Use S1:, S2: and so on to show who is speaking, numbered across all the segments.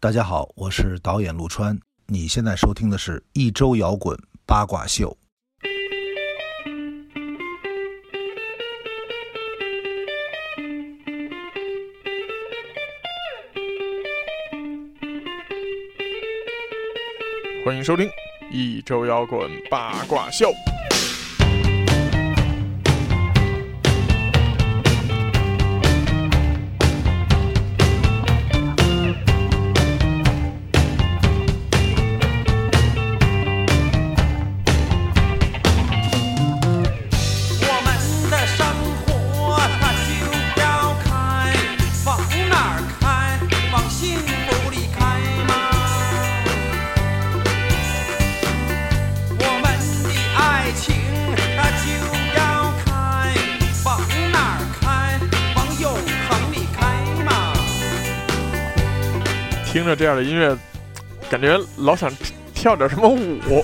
S1: 大家好，我是导演陆川。你现在收听的是一周摇滚八卦秀。
S2: 欢迎收听一周摇滚八卦秀。
S3: 我们的生活它就要开，往哪儿开？往幸福里开吗？我们的爱情它就要开，往哪儿开？往永恒里开吗？
S2: 听着这样的音乐，感觉老想跳点什么舞，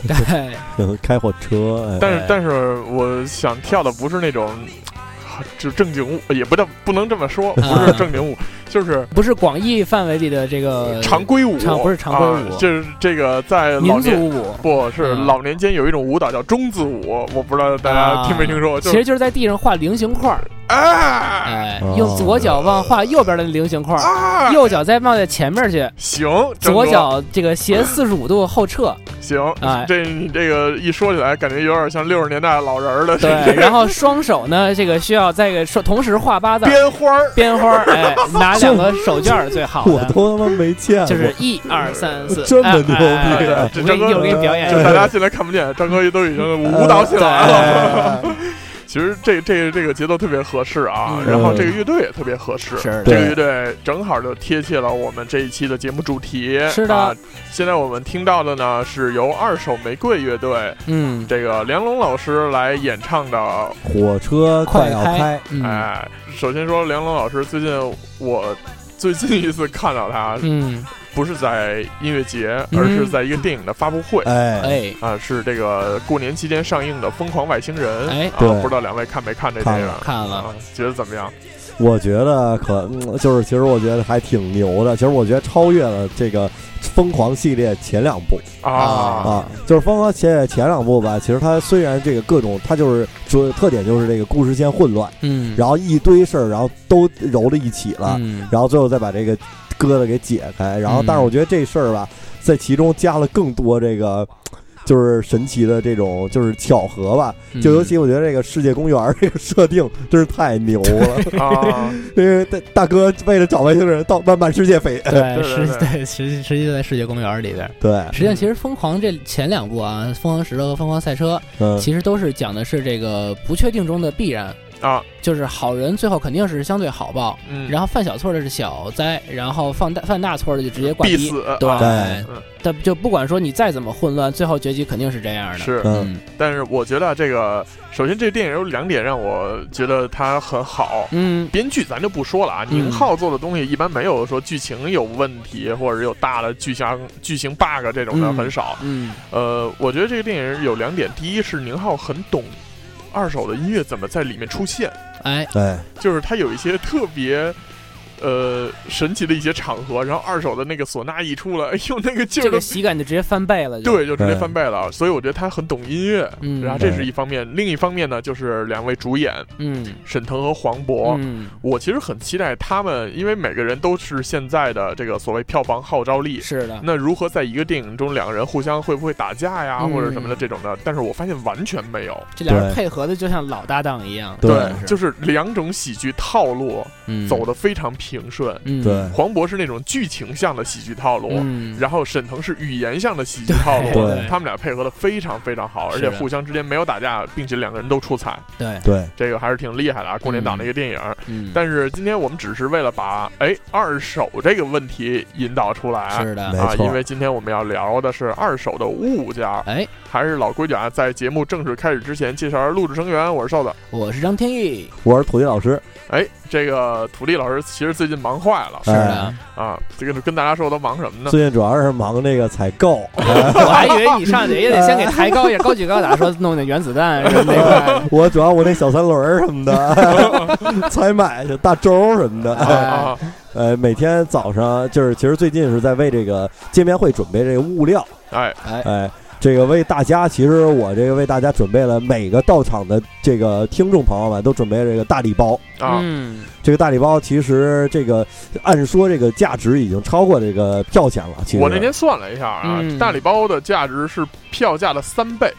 S4: 对，
S5: 嗯， 开火车，哎、
S2: 但是但是我想跳的不是那种啊就正经舞，也不叫不能这么 说，不是正经舞，就是
S4: 不是广义范围里的这个
S2: 常规舞，
S4: 呃常不是常规舞
S2: 啊就是这个在老
S4: 民
S2: 年。
S4: 族舞，
S2: 不是
S4: 嗯
S2: 老年间有一种舞蹈叫中字舞，我不知道大家
S4: 啊
S2: 听没听说过，就
S4: 其
S2: 是
S4: 实就是在地上画菱形块儿，
S2: 哎
S4: 哎
S5: 哦，
S4: 用左脚往画右边的菱形块儿，
S2: 啊，
S4: 右脚再往在前面去，
S2: 行，郑
S4: 左
S2: 哥
S4: 脚这个斜四十五度后 撤，
S2: 行，
S4: 哎
S2: 这你这个一说起来，感觉有点像六十年代老人儿的，
S4: 对，然后双手呢，这个需要在个手同时画八字 儿
S2: 编花儿，
S4: 编花儿， 哎，拿两个手绢儿最好
S5: 我
S4: 的，
S5: 都他妈没见过，
S4: 就是一二三四，
S5: 这么
S4: 哎
S5: 牛逼啊
S4: 哎哎
S2: 对
S4: 哎
S2: 这
S4: 我
S2: 整
S4: 给你
S2: 个
S4: 一会儿给你表演一呃
S2: 就大
S4: 下
S2: 家现在看不见，张哥都已经舞蹈起来了。
S5: 哎
S2: 其实这这这个节奏特别合适啊，
S4: 嗯
S2: 然后这个乐队也特别合适。
S4: 是
S2: 这
S4: 的，
S2: 个乐队正好就贴切了我们这一期的节目主题。
S4: 是的
S2: 啊现在我们听到的呢是由二手玫瑰乐队
S4: 嗯，
S2: 这个梁龙老师来演唱的
S5: 火车快要
S4: 快
S5: 开，
S4: 嗯
S2: 哎，首先说梁龙老师，最近我最近一次看到他，
S4: 嗯，
S2: 不是在音乐节，
S4: 嗯
S2: 而是在一个电影的发布会。
S5: 哎，
S4: 哎，
S2: 啊，是这个过年期间上映的《疯狂外星人》
S4: 哎
S2: 啊，
S5: 对
S2: 不知道两位看没看这电
S5: 看
S2: 影？
S5: 了
S4: 看了
S2: 啊，觉得怎么样？
S5: 我觉得可嗯就是，其实我觉得还挺牛的。其实我觉得超越了这个疯狂系列前两部
S4: 哎
S2: 啊，
S5: 啊，就是疯狂系列前两部吧。其实它虽然这个各种，它就是主特点就是这个故事线混乱，
S4: 嗯，
S5: 然后一堆事儿，然后都揉到一起啊了，
S4: 嗯，
S5: 然后最后再把这个疙瘩给解开。然后，
S4: 嗯
S5: 但是我觉得这事儿吧，在其中加了更多这个。就是神奇的这种，就是巧合吧。
S4: 嗯
S5: 就尤其我觉得这个世界公园儿这个设定真是太牛了，
S2: 啊，
S5: 因为大大哥为了找外星人到满满世 界飞。
S4: 对，
S2: 对对
S4: 实
S2: 对
S4: 对实际实际就在世界公园里边。
S5: 对，
S4: 实际上，其实《疯狂》这前两部啊，《疯狂石头》和《疯狂赛车
S5: 嗯》，
S4: 其实都是讲的是这个不确定中的必然
S2: 啊，
S4: 就是好人最后肯定是相对好报，
S2: 嗯，
S4: 然后犯小错的是小灾，然后犯大犯大错的就直接挂
S2: 必
S4: 机。
S2: 死，
S4: 对
S2: 啊
S5: 对
S2: 嗯
S4: 但就不管说你再怎么混乱，最后结局肯定是这样的。，
S2: 是。
S5: 嗯
S4: 嗯
S2: 但是我觉得这个，首先这电影有两点让我觉得它很好，
S4: 嗯
S2: 编剧咱就不说了啊，
S4: 嗯
S2: 宁浩做的东西一般没有说剧情有问题，或者有大的剧情剧情 bug 这种的
S4: 嗯
S2: 很少。
S4: 嗯
S2: 呃，我觉得这个电影有两点，第一是宁浩很懂二手的音乐怎么在里面出现，
S4: 哎，
S5: 对，
S2: 就是他有一些特别。呃，神奇的一些场合，然后二手的那个唢呐一出来，哎呦，那个劲
S4: 这
S2: 儿都
S4: 个喜感就直接翻倍了。就，
S2: 对，就直接
S5: 对
S2: 翻倍了。所以我觉得他很懂音乐，
S4: 嗯，
S2: 然后这
S5: 对
S2: 是一方面，另一方面呢，就是两位主演
S4: 嗯
S2: 沈腾和黄渤，
S4: 嗯
S2: 我其实很期待他们，因为每个人都是现在的这个所谓票房号召力。
S4: 是啊的，
S2: 那如何在一个电影中两个人互相会不会打架呀，
S4: 嗯
S2: 或者什么的这种的？但是我发现完全没有，
S4: 这俩人
S5: 对
S4: 配合的就像老搭档一样。
S5: 对
S4: 是
S2: 就是两种喜剧套路
S4: 嗯
S2: 走的非常平顺。
S4: 嗯
S5: 对，
S2: 黄渤是那种剧情向的喜剧套路，
S4: 嗯，
S2: 然后沈腾是语言向的喜剧套 路，
S5: 对
S2: 他们俩配合的非常非常好，而
S4: 是啊
S2: 且
S4: 的
S2: 互相之间没有打架，并且两个人都出彩，
S4: 对，
S5: 对，
S2: 这个还是挺厉害的啊！过年档的一个电影，
S4: 嗯，
S2: 但是今天我们只是为了把哎二手这个问题引导出来。
S4: 是的，
S5: 没
S2: 啊，
S5: 错
S2: 因为今天我们要聊的是二手的物件儿，
S4: 哎，
S2: 还是老规矩啊，在节目正式开始之前，介绍一下录制成员，我是瘦子。
S4: 我是张天翼，
S5: 我是土地老师，
S2: 哎，这个土地老师其实最近忙坏了
S4: 是的
S5: 哎，
S2: 啊，这个跟大家说都忙什么呢？
S5: 最近主要是忙这个采 购，哎
S4: 我还以为你上去也得先给抬高一 下，高举高打，说弄点原子弹什么 那块儿。
S5: 我 主要我那小三轮儿什么的采买去，大周儿什么的，
S2: 啊啊，
S5: 呃，每天早上就是其实最近是在为这个见面会准备这个物料，
S2: 哎，
S4: 哎，
S5: 哎，这个为大家，其实我这个为大家准备了每个到场的这个听众朋友们都准备这个大礼包。
S2: 啊，
S4: 嗯，
S5: 这个大礼包其实这个按说这个价值已经超过这个票钱了。其实
S2: 我那天算了一下啊，
S4: 嗯
S2: 大礼包的价值是票价的三倍。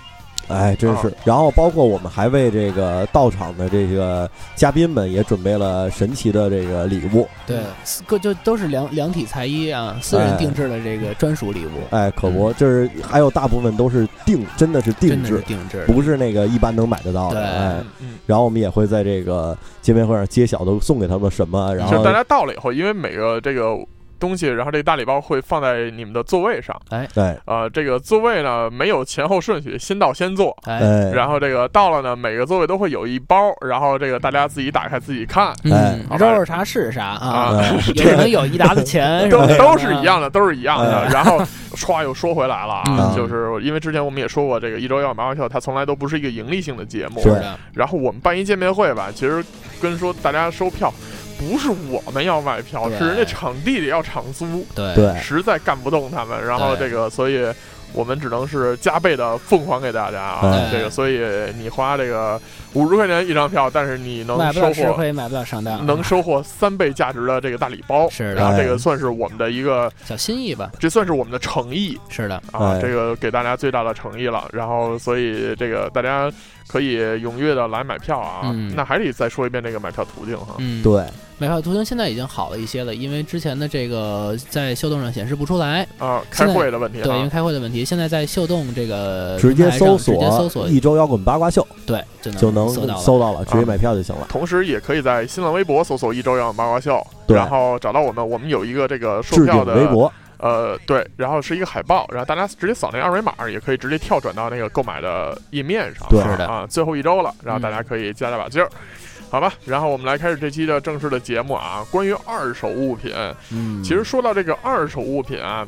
S5: 哎，真
S2: 啊
S5: 是。然后包括我们还为这个到场的这个嘉宾们也准备了神奇的这个礼物。
S4: 对，各就都是量量体裁衣啊，私人定制的这个专属礼物，
S5: 哎，可
S2: 嗯
S5: 不，就是还有大部分都是定，真的是定
S4: 真的是
S5: 制，
S4: 定制的，
S5: 不是那个一般能买得到的。
S4: 对
S5: 哎，
S2: 嗯，
S5: 然后我们也会在这个见面会上揭晓都送给他们什么，然
S2: 就是
S5: 后
S2: 大家到了以后，因为每个这个东西，然后这个大礼包会放在你们的座位上。
S5: 对。
S2: 呃，这个座位呢没有前后顺序，先到先坐。
S4: 哎，
S5: 哎，
S2: 然后这个到了呢，每个座位都会有一包，然后这个大家自己打开自己看，
S4: 嗯，
S2: 好吧
S4: 肉肉啥是啥啊，
S2: 啊
S5: 哎
S4: 有可能有一沓 子钱，
S2: 都
S4: 是吧
S2: 都是一样的，都是一样的
S5: 哎。
S2: 然后唰又说回来了啊，
S5: 嗯
S2: 就是因为之前我们也说过，这个一周要马玩笑，它从来都不是一个盈利性的节目。
S5: 是
S4: 是的，
S2: 然后我们办一见面会吧，其实跟说大家收票，不是我们要卖票，
S4: 对
S2: 是人家场地里要场租，
S4: 对
S5: 对，
S2: 实在干不动他们。然后这个，所以我们只能是加倍的奉还给大家啊
S5: 哎。
S2: 这个，所以你花这个五十块钱一张票，但是你能
S4: 买不
S2: 收
S4: 了吃
S2: 获
S4: 亏，买不了上当，啊
S2: 能收获三倍价值的这个大礼包。
S4: 是
S2: 然
S4: 的，
S2: 后这个算是我们的一个，
S4: 小心意吧，
S2: 这算是我们的诚意，
S4: 是的，
S2: 啊，
S5: 哎
S2: 这个给大家最大的诚意了。然后，所以这个大家可以踊跃的来买票啊。
S4: 嗯
S2: 那还得再说一遍这个买票途径哈。
S4: 嗯，
S5: 对，
S4: 买票途径现在已经好了一些了，因为之前的这个在秀动上显示不出来，
S2: 啊，开会的问题
S4: 对，因为
S2: 啊，
S4: 开会的问题，现在在秀动这个
S5: 直接
S4: 平台上
S5: 搜
S4: 直接搜索
S5: 索，一周摇滚八卦秀
S4: 对，就能
S5: 就能
S4: 搜到了。
S5: 搜到了，直
S2: 啊
S5: 接买票就行了。
S2: 同时也可以在新浪微博搜索“一周要八卦秀”，
S5: 对
S2: 然后找到我们，我们有一个这个售
S5: 置
S2: 票
S5: 顶微
S2: 的
S5: 博，
S2: 呃，对，然后是一个海报，然后大家直接扫那个二维码，也可以直接跳转到那个购买的页面上。
S5: 对
S4: 是的
S2: 啊，最后一周了，然后大家可以加大把劲儿。好吧，然后我们来开始这期的正式的节目啊，关于二手物品，
S4: 嗯，
S2: 其实说到这个二手物品啊，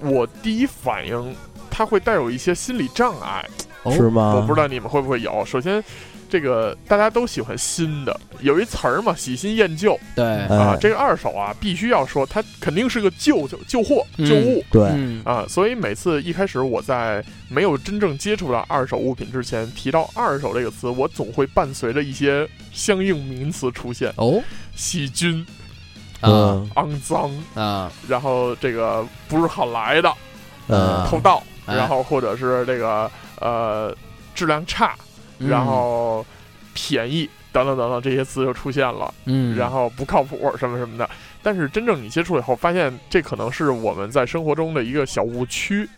S2: 我第一反应它会带有一些心理障碍，
S4: 哦
S5: 是吗？
S2: 我不知道你们会不会有。首先，这个大家都喜欢新的，有一词儿嘛，喜新厌旧
S4: 对，
S2: 啊。
S5: 哎，
S2: 这个二手啊，必须要说它肯定是个旧旧旧货
S4: 嗯
S2: 旧物。
S5: 对，
S4: 嗯，
S2: 啊，所以每次一开始我在没有真正接触到二手物品之前，提到“二手”这个词，我总会伴随着一些相应名词出现：
S4: 哦
S2: 细菌、
S4: 啊
S5: 嗯
S2: 肮脏，
S4: 啊，
S2: 然后这个不是好来的，
S5: 嗯，
S2: 偷盗，
S4: 哎
S2: 然后或者是这个呃质量差，
S4: 嗯
S2: 然后便宜等等等等这些词就出现了，
S4: 嗯，
S2: 然后不靠谱什么什么的。但是真正你接触以后，发现这可能是我们在生活中的一个小误区，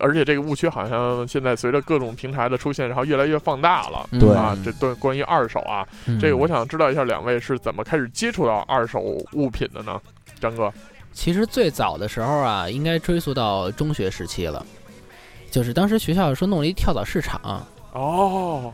S2: 而且这个误区好像现在随着各种平台的出现，然后越来越放大了。
S4: 嗯
S5: 对
S2: 啊，这对关于二手啊，这个我想知道一下，两位是怎么开始接触到二手物品的呢？张哥，
S4: 其实最早的时候啊，应该追溯到中学时期了，就是当时学校说弄了一跳蚤市场，
S2: 哦，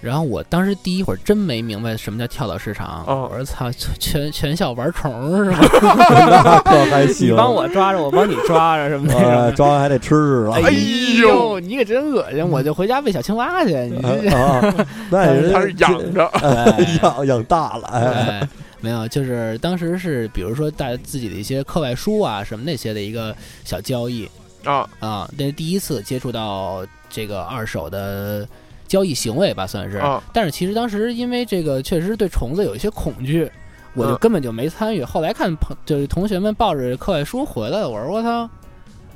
S4: 然后我当时第一会儿真没明白什么叫跳蚤市场，
S2: 哦
S4: 我说操，全全校玩虫是吗？
S5: 那可还行
S4: 你。帮我抓着，我帮你抓着什么
S5: 呃，
S4: 的。
S5: 装完还得吃是吧？
S2: 哎呦
S4: 呦，你可真恶心！我就回家喂小青蛙去。你这
S5: 啊，那
S4: 呃
S5: 也
S2: 他是养着，
S5: 养养大了，哎，
S4: 哎，没有，就是当时是比如说带自己的一些课外书啊什么那些的一个小交易
S2: 啊，
S4: 啊，这是第一次接触到这个二手的交易行为吧，算是。
S2: 啊
S4: 但是其实当时因为这个确实对虫子有一些恐惧，我就
S2: 嗯
S4: 根本就没参与。后来看朋就是同学们抱着课外书回来了，我说我操。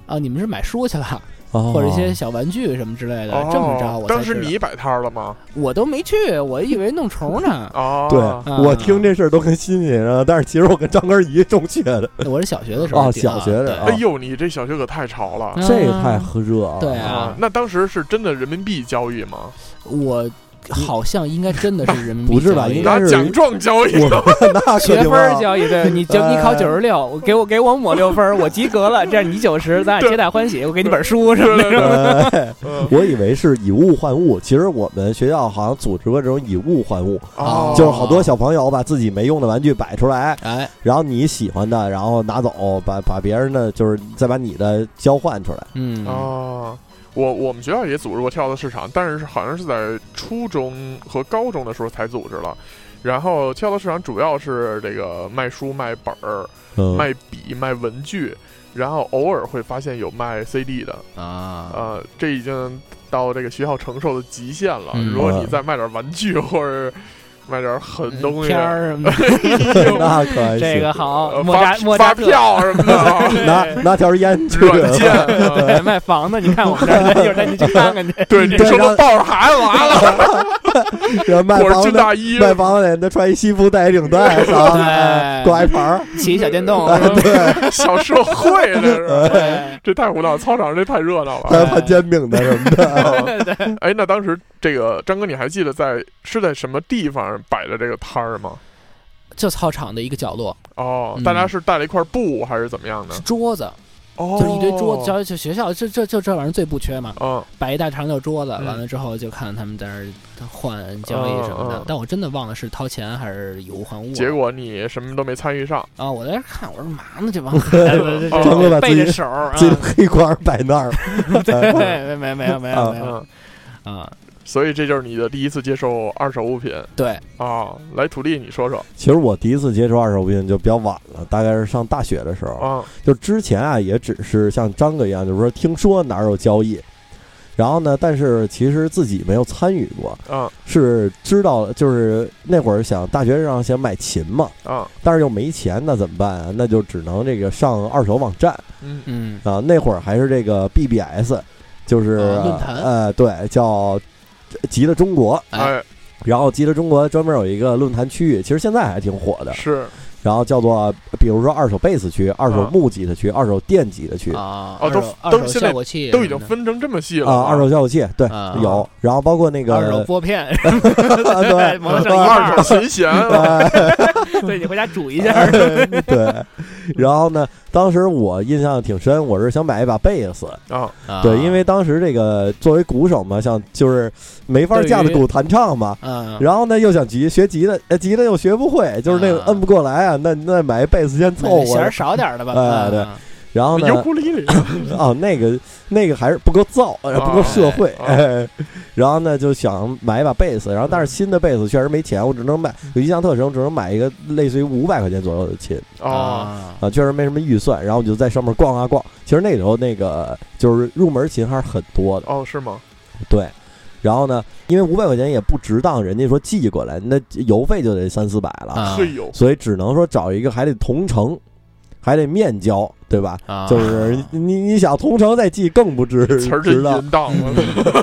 S4: 啊！你们是买书去了，或
S5: 或
S4: 者一些小玩具什么之类的，
S2: 哦，
S4: 这么着我才
S2: 当时
S4: 知道
S2: 你摆摊儿了吗？
S4: 我都没去，我以为弄虫 呢。
S2: 哦，
S5: 对
S4: 啊，
S5: 我听这事儿都跟新鲜啊，但是其实我跟张根儿一中学的，
S4: 我是小学的时候
S5: 哦
S4: 订的
S5: 小学的啊
S2: 哎呦，你这小学可太潮了
S4: 嗯
S5: 这太热了。
S4: 对
S2: 啊
S4: 啊！，
S2: 那当时是真的人民币交易吗？
S4: 我好像应该真的是人民币
S5: 不是吧
S4: 交易
S5: 应该
S2: 拿
S5: 是
S2: 奖状交易
S5: 我
S2: 的
S5: 那可
S6: 学
S5: 就
S6: 分儿交易， 对你就你考
S5: 哎
S6: 九十六，我给我给我抹六分儿，我及格了，这样你九十，咱俩皆大欢喜，我给你本书什么的。
S5: 哎
S2: 嗯
S5: 我以为是以物换物，其实我们学校好像组织过这种以物换物，
S2: 哦
S5: 啊就是好多小朋友把自己没用的玩具摆出来，
S4: 哎，
S5: 然后你喜欢的，然后拿走，把把别人的，就是再把你的交换出来。
S4: 嗯，
S2: 哦。我我们学校也组织过跳蚤市场，但是好像是在初中和高中的时候才组织了。然后七小乐市场主要是这个卖书、卖本儿、
S5: 嗯，
S2: 卖笔、卖文具，然后偶尔会发现有卖 CD 的，
S4: 啊，
S2: 呃，这已经到这个学校承受的极限了。
S4: 嗯
S2: 如果你再卖点玩具或者卖点狠东
S6: 嗯
S2: 西，
S6: 片儿什么的，
S2: 哎呦
S5: 那可还行
S6: 这个好，
S2: 呃
S6: 莫扎
S2: 发
S6: 莫扎
S2: 发
S6: 特，
S2: 票什么的啊
S5: 拿拿条烟去，
S2: 软件啊，
S6: 哎卖房子，你看我们这儿，一会儿带你去看看 去。
S2: 对你
S5: 对
S2: 说
S5: 然
S2: 都
S5: 后
S2: 抱着孩子完了，
S5: 然后卖
S2: 裹着
S5: 房
S2: 军
S5: 子
S2: 大衣，
S5: 卖房子得那穿一西服，带一领带，啥
S4: 对
S5: 哎挂一牌儿，
S6: 骑小电 动，
S2: 对，小社会这是，
S6: 对
S2: 这太胡闹，操场这太热闹
S5: 还
S2: 了。
S5: 有盘煎饼的什么的，
S2: 哎，那当时这个张哥，你还记得在是在什么地方摆的这个摊儿吗？
S4: 就操场的一个角落，
S2: 哦，
S4: 嗯
S2: 大家是带了一块布还是怎么样的
S4: 是？桌子，
S2: 哦，
S4: 就是一堆桌子，就就学校这这就这玩意儿最不缺嘛，
S2: 嗯，
S4: 摆一大长条桌子，
S2: 嗯
S4: 完了之后就看他们在那儿换交易什么
S2: 嗯嗯
S4: 的，但我真的忘了是掏钱还是以物换物了。
S2: 结果你什么都没参与上，
S4: 啊，我在这看，我说嘛呢这 帮孩子，
S2: 哦
S5: 张哥把
S6: 背
S5: 自
S6: 着
S5: 己
S6: 手儿
S2: 哎
S6: 啊，
S5: 自己的黑框儿摆那儿，
S6: 对，没没没有没有没有
S2: 嗯，
S4: 啊，
S2: 所以这就是你的第一次接受二手物品
S4: 对，
S2: 啊。来，土地，你说说
S5: 其实我第一次接触二手物品就比较晚了，大概是上大学的时候。
S2: 啊，
S5: 就之前啊，也只是像张哥一样，就是说听说哪儿有交易，然后呢，但是其实自己没有参与过，
S2: 嗯
S5: 是知道就是那会儿想大学上想买琴嘛，
S2: 嗯
S5: 但是又没钱，那怎么办啊？那就只能这个上二手网站
S2: 嗯
S4: 嗯，
S5: 啊。那会儿还是这个 BBS，就是、
S4: 啊论坛
S5: 呃，对，叫极乐中国。
S2: 哎，
S5: 然后极乐中国专门有一个论坛区域，其实现在还挺火的。
S2: 是
S5: 然后叫做，比如说二手贝斯区、二手
S2: 嗯
S5: 木吉他区、二手电吉他区
S2: 哦
S4: 啊，二
S2: 都
S4: 手
S2: 都
S4: 二手
S2: 现在
S4: 效果器
S2: 都已经
S4: 什么
S2: 分成这么细了
S5: 啊，二手效果器对
S4: 啊
S5: 有，然后包括那
S4: 的
S5: 个啊
S4: 二手拨片，
S5: 对
S6: 往上一
S2: 二手琴弦，
S5: 哎
S6: 对你回家煮一下。
S5: 对，然后呢，当时我印象挺深，我是想买一把贝斯，
S2: 啊，
S4: 啊
S5: 对，因为当时这个作为鼓手嘛，像就是没法架子鼓弹唱嘛。
S4: 嗯，
S5: 然后呢，又想吉学吉他，呃，吉他又学不会，就是那个
S4: 啊
S5: 摁不过来啊，那那买一贝斯先凑
S6: 那弦
S5: 合
S6: 儿。少点儿的吧，
S5: 哎对
S4: 啊
S5: 然后呢，
S2: 尤库里里，
S5: 哦，那个那个还是不够造，呃不够社会。哎，然后呢，就想买一把贝斯，然后但是新的贝斯确实没钱，我只能买，我印象特深，我只能买一个类似于五百块钱左右的琴
S2: 哦，
S4: 啊
S5: 啊，确实没什么预算。然后我就在上面逛啊逛，其实那时候那个就是入门琴还是很多的，
S2: 哦，是吗？
S5: 对。然后呢，因为五百块钱也不值当，人家说寄过来，那邮费就得三四百了，
S4: 啊
S2: 嘿呦，
S5: 所以只能说找一个还得同城，还得面交，对吧？
S4: 啊，
S5: 就是你你你想同城再寄更不值，
S2: 词儿真
S5: 值当。
S2: 淫荡，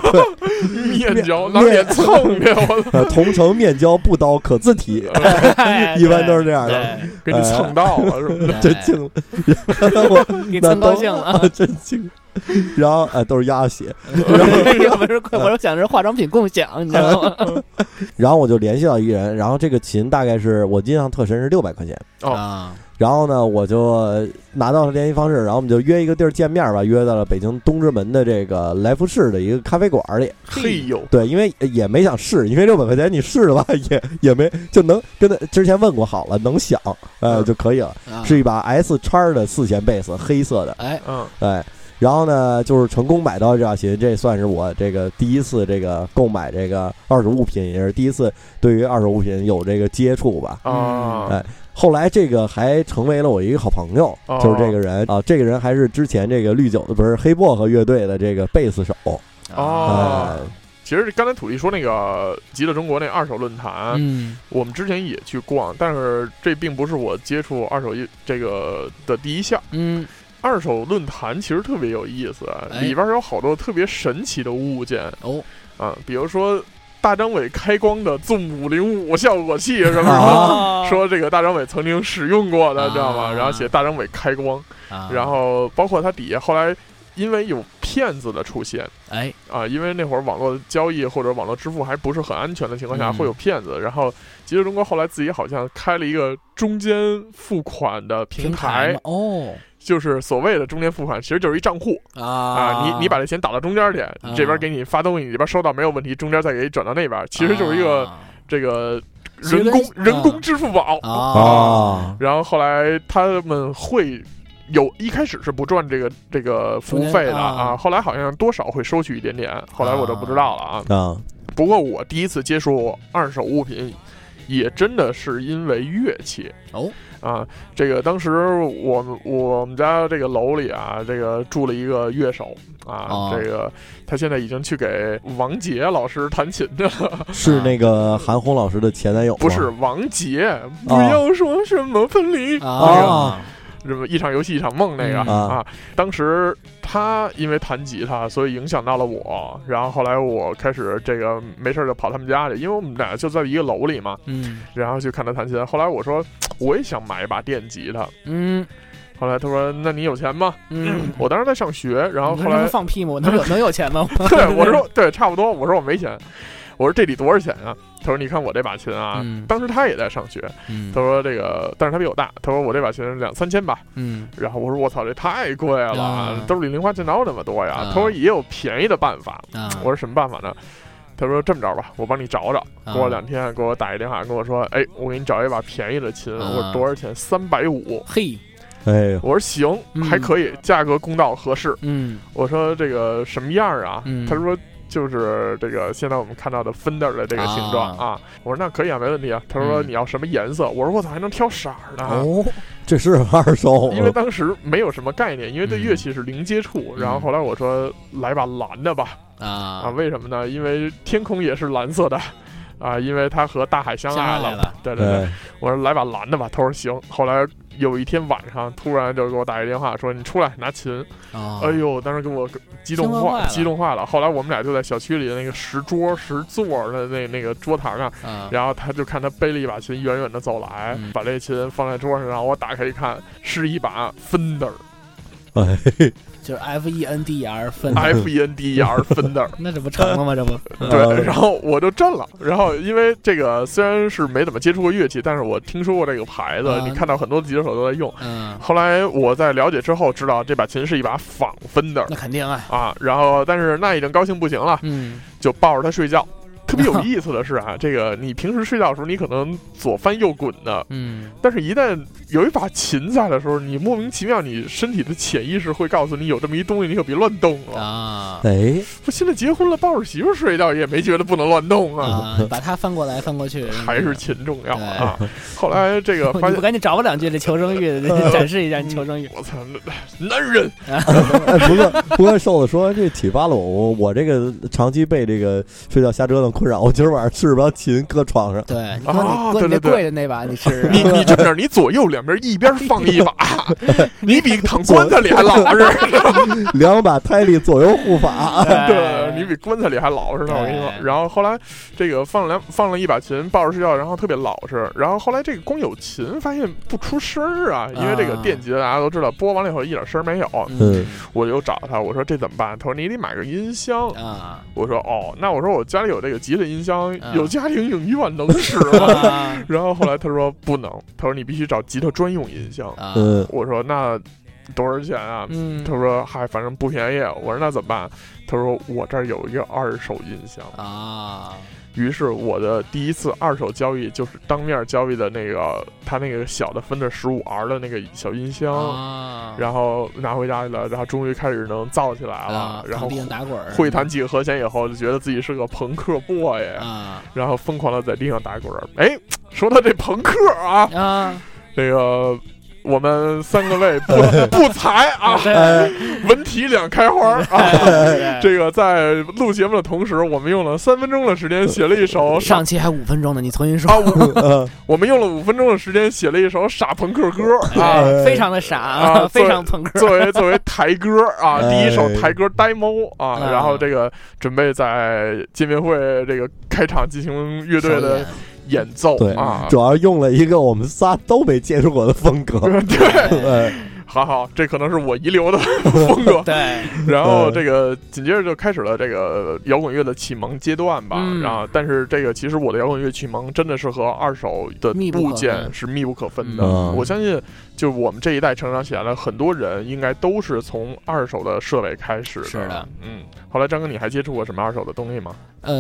S2: 面交拿
S5: 面
S2: 脸蹭去，我
S5: 呃，同城面交不刀可 自提，
S6: 哎
S5: 一般都是这样的。
S4: 对
S2: 给你蹭到了是 吧？
S5: 真敬，我
S6: 对，给蹭高兴了。
S5: 啊，真敬。然后呃，都是鸭血。
S6: 我是我是想着化妆品共享，你知道吗？
S5: 然后我就联系到一个人，然后这个琴大概是我印象特深是六百块钱。
S2: 哦
S4: 啊，
S5: 然后呢，我就拿到了联系方式，然后我们就约一个地儿见面吧，约到了北京东直门的这个来福士的一个咖啡馆里。
S2: 嘿呦，
S5: 对，因为也没想试，因为六百块钱你试了吧，也也没就能跟他之前问过好了，能响呃
S2: 嗯
S5: 就可以了。
S4: 啊
S5: 是一把 S 叉的四弦贝斯，黑色的，
S4: 哎
S2: 嗯，
S5: 哎，然后呢，就是成功买到这把琴，这算是我这个第一次这个购买这个二手物品，也是第一次对于二手物品有这个接触吧。
S2: 啊，
S5: 后来这个还成为了我一个好朋友，
S2: 哦
S5: 就是这个人啊，这个人还是之前这个绿酒不是黑薄荷乐队的这个贝斯手，
S2: 哦
S5: 哎，
S2: 其实刚才土地说那个极乐中国那二手论坛，
S4: 嗯
S2: 我们之前也去逛，但是这并不是我接触二手一这个的第一项。
S4: 嗯
S2: 二手论坛其实特别有意思，啊
S4: 哎
S2: 里边有好多特别神奇的物件
S4: 哦
S2: 啊，比如说大张伟开光的 Zoom 五零五效果器什么什么。
S6: 哦
S2: 说这个大张伟曾经使用过的，
S4: 啊
S2: 知道吗？然后写大张伟开光，
S4: 啊，
S2: 然后包括他底下后来因为有骗子的出现
S4: 哎
S2: 啊，因为那会儿网络交易或者网络支付还不是很安全的情况下，
S4: 嗯
S2: 会有骗子。然后极乐中国后来自己好像开了一个中间付款的平台
S4: 嘛，哦
S2: 就是所谓的中间付款，其实就是一账户
S4: 啊
S2: 啊，你你把这钱打到中间去，你这边
S4: 啊
S2: 给你发东西，你这边收到没有问题，中间再给你转到那边，其实就是一个
S4: 啊
S2: 这个
S4: 其实
S2: 人工
S4: 跟
S2: 人工
S4: 啊
S2: 支付宝哦
S4: 啊
S2: 然后后来他们会有一开始是不赚这个这个服务费的啊，
S4: 啊
S2: 后来好像多少会收取一点点，后来我就不知道了啊。
S5: 啊
S2: 不过我第一次接触二手物品，也真的是因为乐器
S4: 哦
S2: 啊。这个当时我们我们家这个楼里啊，这个住了一个乐手啊，
S4: 哦
S2: 这个他现在已经去给王杰老师弹琴去了。
S5: 是那个韩红老师的前男友吗？
S2: 不是王杰，不要说什么分离，哦
S5: 啊
S2: 什么一场游戏一场梦那个、
S5: 嗯
S2: 啊，当时他因为弹吉他，所以影响到了我，然后后来我开始这个没事儿就跑他们家去，因为我们俩就在一个楼里嘛，
S4: 嗯
S2: 然后去看他弹琴。后来我说我也想买一把电吉他，
S6: 嗯
S2: 后来他说那你有钱吗？
S6: 嗯，
S2: 我当时在上学，然后
S6: 你
S2: 后
S6: 说他
S2: 来
S6: 们放屁吗？我能有能有钱吗？
S2: 对我说对差不多，我说我没钱，我说这得多少钱啊？他说你看我这把琴啊，
S4: 嗯
S2: 当时他也在上学，
S4: 嗯
S2: 他说这个，但是他比我大，他说我这把琴两三千吧。
S4: 嗯
S2: 然后我说我操，这太贵了，
S4: 啊
S2: 兜里零花钱哪有那么多呀？
S4: 啊
S2: 他说也有便宜的办法。
S4: 啊，
S2: 我说什么办法呢？他说这么着吧，我帮你找找，
S4: 啊
S2: 给我两天，给我打一电话，跟我说，哎，我给你找一把便宜的琴，
S4: 啊
S2: 我说多少钱？三百五。
S6: 嘿，
S5: 哎呦，
S2: 我说行，
S6: 嗯
S2: 还可以，价格公道合适。
S4: 嗯
S2: 我说这个什么样儿啊？
S4: 嗯
S2: 他说就是这个现在我们看到的 Fender 的这个形状啊。我说那可以啊，没问题啊。他说
S4: 嗯
S2: 你要什么颜色？我说我操，还能挑色儿呢。
S5: 哦，这是二手，
S2: 啊因为当时没有什么概念，因为对
S4: 哦嗯
S2: 乐器是零接触。然后后来我说来把蓝的吧，啊，
S4: 啊，
S2: 为什么呢？因为天空也是蓝色的， 啊，因为它和大海相
S4: 相
S2: 爱
S4: 爱
S2: 了。
S4: 了哎
S2: 对对对，
S5: 对，
S2: 我说来把蓝的吧，他说行。后来有一天晚上，突然就给我打一电话说你出来拿琴。
S4: 啊
S2: 哎呦，当时给我激动
S4: 兴奋坏
S2: 坏，
S4: 了
S2: 激动坏了。后来我们俩就在小区里的那个石桌石座的那那个桌堂上，
S4: 啊
S2: 然后他就看他背了一把琴，远远的走来，
S4: 嗯
S2: 把这琴放在桌上，然后我打开一看，是一把 Fender
S5: 哎，
S6: 就是 F E N D E R 分，
S2: F E N D E R Fender，
S6: 那这不成了吗？这不，
S2: 对，然
S5: 后
S2: 后我就震了。然后因为这个虽然是没怎么接触过乐器，但是我听说过这个牌子
S4: 啊，
S2: 你看到很多吉他手都在用。
S4: 嗯
S2: 后来我在了解之后知道，这把琴是一把仿 Fender
S6: 那肯定啊，
S2: 啊，然后但是那已经高兴不行了，
S4: 嗯
S2: 就抱着它睡觉。特别有意思的是啊，这个你平时睡觉的时候，你可能左翻右滚的，
S4: 嗯
S2: 但是一旦有一把琴在的时候，你莫名其妙，你身体的潜意识会告诉你有这么一东西，你可别乱动了。
S4: 啊
S5: 哎，
S2: 我现在结婚了，抱着媳妇睡觉也没觉得不能乱动啊，
S4: 啊，把它翻过来翻过去，
S2: 还是琴重要啊。 后来这个发
S6: 你不
S2: 现，
S6: 赶紧找我两句这求生 欲，展示一下你求生欲。
S2: 我操，那男人
S5: 哎，不过不过，瘦子说这启发了我，我这个长期被这个睡觉瞎折腾困扰，我今儿晚上试着把琴搁床上，
S6: 对，你
S2: 啊
S6: 说你哥你那
S2: 对对对
S6: 贵的那把你
S4: 啊
S6: 吃，
S2: 你你这么着，你左右两边一边放一把，你比躺棺材里还老实。
S5: 两把胎里左右护法，
S6: 啊
S2: 对你比棺材里还老实呢，我跟你说。
S4: 对
S2: 然后后来这个放了两放了一把琴，抱着睡觉，然后特别老实。然后后来这个光有琴，发现不出声儿啊，因为这个
S4: 啊
S2: 电吉他大家都知道，拨完了以后一点声儿没有。
S5: 嗯
S2: 我就找他，我说这怎么办？他说你得买个音箱。
S4: 啊
S2: 我说哦，那我说我家里有这个吉他音箱
S4: 啊，
S2: 有家庭影院能使吗？
S4: 啊
S2: 然后后来他说不能，他说你必须找吉他专用音箱。
S4: 啊
S5: 嗯，
S2: 我说那多少钱啊？
S4: 嗯
S2: 他说：“嗨，反正不便宜。”啊我说：“那怎么办？”他说：“我这儿有一个二手音箱。
S4: 啊”
S2: 于是我的第一次二手交易就是当面交易的那个他那个小的分的十五 R 的那个小音箱，
S4: 啊，
S2: 然后拿回家去了，然后终于开始能造起来了，
S4: 啊
S2: 然
S4: 躺
S2: 后
S4: 地上打滚儿
S2: 会弹几个和弦以后，就觉得自己是个朋克 boy，、
S4: 啊
S2: 然后疯狂的在地上打滚儿。哎，说到这朋克啊，
S4: 啊
S2: 这个。我们三个位不不才啊，
S5: 哎，
S2: 文体两开花儿啊！
S6: 对
S2: 这个在录节目的同时，我们用了三分钟的时间写了一首傻
S6: 上期还五分钟呢，你重新说
S2: 啊，，我
S5: 嗯
S2: 我们用了五分钟的时间写了一首傻朋克歌 啊。
S5: 哎
S6: 非常的傻，
S2: 啊
S6: 非常朋克，
S2: 作为作为台歌啊，
S5: 哎
S2: 第一首台歌 demo 啊，
S4: 啊
S2: 然后这个准备在见面会这个开场进行乐队的演奏
S5: 对
S2: 啊，
S5: 主要用了一个我们仨都没接触过的风格，
S2: 对，
S5: 哎，
S2: 好好，这可能是我遗留的 风格。
S6: 对，
S2: 然后
S5: 嗯
S2: 这个紧接着就开始了这个摇滚乐的启蒙阶段吧。
S6: 嗯
S2: 然后，但是这个其实我的摇滚乐启蒙真的是和二手的
S6: 密不可
S2: 物件
S4: 分
S2: 是密不可分的。
S5: 嗯
S2: 我相信，就我们这一代成长起来的很多人，应该都是从二手的设备开始的。
S4: 是的，
S2: 嗯。后来，张哥，你还接触过什么二手的东西吗？
S4: 呃，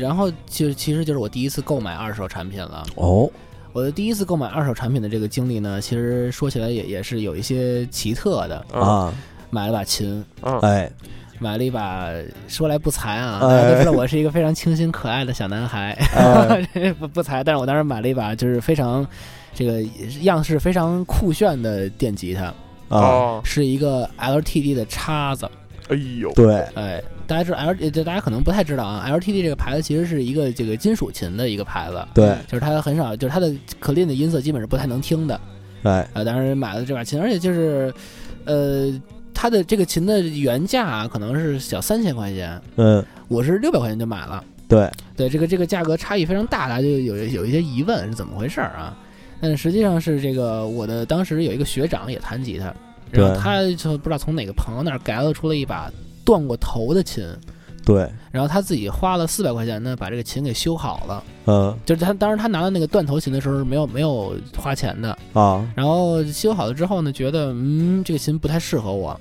S4: 然后就其实就是我第一次购买二手产品了。
S5: 哦，
S4: 我的第一次购买二手产品的这个经历呢，其实说起来也也是有一些奇特的。
S2: 嗯，
S5: 啊，
S4: 买了把琴，
S2: 嗯
S5: 哎，
S4: 买了一把，说来不才啊，大家都知道我是一个非常清新可爱的小男孩，
S2: 嗯
S5: 哎
S4: 不不才，但是我当时买了一把就是非常这个样式非常酷炫的电吉他，
S5: 啊，
S2: 哦，
S4: 是一个 LTD 的叉子，
S2: 哎呦，
S5: 对，
S4: 哎，大家知道 L，呃大家可能不太知道啊，LTD 这个牌子其实是一个这个金属琴的一个牌子，
S5: 对，
S4: 就是它很少，就是它的 clean 的音色基本是不太能听的。
S5: 哎，
S4: 啊，当时买了这把琴，而且就是，呃，它的这个琴的原价、啊、可能是小三千块钱，
S5: 嗯，
S4: 我是六百块钱就买了。
S5: 对，
S4: 对，这个这个价格差异非常大，大家就有有一些疑问是怎么回事儿啊？但实际上是这个，我的当时有一个学长也弹吉他，然后
S5: 对
S4: 他就不知道从哪个朋友那儿改造出了一把断过头的琴，
S5: 对，
S4: 然后他自己花了四百块钱呢把这个琴给修好了。
S5: 嗯
S4: 就是他当时他拿到那个断头琴的时候是没有没有花钱的，
S5: 啊，
S4: 然后修好了之后呢，觉得嗯这个琴不太适合我，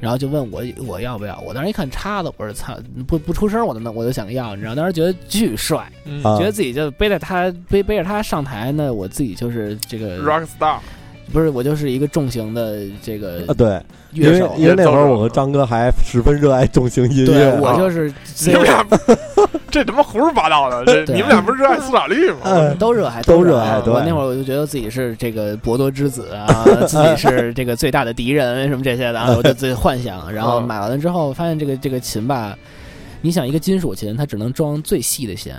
S4: 然后就问我我要不要。我当时一看叉子，我说操，不不出声我都能我就想要，你知道，当时觉得巨帅，
S2: 嗯
S5: 啊
S6: 觉
S5: 嗯
S6: 得自己就
S4: 背着它背背着它上台呢，我自己就是这个
S2: ，rock star，
S4: 不是我就是一个重型的这
S5: 啊
S4: 个
S5: 对，因
S4: 乐
S5: 为
S4: 手。
S5: 因为那会儿我和张哥还十分热爱重型音
S4: 对
S5: 乐，，啊
S4: 我就是
S2: 你们俩这他妈胡说八道的，这
S4: 对啊
S2: 你们俩不是热爱苏打绿吗？
S5: 嗯
S4: 都热爱，
S5: 都
S4: 热
S5: 热爱对
S4: 我那会儿我就觉得自己是这个博多之子啊，自己 是这个最大的敌人什么这些的，啊，我就自己幻想。然后
S2: 嗯
S4: 买完了之后，发现这个这个琴吧，你想一个金属琴，它只能装最细的弦，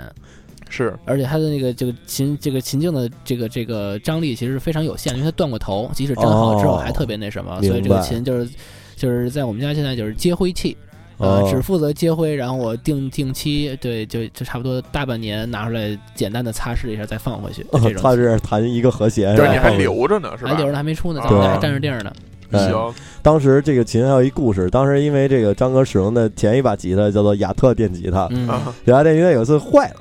S2: 是，
S4: 而且它的那个这个琴这个琴颈的这个这个张力其实是非常有限，因为它断过头，即使整好之后
S5: 哦
S4: 还特别那什么，
S5: 明白
S4: 所以这个琴就是就是在我们家现在就是接灰器。呃，
S5: 哦
S4: 只负责接灰，然后我定定期，对，就就差不多大半年拿出来简单的擦拭一下，再放回 去。这种 哦
S5: 他是弹一个和弦，
S2: 就是
S4: 对
S2: 你还
S5: 然后
S2: 留着呢，是吧
S4: 还？留着还没出呢，
S2: 啊
S4: 咱们那还占着地儿呢。
S5: 哎
S2: 行，
S5: 当时这个琴还有一故事，当时因为这个张哥使用的前一把吉他叫做亚特电吉他，
S4: 嗯
S2: 啊
S5: 然后电吉他有一次坏了，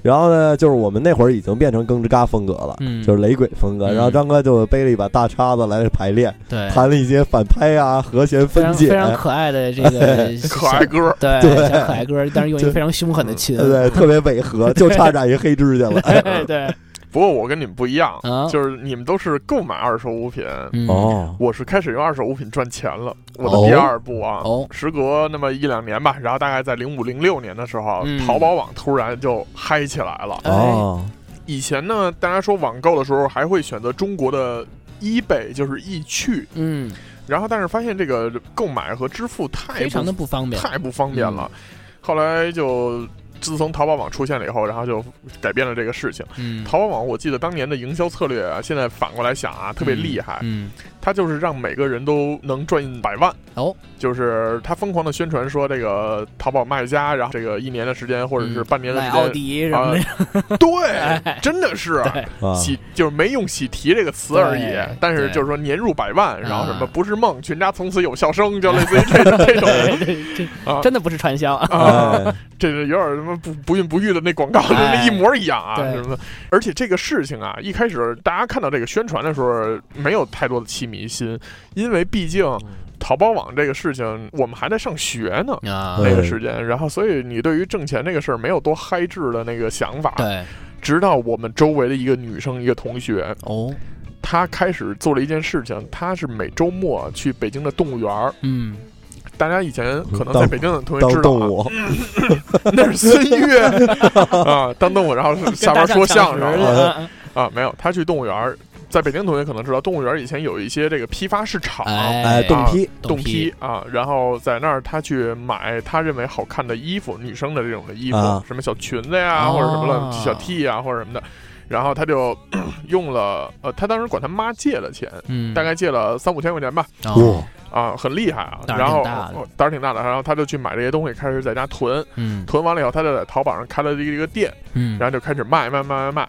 S5: 然后呢，就是我们那会儿已经变成更吱嘎风格了。
S4: 嗯，
S5: 就是雷鬼风格，
S4: 嗯
S5: 然后张哥就背了一把大叉子来排练，
S4: 对，
S5: 弹了一些反拍啊、和弦
S4: 非
S5: 分
S4: 常
S5: 解哎
S4: 非，常可爱的这 个
S2: 可爱歌儿，
S4: 对
S5: 对
S4: 小可爱歌，但是用一个非常凶
S2: 嗯
S4: 狠的琴，
S5: 对，特别违和，就差染一黑指甲了。
S4: 对对
S2: 不过我跟你们不一样
S4: 啊，
S2: 就是你们都是购买二手物品，
S4: 嗯
S5: 哦，
S2: 我是开始用二手物品赚钱了。我的
S4: 哦
S2: 第二步啊，
S4: 哦
S2: 时隔那么一两年吧，然后大概在零五零六年的时候，
S4: 嗯
S2: 淘宝网突然就嗨起来了。
S4: 哎
S5: 哦，
S2: 以前呢，大家说网购的时候还会选择中国的。易贝就是易趣，
S4: 嗯，
S2: 然后但是发现这个购买和支付太
S4: 非
S2: 不
S4: 常的不方便，嗯
S2: 太不方便了。后来就自从淘宝网出现了以后，然后就改变了这个事情。
S4: 嗯，
S2: 淘宝网我记得当年的营销策略啊，现在反过来想啊，特别厉害。
S4: 嗯，
S2: 它就是让每个人都能赚百万
S4: 哦，
S2: 就是他疯狂的宣传说这个淘宝卖家，然后这个一年的时间或者是
S4: 嗯
S2: 半年的
S6: 买
S2: 时
S6: 奥
S2: 间。
S6: 迪什
S2: 啊
S6: 么 的，，
S2: 对，真的是
S4: 对
S5: 啊
S2: 喜，就是没用“喜提”这个词而已
S4: 对，
S2: 但是
S4: 对
S2: 就是说年入百万，然后什么
S4: 啊
S2: 不是梦，全家从此有笑声，就类似于这 种这种
S4: 这
S2: 啊
S4: 真的不是传销，
S2: 啊，
S5: 哎，
S2: 这是有点什么不不孕不育的那广告，真
S4: 哎
S2: 的一模一样啊，
S4: 对
S2: 什么的。而且这个事情啊，一开始大家看到这个宣传的时候，没有太多的起迷心，因为毕竟
S4: 嗯
S2: 淘宝网这个事情，我们还在上学呢。
S4: 啊
S5: 对
S2: 那个时间，然后所以你对于挣钱这个事儿没有多嗨质的那个想法，
S4: 对，
S2: 直到我们周围的一个女生一个同学，
S4: 哦，
S2: 她开始做了一件事情，她是每周末去北京的动物园儿。
S4: 嗯，
S2: 大家以前可能
S5: 当
S2: 在北京的同学
S5: 当
S2: 知道、
S5: 动
S2: 啊，
S5: 物，
S2: 那是孙悦 啊，当动物，然后下边说相
S6: 跟大象抢
S2: 声
S6: 食
S5: 啊
S6: 的嗯嗯
S2: 啊，没有，他去动物园儿，在北京同学可能知道，动物园儿以前有一些这个批发市场，啊
S5: 哎，
S4: 动
S5: 动批，
S2: 冻批，啊，然后在那儿他去买他认为好看的衣服，女生的这种的衣服，
S5: 啊
S2: 什么小裙子呀，或者什么
S4: 哦
S2: 了，小 T 呀，或者什么的。然后他就 用了，呃，他当时管他妈借了钱，
S4: 嗯，
S2: 大概借了三五千块钱吧，
S4: 哦，
S2: 啊，很厉害啊。
S4: 胆儿
S2: 然后
S4: 挺大的
S2: 哦胆儿挺大的，然后他就去买这些东西，开始在家囤，
S4: 嗯
S2: 囤完了以后，他就在淘宝上开了一个店，
S4: 嗯，
S2: 然后就开始卖卖卖卖卖。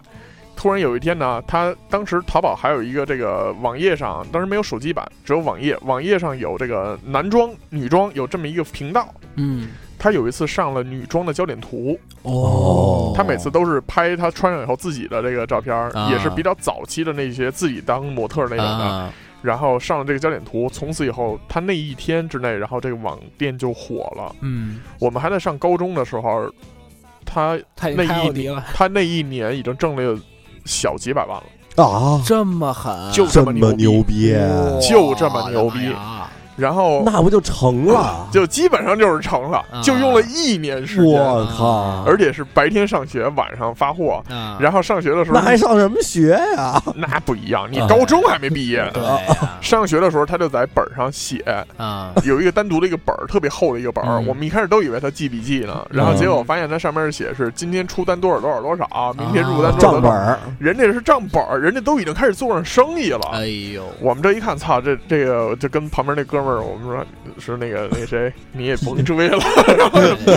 S2: 突然有一天呢，他当时淘宝还有一个这个网页上，当时没有手机版，只有网页，网页上有这个男装、女装有这么一个频道。
S4: 嗯，
S2: 他有一次上了女装的焦点图，
S5: 哦
S2: 他每次都是拍他穿上以后自己的这个照片儿，
S4: 啊
S2: 也是比较早期的那些自己当模特儿那种的。
S4: 啊，
S2: 然后上了这个焦点图，从此以后，他那一天之内，然后这个网店就火了。
S4: 嗯，
S2: 我们还在上高中的时候，他
S6: 太
S2: 那
S6: 太奥
S2: 一
S6: 迪了，
S2: 他那一年已经挣了小几百万了，
S5: 啊，
S6: 这么狠，
S2: 就
S5: 这
S2: 么
S5: 么
S2: 牛哦
S5: 牛逼，
S2: 就这么牛逼
S4: 我的妈呀
S2: 然后
S5: 那不就成了？
S2: 就基本上就是成了，
S4: 啊
S2: 就用了一年时间，
S5: 我靠！
S2: 而且是白天上学，晚上发货。
S4: 啊，
S2: 然后上学的时候
S5: 那，还上什么学呀？
S2: 那不一样，你
S5: 啊
S2: 高中还没毕业。
S4: 对呀
S2: 上学的时候，他就在本儿上写，
S4: 啊，
S2: 有一个单独的一个本儿，特别厚的一个本儿。
S4: 嗯
S2: 我们一开始都以为他记笔记呢，然后结果发现他上面写是今天出单多少多少多少，明天入单多少
S5: 账
S2: 多
S5: 本
S2: 少。
S5: 儿，
S2: 人家是账本儿，人家都已经开始做上生意了。
S4: 哎 呦，
S2: 我们这一看，操，这这个就跟旁边那哥们儿，我们说是那个那谁， 你也甭追了，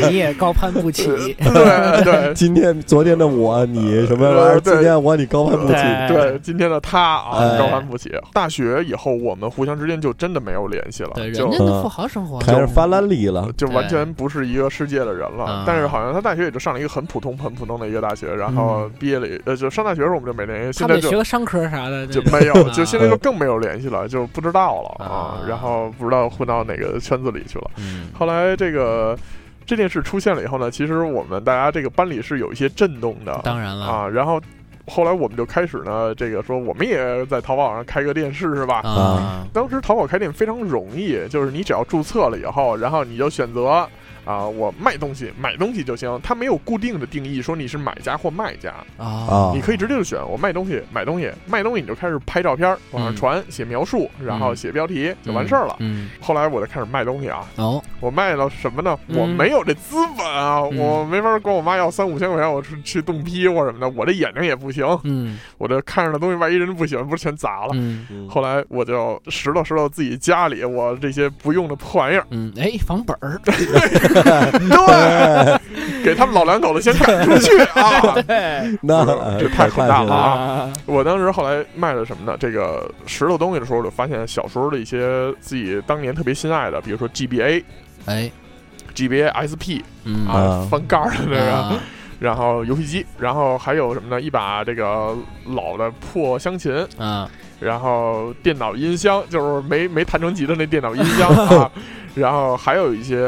S4: 你也高攀不起，
S2: 对对
S5: 今天、昨天的我，你什么玩意
S2: 呃
S5: 儿？
S2: 对
S5: 今天我，你高攀不起。
S4: 对
S2: 对，今天的他啊，
S5: 哎
S2: 高攀不起。大学以后，我们互相之间就真的没有联系了
S4: 对，，人
S2: 就
S4: 家的富豪生活
S5: 开始翻蓝历了，
S2: 就完全不是一个世界的人了
S4: 嗯。
S2: 但是好像他大学也就上了一个很普通、很普通的一个大学，然后毕业了也，呃，就上大学的时候我们就没联系，
S4: 嗯他
S2: 现在
S4: 们得
S2: 就
S4: 学。个商科啥的，
S2: 就
S4: 这种
S2: 没有，
S4: 啊
S2: 就现在就更没有联系了，就不知道了啊
S4: 啊。
S2: 然后不知道混到哪个圈子里去了。
S4: 嗯
S2: 后来这个这件事出现了以后呢，其实我们大家这个班里是有一些震动的
S4: 当然了
S2: 啊。然后后来我们就开始呢，这个说我们也在淘宝上开个店试试吧。
S4: 啊，
S2: 当时淘宝开店非常容易，就是你只要注册了以后，然后你就选择啊、我卖东西买东西就行，它没有固定的定义说你是买家或卖家，
S4: 哦
S5: 啊
S2: 你可以直接就选我卖东西买东西卖东西，你就开始拍照片往上传，写描述，然后写标题、就完事儿了。
S4: 嗯，
S2: 后来我就开始卖东西啊，
S4: 哦，
S2: 我卖了什么呢？
S4: 嗯
S2: 我没有这资本啊，
S4: 嗯
S2: 我没法管我妈要三五千块钱，我去去冻批或什么的，我这眼睛也不行，
S4: 嗯
S2: 我这看上的东西万一人不喜欢，不是全砸了？
S4: 嗯
S2: 后来我就拾掇拾掇自己家里我这些不用的破玩意 儿，
S4: 嗯，哎，房本儿，
S2: 对，给他们老两口子先赶出去啊！
S4: 对
S5: 那
S2: 嗯这
S5: 呃
S2: 太混蛋了啊
S4: 啊，
S2: 我当时后来卖了什么呢？这个拾掇东西的时候，我就发现小时候的一些自己当年特别心爱的，比如说 GBA、
S4: 哎，
S2: GBA SP
S4: 嗯
S2: 啊
S5: 啊，
S2: 翻盖儿的那个，
S4: 啊
S2: 然后游戏机，然后还有什么呢？一把这个老的破湘琴，
S4: 啊，
S2: 然后电脑音箱，就是没 没弹成级的那电脑音箱 啊，然后还有一些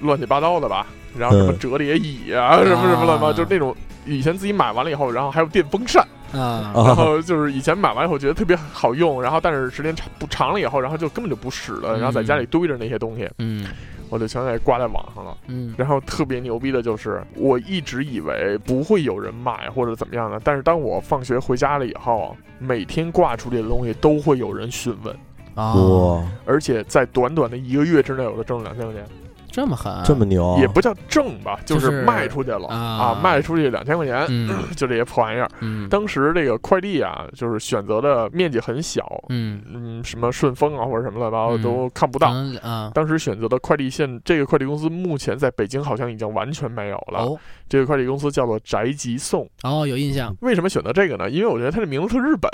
S2: 乱七八糟的吧，然后什么
S5: 嗯
S2: 折叠椅啊，什么什么乱七八糟，
S4: 啊
S2: 就那种以前自己买完了以后，然后还有电风扇，
S4: 啊
S5: 啊
S2: 然后就是以前买完以后觉得特别好用，然后但是时间长不长了以后，然后就根本就不使了，然后在家里堆着那些东西，
S4: 嗯
S2: 我就全给挂在网上了。
S4: 嗯
S2: 然后特别牛逼的就是，我一直以为不会有人买或者怎么样的，但是当我放学回家了以后，每天挂出这东西都会有人询问，
S4: 啊，
S5: 哇，
S2: 而且在短短的一个月之内，我就挣了两千块钱，
S4: 这么狠啊，
S5: 这么牛，
S2: 也不叫挣吧，就
S4: 就是是
S2: 卖出去了
S4: 啊
S2: 卖出去两千块钱，
S4: 嗯
S2: 就这些破玩意儿。
S4: 嗯，
S2: 当时这个快递啊，就是选择的面积很小，
S4: 嗯
S2: 嗯，什么顺丰啊或者什么乱七八糟
S4: 嗯
S2: 都看不到。
S4: 嗯啊，
S2: 当时选择的快递线，这个快递公司目前在北京好像已经完全没有了。
S4: 哦
S2: 这个快递公司叫做宅急送。
S4: 哦，有印象，
S2: 为什么选择这个呢？因为我觉得它这名字特日本，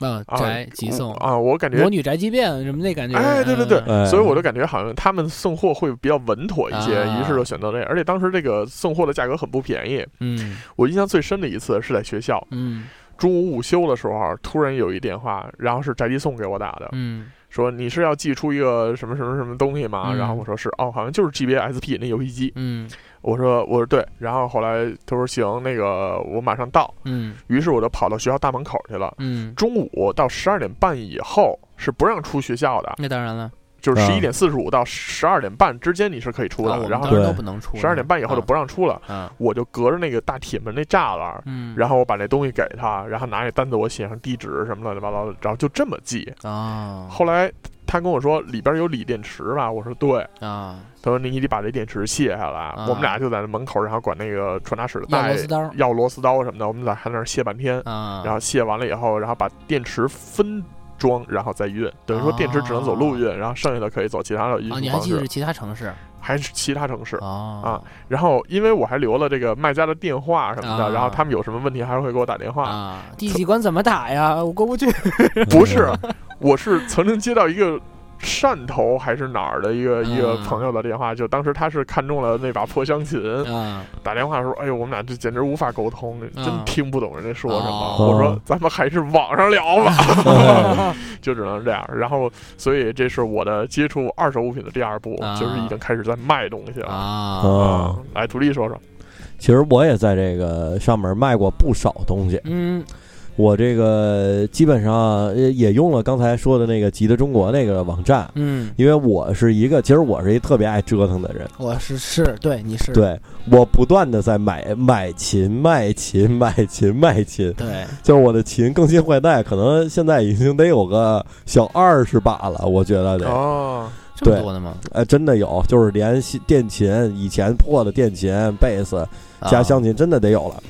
S4: 啊，
S2: 啊
S4: 宅急送
S2: 我，啊，我感觉
S4: 魔，女宅急便什么那感觉，
S2: 哎，对对对，
S4: 嗯
S5: 哎
S2: 所以我就感觉好像他们送货会比较稳妥一些，
S4: 啊
S2: 于是就选择这个。而且当时这个送货的价格很不便宜。
S4: 嗯
S2: 我印象最深的一次是在学校
S4: 嗯
S2: 中午午休的时候，啊突然有一电话，然后是宅急送给我打的，
S4: 嗯
S2: 说你是要寄出一个什么什么什么东西吗？
S4: 嗯
S2: 然后我说是，哦，好像就是 G B S P 那游戏机。
S4: 嗯
S2: 我说我说对，然后后来他说行，那个我马上到，
S4: 嗯
S2: 于是我就跑到学校大门口去了。
S4: 嗯，
S2: 中午到十二点半以后是不让出学校的，
S4: 那当然了，
S2: 就是十一
S5: 啊
S2: 点四十五到十二点半之间你是可以出
S4: 啊
S2: 的，
S4: 我们
S2: 然
S4: 当
S2: 后
S4: 时
S5: 对
S4: 都不能出，
S2: 十二点半以后就不让出了。
S4: 啊，
S2: 我就隔着那个大铁门那栅栏，
S4: 嗯，
S2: 然后我把那东西给他，然后拿那单子我写上地址什么乱七八糟的，然后就这么寄。
S4: 啊
S2: 后来他跟我说里边有锂电池吧，我说对。
S4: 啊，
S2: 他说你得把这电池卸下来，我们俩就在那门口，然后管那个传达室的
S4: 要
S2: 大
S4: 螺
S2: 爷
S4: 丝刀
S2: 要螺丝刀什么的，我们在他那儿卸半天。
S4: 啊，
S2: 然后卸完了以后，然后把电池分装，然后再运，等于说电池只能走陆运，然后剩下的可以走其他的运
S4: 啊，
S2: 输
S4: 你还
S2: 方
S4: 记得是
S2: 式，
S4: 其他城市
S2: 还是其他城市。
S4: 哦
S2: 然后因为我还留了这个卖家的电话什么的，
S4: 啊
S2: 然后他们有什么问题还会给我打电话。
S4: 啊，第几关怎么打呀？我过不去
S2: 不是，我是曾经接到一个。汕头还是哪儿的一个、
S4: 嗯
S2: 一个朋友的电话，就当时他是看中了那把破湘琴，
S4: 啊，
S2: 打电话说：“哎呦，我们俩这简直无法沟通，真
S4: 嗯
S2: 听不懂人家说什么。
S4: 哦
S2: 我说：“咱们还是网上聊吧。”
S5: 嗯
S2: 就只能是这样。然后，所以这是我的接触二手物品的第二步，
S4: 啊
S2: 就是已经开始在卖东西了。
S4: 啊，
S5: 啊，
S2: 嗯，来，图利说说。
S5: 其实我也在这个上面卖过不少东西。
S4: 嗯
S5: 我这个基本上呃也用了刚才说的那个吉的中国那个网站，
S4: 嗯，
S5: 因为我是一个，其实我是一特别爱折腾的人，
S4: 我是是对你是
S5: 对我不断的在买买琴、卖琴、卖琴、卖琴，
S4: 对
S5: 就是我的琴更新换代，可能现在已经得有个小二十把了，我觉得得，
S2: 哦，
S4: 这么
S5: 对
S4: 多呢吗？
S5: 呃，真的有，就是连新电琴以前破的电琴、贝斯加
S4: 香
S5: 乡琴，真的得有了，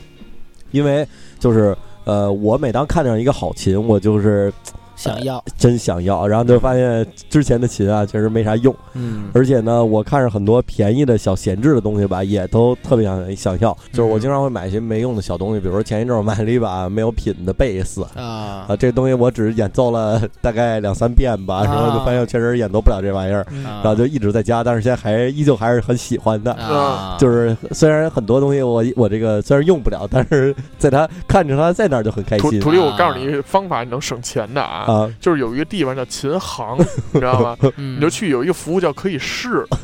S5: 因为就是呃，我每当看上一个好琴，我就是
S4: 想要，
S5: 真想要，然后就发现之前的琴啊，确实没啥用，
S4: 嗯，
S5: 而且呢，我看着很多便宜的小闲置的东西吧，也都特别想想要，就是我经常会买一些没用的小东西，比如说前一阵我买了一把没有品的贝斯。
S4: 啊
S5: 啊，这东西我只是演奏了大概两三遍吧，然后就发现确实演奏不了这玩意儿，
S2: 嗯
S5: 然后就一直在家，但是现在还依旧还是很喜欢的。
S4: 啊，
S5: 就是虽然很多东西我我这个虽然用不了，但是在它看着它在那儿就很开
S2: 徒
S5: 心
S2: 徒弟，
S4: 啊
S2: 我告诉你一个方法，你能省钱的啊，
S5: 啊。
S2: 就是有一个地方叫琴行，你知道 吗？
S4: 你
S2: 你就去有一个服务叫可以试，
S5: 哦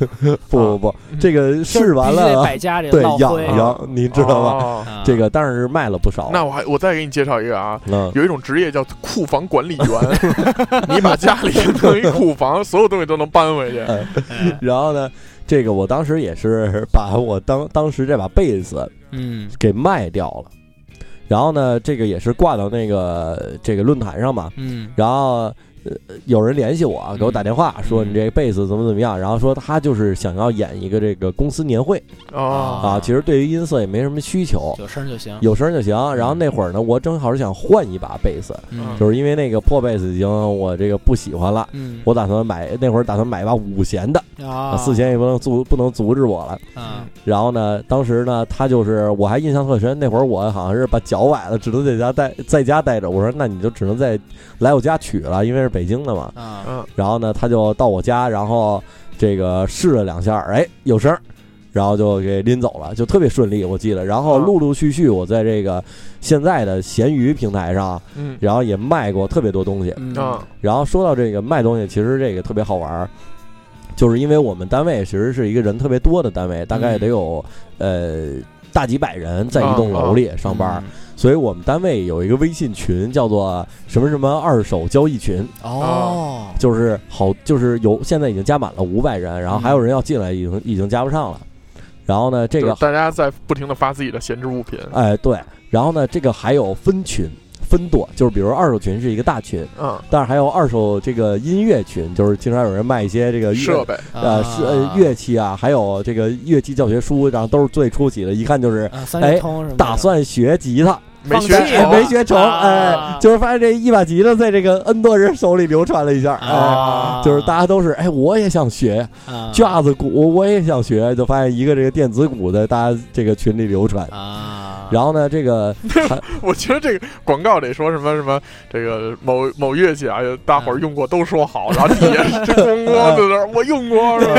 S5: 不不不，这个试完了啊
S6: 百家这
S5: 对
S6: 个闹
S5: 痒
S6: 灰，
S5: 痒，你知道吗？
S2: 吗？
S4: 啊
S5: 这个但是卖了不少。
S2: 哦那我还我再给你介绍一个啊，
S5: 嗯
S2: 有一种职业叫库房管理员，你把家里弄一库房，所有东西都能搬回去。
S4: 嗯
S5: 然后呢，这个我当时也是把我当当时这把贝斯
S4: 嗯
S5: 给卖掉了，然后呢，这个也是挂到那个这个论坛上嘛，
S4: 嗯
S5: 然后。呃，有人联系我，给我打电话说
S4: 嗯
S5: 你这贝斯怎么怎么样，然后说他就是想要演一个这个公司年会
S2: 哦，
S5: 啊，其实对于音色也没什么需求，
S4: 有嗯声就行，
S5: 有声就行。然后那会儿呢，我正好是想换一把贝斯，
S4: 嗯
S5: 就是因为那个破贝斯已经我这个不喜欢了，
S4: 嗯
S5: 我打算买那会儿打算买一把五弦的，
S4: 啊
S5: 四弦也不能阻不能阻止我了。
S4: 啊
S5: 然后呢，当时呢，他就是我还印象特深，那会儿我好像是把脚崴了，只能在家待在家待着。我说那你就只能在来我家取了，因为是北京的嘛。
S4: 啊
S2: 嗯，
S5: 然后呢，他就到我家，然后这个试了两下，哎，有声儿，然后就给拎走了，就特别顺利，我记得。然后
S2: 啊
S5: 陆陆续续，我在这个现在的闲鱼平台上，
S2: 嗯
S5: 然后也卖过特别多东西。
S4: 嗯
S2: 啊
S5: 然后说到这个卖东西，其实这个特别好玩儿，就是因为我们单位其实是一个人特别多的单位，大概得有、呃大几百人在一栋楼里上班儿，
S4: 嗯
S5: 所以我们单位有一个微信群，叫做什么什么二手交易群，
S4: 嗯哦
S5: 就是好就是有现在已经加满了五百人，然后还有人要进来，已经已经加不上了。然后呢，这
S2: 就是
S5: 个
S2: 大家在不停的发自己的闲置物品
S5: 哎对，然后呢，这个还有分群。分舵就是，比如二手群是一个大群，
S2: 啊，
S5: 但是还有二手这个音乐群，就是经常有人卖一些这个乐
S2: 设备
S4: 啊
S5: 呃，是呃乐器啊，还有这个乐器教学书，然后都是最初级的，一看就是
S4: 啊三月通什么的
S5: 打算学吉 他，
S2: 没
S6: 放
S2: 学
S6: 弃
S5: 哎
S2: 成，
S5: 没学成，
S6: 啊
S5: 哎，就是发现这一把吉他在这个 N 多人手里流传了一下，哎，
S4: 啊
S5: 就是大家都是哎，我也想学
S4: 啊
S5: 架子鼓，我也想学，就发现一个这个电子鼓在大家这个群里流传。
S4: 啊
S5: 然后呢，这 个
S2: 我觉得这个广告得说什么什么，这个某某乐器啊，大伙儿用过都说好，然后底下这咣咣在那儿，我用过，是吧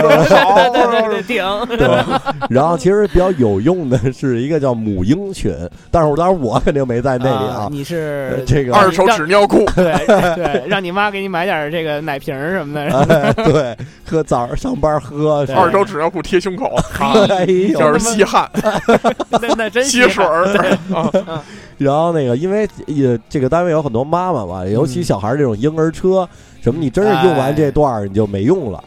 S2: 好，
S6: 对对
S2: 是
S6: 对
S2: 吧
S6: 对，顶。
S5: 对， 然后其实比较有用的是一个叫母婴群，但是我当然我肯定没在那里
S6: 啊
S5: 啊，
S6: 你
S5: 呃
S6: 是
S5: 这个
S2: 二十手纸尿裤，
S6: 对对，让你妈给你买点这个奶瓶儿什么的，
S5: 哎，对，喝早上上班喝是吧
S2: 二手纸尿裤贴胸口，啊
S5: 哎呦，
S2: 就是吸汗、
S6: 那那真
S2: 吸水
S6: 行
S2: 儿啊，
S5: 然后那个，因为也这个单位有很多妈妈嘛，尤其小孩儿这种婴儿车什么，你真是用完这段儿你就没用了。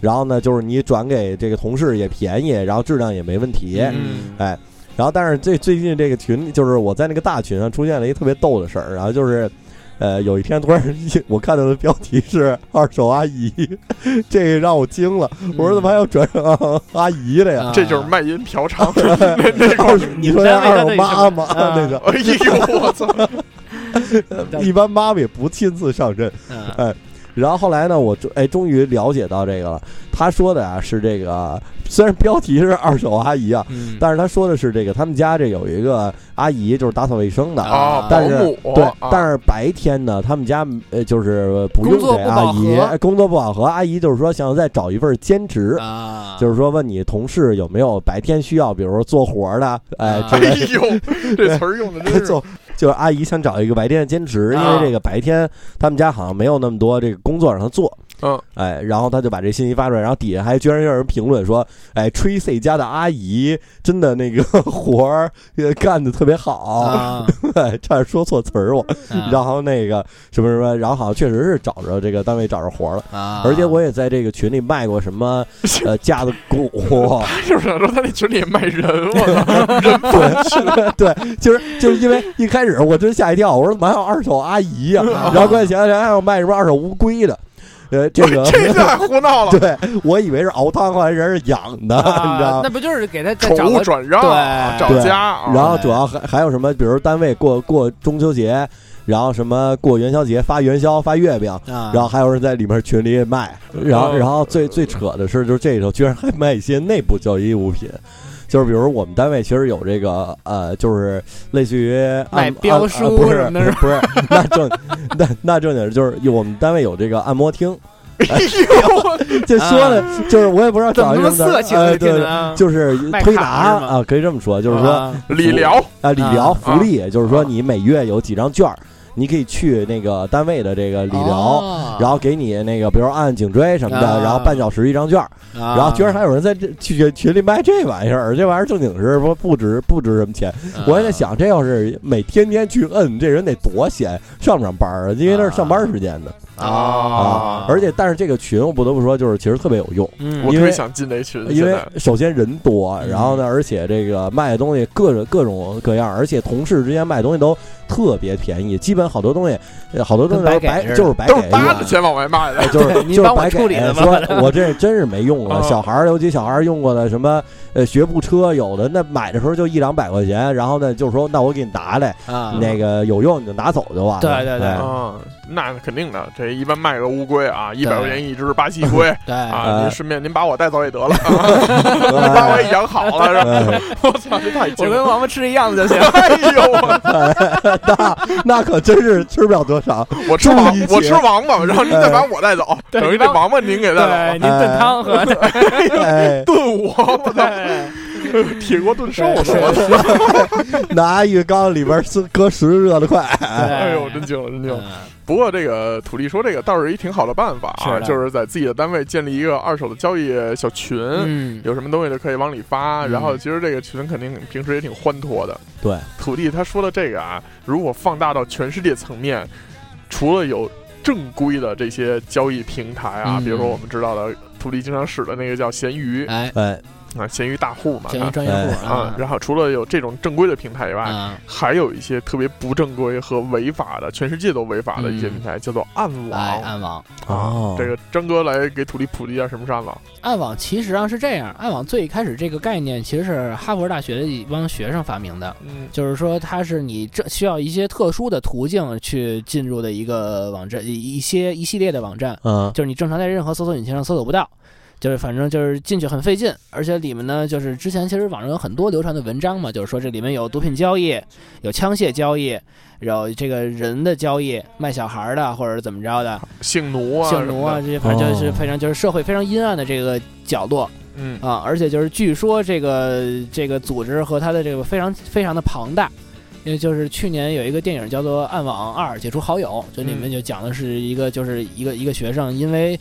S5: 然后呢，就是你转给这个同事也便宜，然后质量也没问题。
S4: 嗯
S5: 哎，然后但是最最近这个群，就是我在那个大群上出现了一特别逗的事儿，然后就是。呃，有一天突然 我看到的标题是“二手阿姨”，这个让我惊了。我
S4: 嗯
S5: 说怎么还有转成阿姨
S4: 啊
S5: 的呀？
S2: 这就是卖淫嫖娼那那块
S5: 二
S2: 儿。
S5: 手 你说那二手妈妈
S6: 啊
S5: 那个，
S2: 哎呦，我 操！
S5: 一般妈妈也不亲自上阵。
S4: 嗯
S5: 然后后来呢，我终哎终于了解到这个了。他说的啊是这个，虽然标题是二手阿姨啊，
S4: 嗯
S5: 但是他说的是这个，他们家这有一个阿姨就是打扫卫生的。
S4: 啊
S2: 啊，保
S5: 但是
S2: 姆
S5: 对
S2: 啊，
S5: 但是白天呢，他们家呃就是不用
S6: 工作
S5: 这
S6: 不
S5: 阿
S6: 饱
S5: 姨，
S6: 和
S5: 哎工作不饱和，阿姨就是说想要再找一份兼职，
S4: 啊
S5: 就是说问你同事有没有白天需要，比如说做活的，哎
S4: 啊，
S5: 这
S2: 哎
S5: 个
S2: 呦，这词儿用的 真是
S5: 做就是阿姨想找一个白天的兼职，因
S6: 啊
S5: 为这个白天他们家好像没有那么多这个工作让她做，
S2: 嗯，
S5: 哎，然后他就把这信息发出来，然后底下还居然有人评论说，哎，吹 C 家的阿姨真的那个 活儿呃干的特别好，
S4: 啊，
S5: 哎，差点说错词儿我，
S4: 啊
S5: 然后那个什么什么，然后好像确实是找着这个单位找着活儿了。
S4: 啊，
S5: 而且我也在这个群里卖过什么呃架子鼓，
S2: 就是想说 他那群里也卖人，我操，
S5: 对对，就是就是因为一开始我真吓一跳，我说哪有二手阿姨呀、
S4: 啊
S5: 然后过来想想还有卖什么二手乌龟的，呃，这个
S2: 这太胡闹了，
S5: 对我以为是熬汤，后来人是养的， 你知道
S6: 啊，
S5: 吗
S6: 那？不就是给他再找
S2: 宠物
S6: 个
S2: 转让啊
S6: 对
S2: 找
S5: 对
S2: 家啊，
S5: 然后主要还还有什么，比如单位过过中秋节，然后什么过元宵节发元宵发月饼，
S4: 啊，
S5: 然后还有人在里面群里卖，然
S6: 哦
S5: 后然后最最扯的是，就是这时候居然还卖一些内部交易物品。就是比如我们单位其实有这个呃，就是类似于按
S6: 卖标
S5: 按
S6: 书
S5: 不是
S6: 什么的是吧
S5: 不是，那正那那正经就是有我们单位有这个按摩厅，
S2: 哎呦，
S5: 就说的就是我也不知道
S6: 啊怎么
S5: 找一
S6: 那么
S5: 个什么词儿
S6: 色情
S5: 呃
S6: 呢？听
S5: 对
S6: 着，啊，
S5: 就是
S6: 卖
S5: 推拿
S6: 卡是吗
S5: 啊，可以这么说，就是说
S6: 啊
S2: 理疗
S5: 啊，理疗
S4: 啊
S5: 福利，就是说你每月有几张券儿，你可以去那个单位的这个理疗，
S4: 哦
S5: 然后给你那个比如按颈椎什么的，
S4: 啊
S5: 然后半小时一张券儿，
S4: 啊
S5: 然后居然还有人在这群群里卖这玩意儿，而这玩意儿正经是不不值不值什
S4: 啊
S5: 么钱，
S4: 嗯
S5: 我也在，想，这要是每天天去摁，这人得多闲，上不上班儿啊？因为那是上班时间的啊
S2: 啊，
S5: 而且但是这个群我不得不说，就是其实特别有用。
S4: 嗯
S2: 我特
S5: 因
S2: 别
S5: 为
S2: 想进那群，
S5: 因
S2: 现
S5: 为
S2: 在
S5: 首先人多，
S4: 嗯
S5: 然后呢，而且这个卖的东西各种各种各样，而且同事之间卖东西都特别便宜，基本好多东西，呃好多东西都
S4: 跟白
S5: 是
S4: 给似
S5: 白
S4: 的
S5: 就是白
S2: 都是
S5: 给
S2: 扒
S5: 的。
S2: 着钱往外卖的
S5: 哎， 就是
S4: 对你
S5: 就是
S4: 帮我
S5: 白给哎
S4: 处理的吧
S5: 说我这真是没用
S2: 啊
S5: 了。小孩儿，尤其小孩儿用过的什么呃学步车，有的那买的时候就一两百块钱，然后呢就是说那我给你拿来，
S4: 啊，
S5: 那个有用你就拿走就完了。
S4: 对对对
S5: 哎
S2: 啊，那肯定的，这一般卖个乌龟啊，一百
S4: 对
S2: 块钱一只巴西龟
S4: 对
S2: 啊，
S5: 哎
S2: 您顺便您把我带走也得了，您 把我也养好了，是吧
S5: 哎
S2: 我操，这太
S6: 我
S2: 精
S6: 啊跟
S2: 了，。
S6: 王八吃的样子就行
S2: 哎呦我。
S5: 那那可真是吃不了多少。
S2: 我吃
S5: 注
S2: 王
S5: 意，
S2: 我
S5: 起
S2: 吃王八，然后您再把我带走，
S6: 对
S2: 等于
S6: 你
S2: 这
S6: 把
S2: 王八您给
S6: 对，
S2: 带走，
S6: 您炖汤喝，
S5: 哎，
S2: 炖我，我操，
S6: 对，
S2: 铁锅炖瘦子，
S4: 对
S2: 我操，
S5: 拿浴缸里边儿是搁十热的快。
S2: 哎呦，真惊了，真惊了。
S4: 嗯
S2: 不过这个土地说这个倒是一挺好的办法啊，
S4: 是的
S2: 就是在自己的单位建立一个二手的交易小群，
S4: 嗯，
S2: 有什么东西就可以往里发。
S4: 嗯
S2: 然后其实这个群肯定平时也挺欢脱的。
S5: 对，
S2: 土地他说的这个啊，如果放大到全世界层面，除了有正规的这些交易平台啊，
S4: 嗯
S2: 比如说我们知道的土地经常使的那个叫闲鱼
S4: 哎，
S5: 哎，
S2: 啊，闲鱼大户嘛。
S4: 这一专业户
S2: 啊，然后除了有这种正规的平台以外，
S4: 啊
S2: 还有一些特别不正规和违法的，全世界都违法的一些
S4: 嗯
S2: 平台，叫做暗网。
S4: 来暗网，
S5: 哦
S2: 这个张哥来给土地普及一下什么是暗网。
S4: 暗网其实上是这样，暗网最开始这个概念其实是哈佛大学的一帮学生发明的，
S2: 嗯，
S4: 就是说它是你这需要一些特殊的途径去进入的一个网站，一一些一系列的呃网站，
S5: 嗯
S4: 就是你正常在任何搜索引擎上搜索不到。就是反正就是进去很费劲，而且里面呢，就是之前其实网上有很多流传的文章嘛，就是说这里面有毒品交易，有枪械交易，有这个人的交易，卖小孩儿的或者怎么着的，
S2: 性奴啊，
S4: 性奴啊，，这些反正就是非常就是社会非常阴暗的这个角落
S2: 嗯，
S4: 啊，而且就是据说这个这个组织和它的这个非常非常的庞大。因为就是去年有一个电影叫做《暗网二：解除好友》，就里面就讲的是一个就是一个一个学生，因为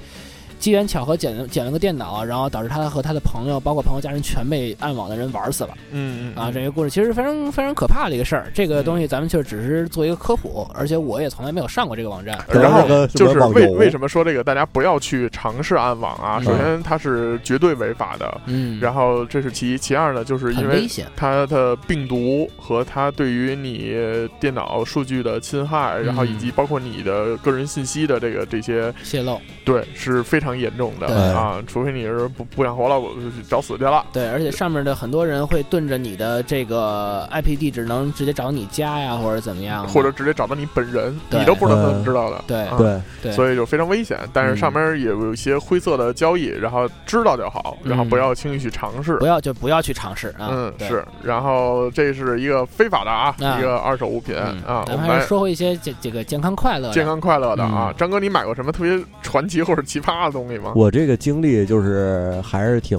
S4: 机缘巧合捡了捡了个电脑，啊然后导致他和他的朋友，包括朋友家人全被暗网的人玩死了。
S2: 嗯嗯
S4: 啊，这个故事其实非常非常可怕的一个事儿。这个东西咱们就只是做一个科普，而且我也从来没有上过这个网站。
S5: 然
S2: 然
S5: 后那
S2: 后
S5: 个
S2: 就
S5: 什
S2: 是
S5: 么网
S2: 为
S5: 游
S2: 为什么说这个大家不要去尝试暗网啊？
S4: 嗯
S2: 首先它是绝对违法的，
S4: 嗯，
S2: 然后这是其一，其二呢，就是因
S4: 很危
S2: 为
S4: 险。
S2: 它的病毒和它对于你电脑数据的侵害，然后以
S4: 嗯
S2: 及包括你的个人信息的这个这些，
S4: 泄露。
S2: 对，是非常严重的
S4: 对
S2: 啊。除非你是不不想活了，我就去找死去了。
S4: 对，而且上面的很多人会对着你的这个 IP 地址能直接找你家呀，或者怎么样的，
S2: 或者直接找到你本人，
S4: 对
S2: 你都不知道他怎么
S5: 嗯
S2: 知道的。
S4: 对
S2: 啊
S5: 对，
S4: 对，
S2: 所以就非常危险。但是上面也有一些灰色的交易，然后知道就好，
S4: 嗯
S2: 然后不要轻易去尝试
S4: 不。要就不要去尝试啊。
S2: 嗯，
S4: 对。
S2: 是。然后这是一个非法的啊，
S4: 啊
S2: 一个二手物品
S4: 嗯
S2: 啊。我
S4: 咱
S2: 们
S4: 们还
S2: 来
S4: 是说回一些这这个健康快乐的
S2: 健康快乐的啊
S4: 嗯，
S2: 张哥，你买过什么特别传奇或者奇葩的东西吗？
S5: 我这个经历就是
S2: 啊
S5: 还是挺，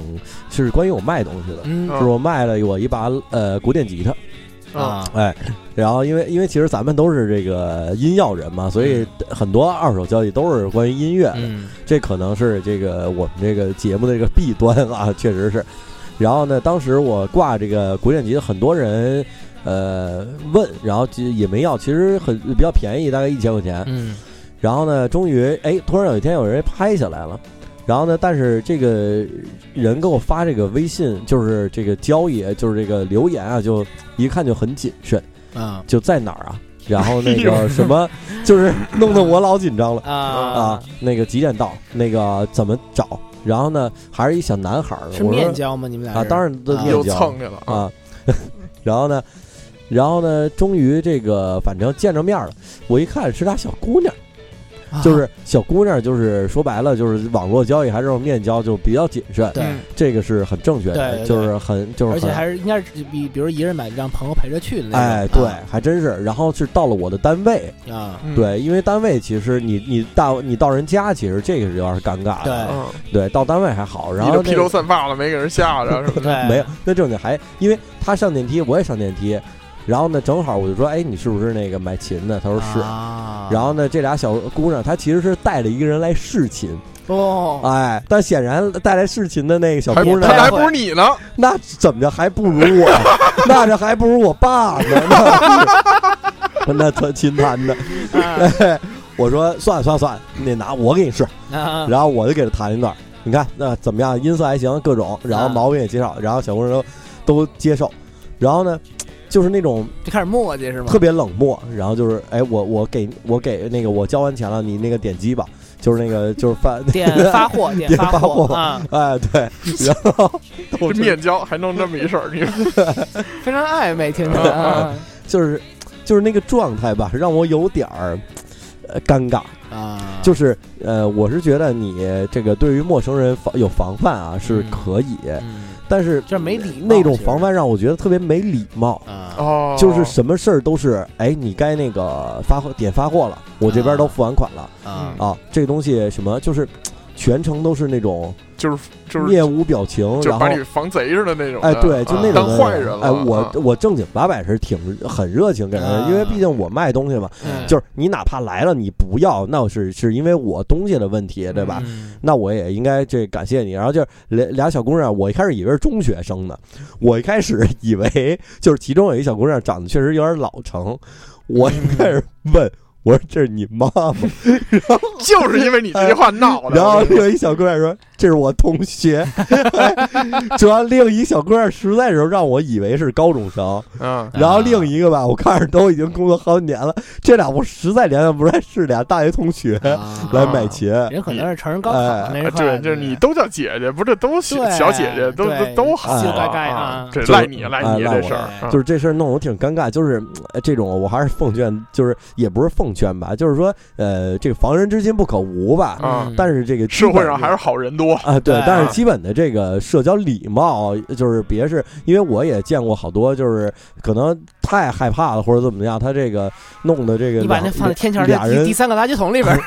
S5: 就是关于我卖东西的，
S4: 嗯
S5: 就是我卖了我一把呃古典吉他，
S4: 啊，
S5: 哎，然后因为因为其实咱们都是这个音药人嘛，所以很多二手交易都是关于音乐的，
S4: 嗯
S5: 这可能是这个我们这个节目的这个弊端啊， 确实是。然后呢，当时我挂这个古典吉，很多人呃问，然后就也没要，其实很比较便宜，大概一千块钱。
S4: 嗯
S5: 然后呢，终于哎，突然有一天有人拍下来了。然后呢，但是这个人给我发这个微信，就是这个交易，就是这个留言啊，就一看就很谨慎，
S4: 啊
S5: 就在哪儿啊？然后那个什么，就是弄得我老紧张了啊
S4: 啊，。
S5: 那个几点到？那个怎么找？然后呢，还是一小男孩儿，
S4: 是
S5: 我说
S4: 面交吗？你们俩
S5: 啊，
S4: 是
S5: 当然都
S4: 啊
S5: 面
S2: 又
S5: 交
S2: 蹭去了啊，
S5: 啊。 然后呢，然后呢，终于这个反正见着面了，我一看是俩小姑娘。
S4: 啊
S5: 就是小姑娘，就是说白了，就是网络交易还是用面交，就比较谨慎，
S4: 对，
S5: 这个是很正确
S4: 对
S5: 的，
S4: 对对
S5: 就是很就是
S4: 而且
S5: 很。
S4: 还是应该是比，比如一人买让朋友陪着去的那种。
S5: 哎，对，
S4: 啊
S5: 还真是。然后是到了我的单位，
S4: 对啊，
S2: 嗯，
S5: 对，因为单位其实你你到你到人家，其实这个是有点尴尬的。
S4: 对
S2: 嗯，
S5: 对，到单位还好，然
S2: 你
S5: 后
S2: 这披
S5: 那个
S2: 头散发了，没给人吓着是吧？
S4: 对，
S5: 没有，那正经还因为他上电梯，我也上电梯，然后呢，正好我就说，哎，你是不是那个买琴的？他说是。
S4: 啊
S5: 然后呢，这俩小姑娘她其实是带着一个人来试琴，
S4: 哦，
S5: 哎，但显然带来试琴的那个小
S2: 还
S5: 姑
S2: 他还
S5: 娘，
S2: 不是你呢，
S5: 那怎么着还不如我， 那这还不如我爸呢， 那那他琴弹的，我说算了算了算了，你拿我给你试，
S4: 啊
S5: 然后我就给他弹一段儿，你看那怎么样？音色还行，各种，然后
S4: 啊
S5: 毛病也介绍，然后小姑娘都都接受，然后呢，就是那种
S4: 就开始磨叽是 吗？
S5: 特别冷漠，然后就是哎，我我给我给那个我交完钱了，你那个点击吧，就是 那个就是发
S4: 点发货，点
S5: 点
S4: 发
S5: 发货
S4: 啊，
S5: 哎对，然后
S2: 这
S5: 我
S2: 面交还弄这么一事儿，你
S4: 非常暧昧，听着 啊
S5: 就是就是那个状态吧，让我有点儿。呃，尴尬，
S4: 啊，
S5: 就是呃，我是觉得你这个对于陌生人防有防范啊是
S4: 嗯
S5: 可以，
S4: 嗯
S5: 但是
S4: 这没礼貌
S5: 那种
S4: 其实
S5: 防范让我觉得特别没礼貌，
S4: 啊，
S2: 哦，
S5: 就是什么事儿都是，哎，你该那个发货点发货了，我这边都付完款了
S4: 啊
S5: 啊，这个东西什么就是全程都是那种
S2: 就是就是
S5: 面无表情，
S2: 就是
S5: 然后
S2: 把你防贼似的那种的，
S5: 哎，对，就
S2: 啊
S5: 那种
S2: 当
S5: 的
S2: 坏人了，
S5: 哎，我
S2: 啊
S5: 我正经八百是挺很热情给人，
S4: 啊
S5: 因为毕竟我卖东西嘛，
S2: 哎
S4: 嗯
S5: 就是你哪怕来了你不要，那是是因为我东西的问题，对吧？
S4: 嗯
S5: 那我也应该这感谢你。然后就是俩俩小姑娘，我一开始以为是中学生呢，我一开始以为就是其中有一小姑娘长得确实有点老成，我一开始问。我说这是你妈吗？
S2: 就是因为你这句话闹的，
S5: 哎然后
S2: 我跟你说
S5: 有一小姑娘说这是我同学， 主要另一小姑娘实在是让我以为是高中生，
S2: 嗯，
S5: 然后另一个吧，我看着都已经工作好几年了，这俩我实在联想不出来是俩大学同学
S4: 啊
S5: 来买琴，
S4: 人可能是成人高考那
S2: 啊
S4: 块儿
S2: 对，就是你都叫姐姐，不是都小
S4: 对
S2: 小姐姐，都
S4: 对
S2: 都都好
S5: 就
S4: 大
S2: 啊，
S4: 概啊
S2: 啊这
S5: 就是
S2: 赖你赖你
S5: 啊赖
S2: 这
S5: 我
S2: 事儿，啊
S5: 就是这事儿弄得我挺尴尬，就是呃这种我还是奉劝，就是也不是奉劝吧，就是说呃，这个防人之心不可无吧，
S2: 啊
S4: 嗯
S5: 但是这个基
S2: 社
S5: 本
S2: 会上还是
S5: 的。
S2: 好人多，
S5: 啊，对
S4: 对，
S5: 但
S2: 啊
S5: 是基本的这个社交礼貌，就是别是因为我也见过好多，就是可能太害怕了或者怎么样，他这个弄的这个
S4: 你把
S5: 两
S4: 那放 在天桥
S5: 俩
S4: 的第
S5: 人
S4: 第三个垃圾桶里边儿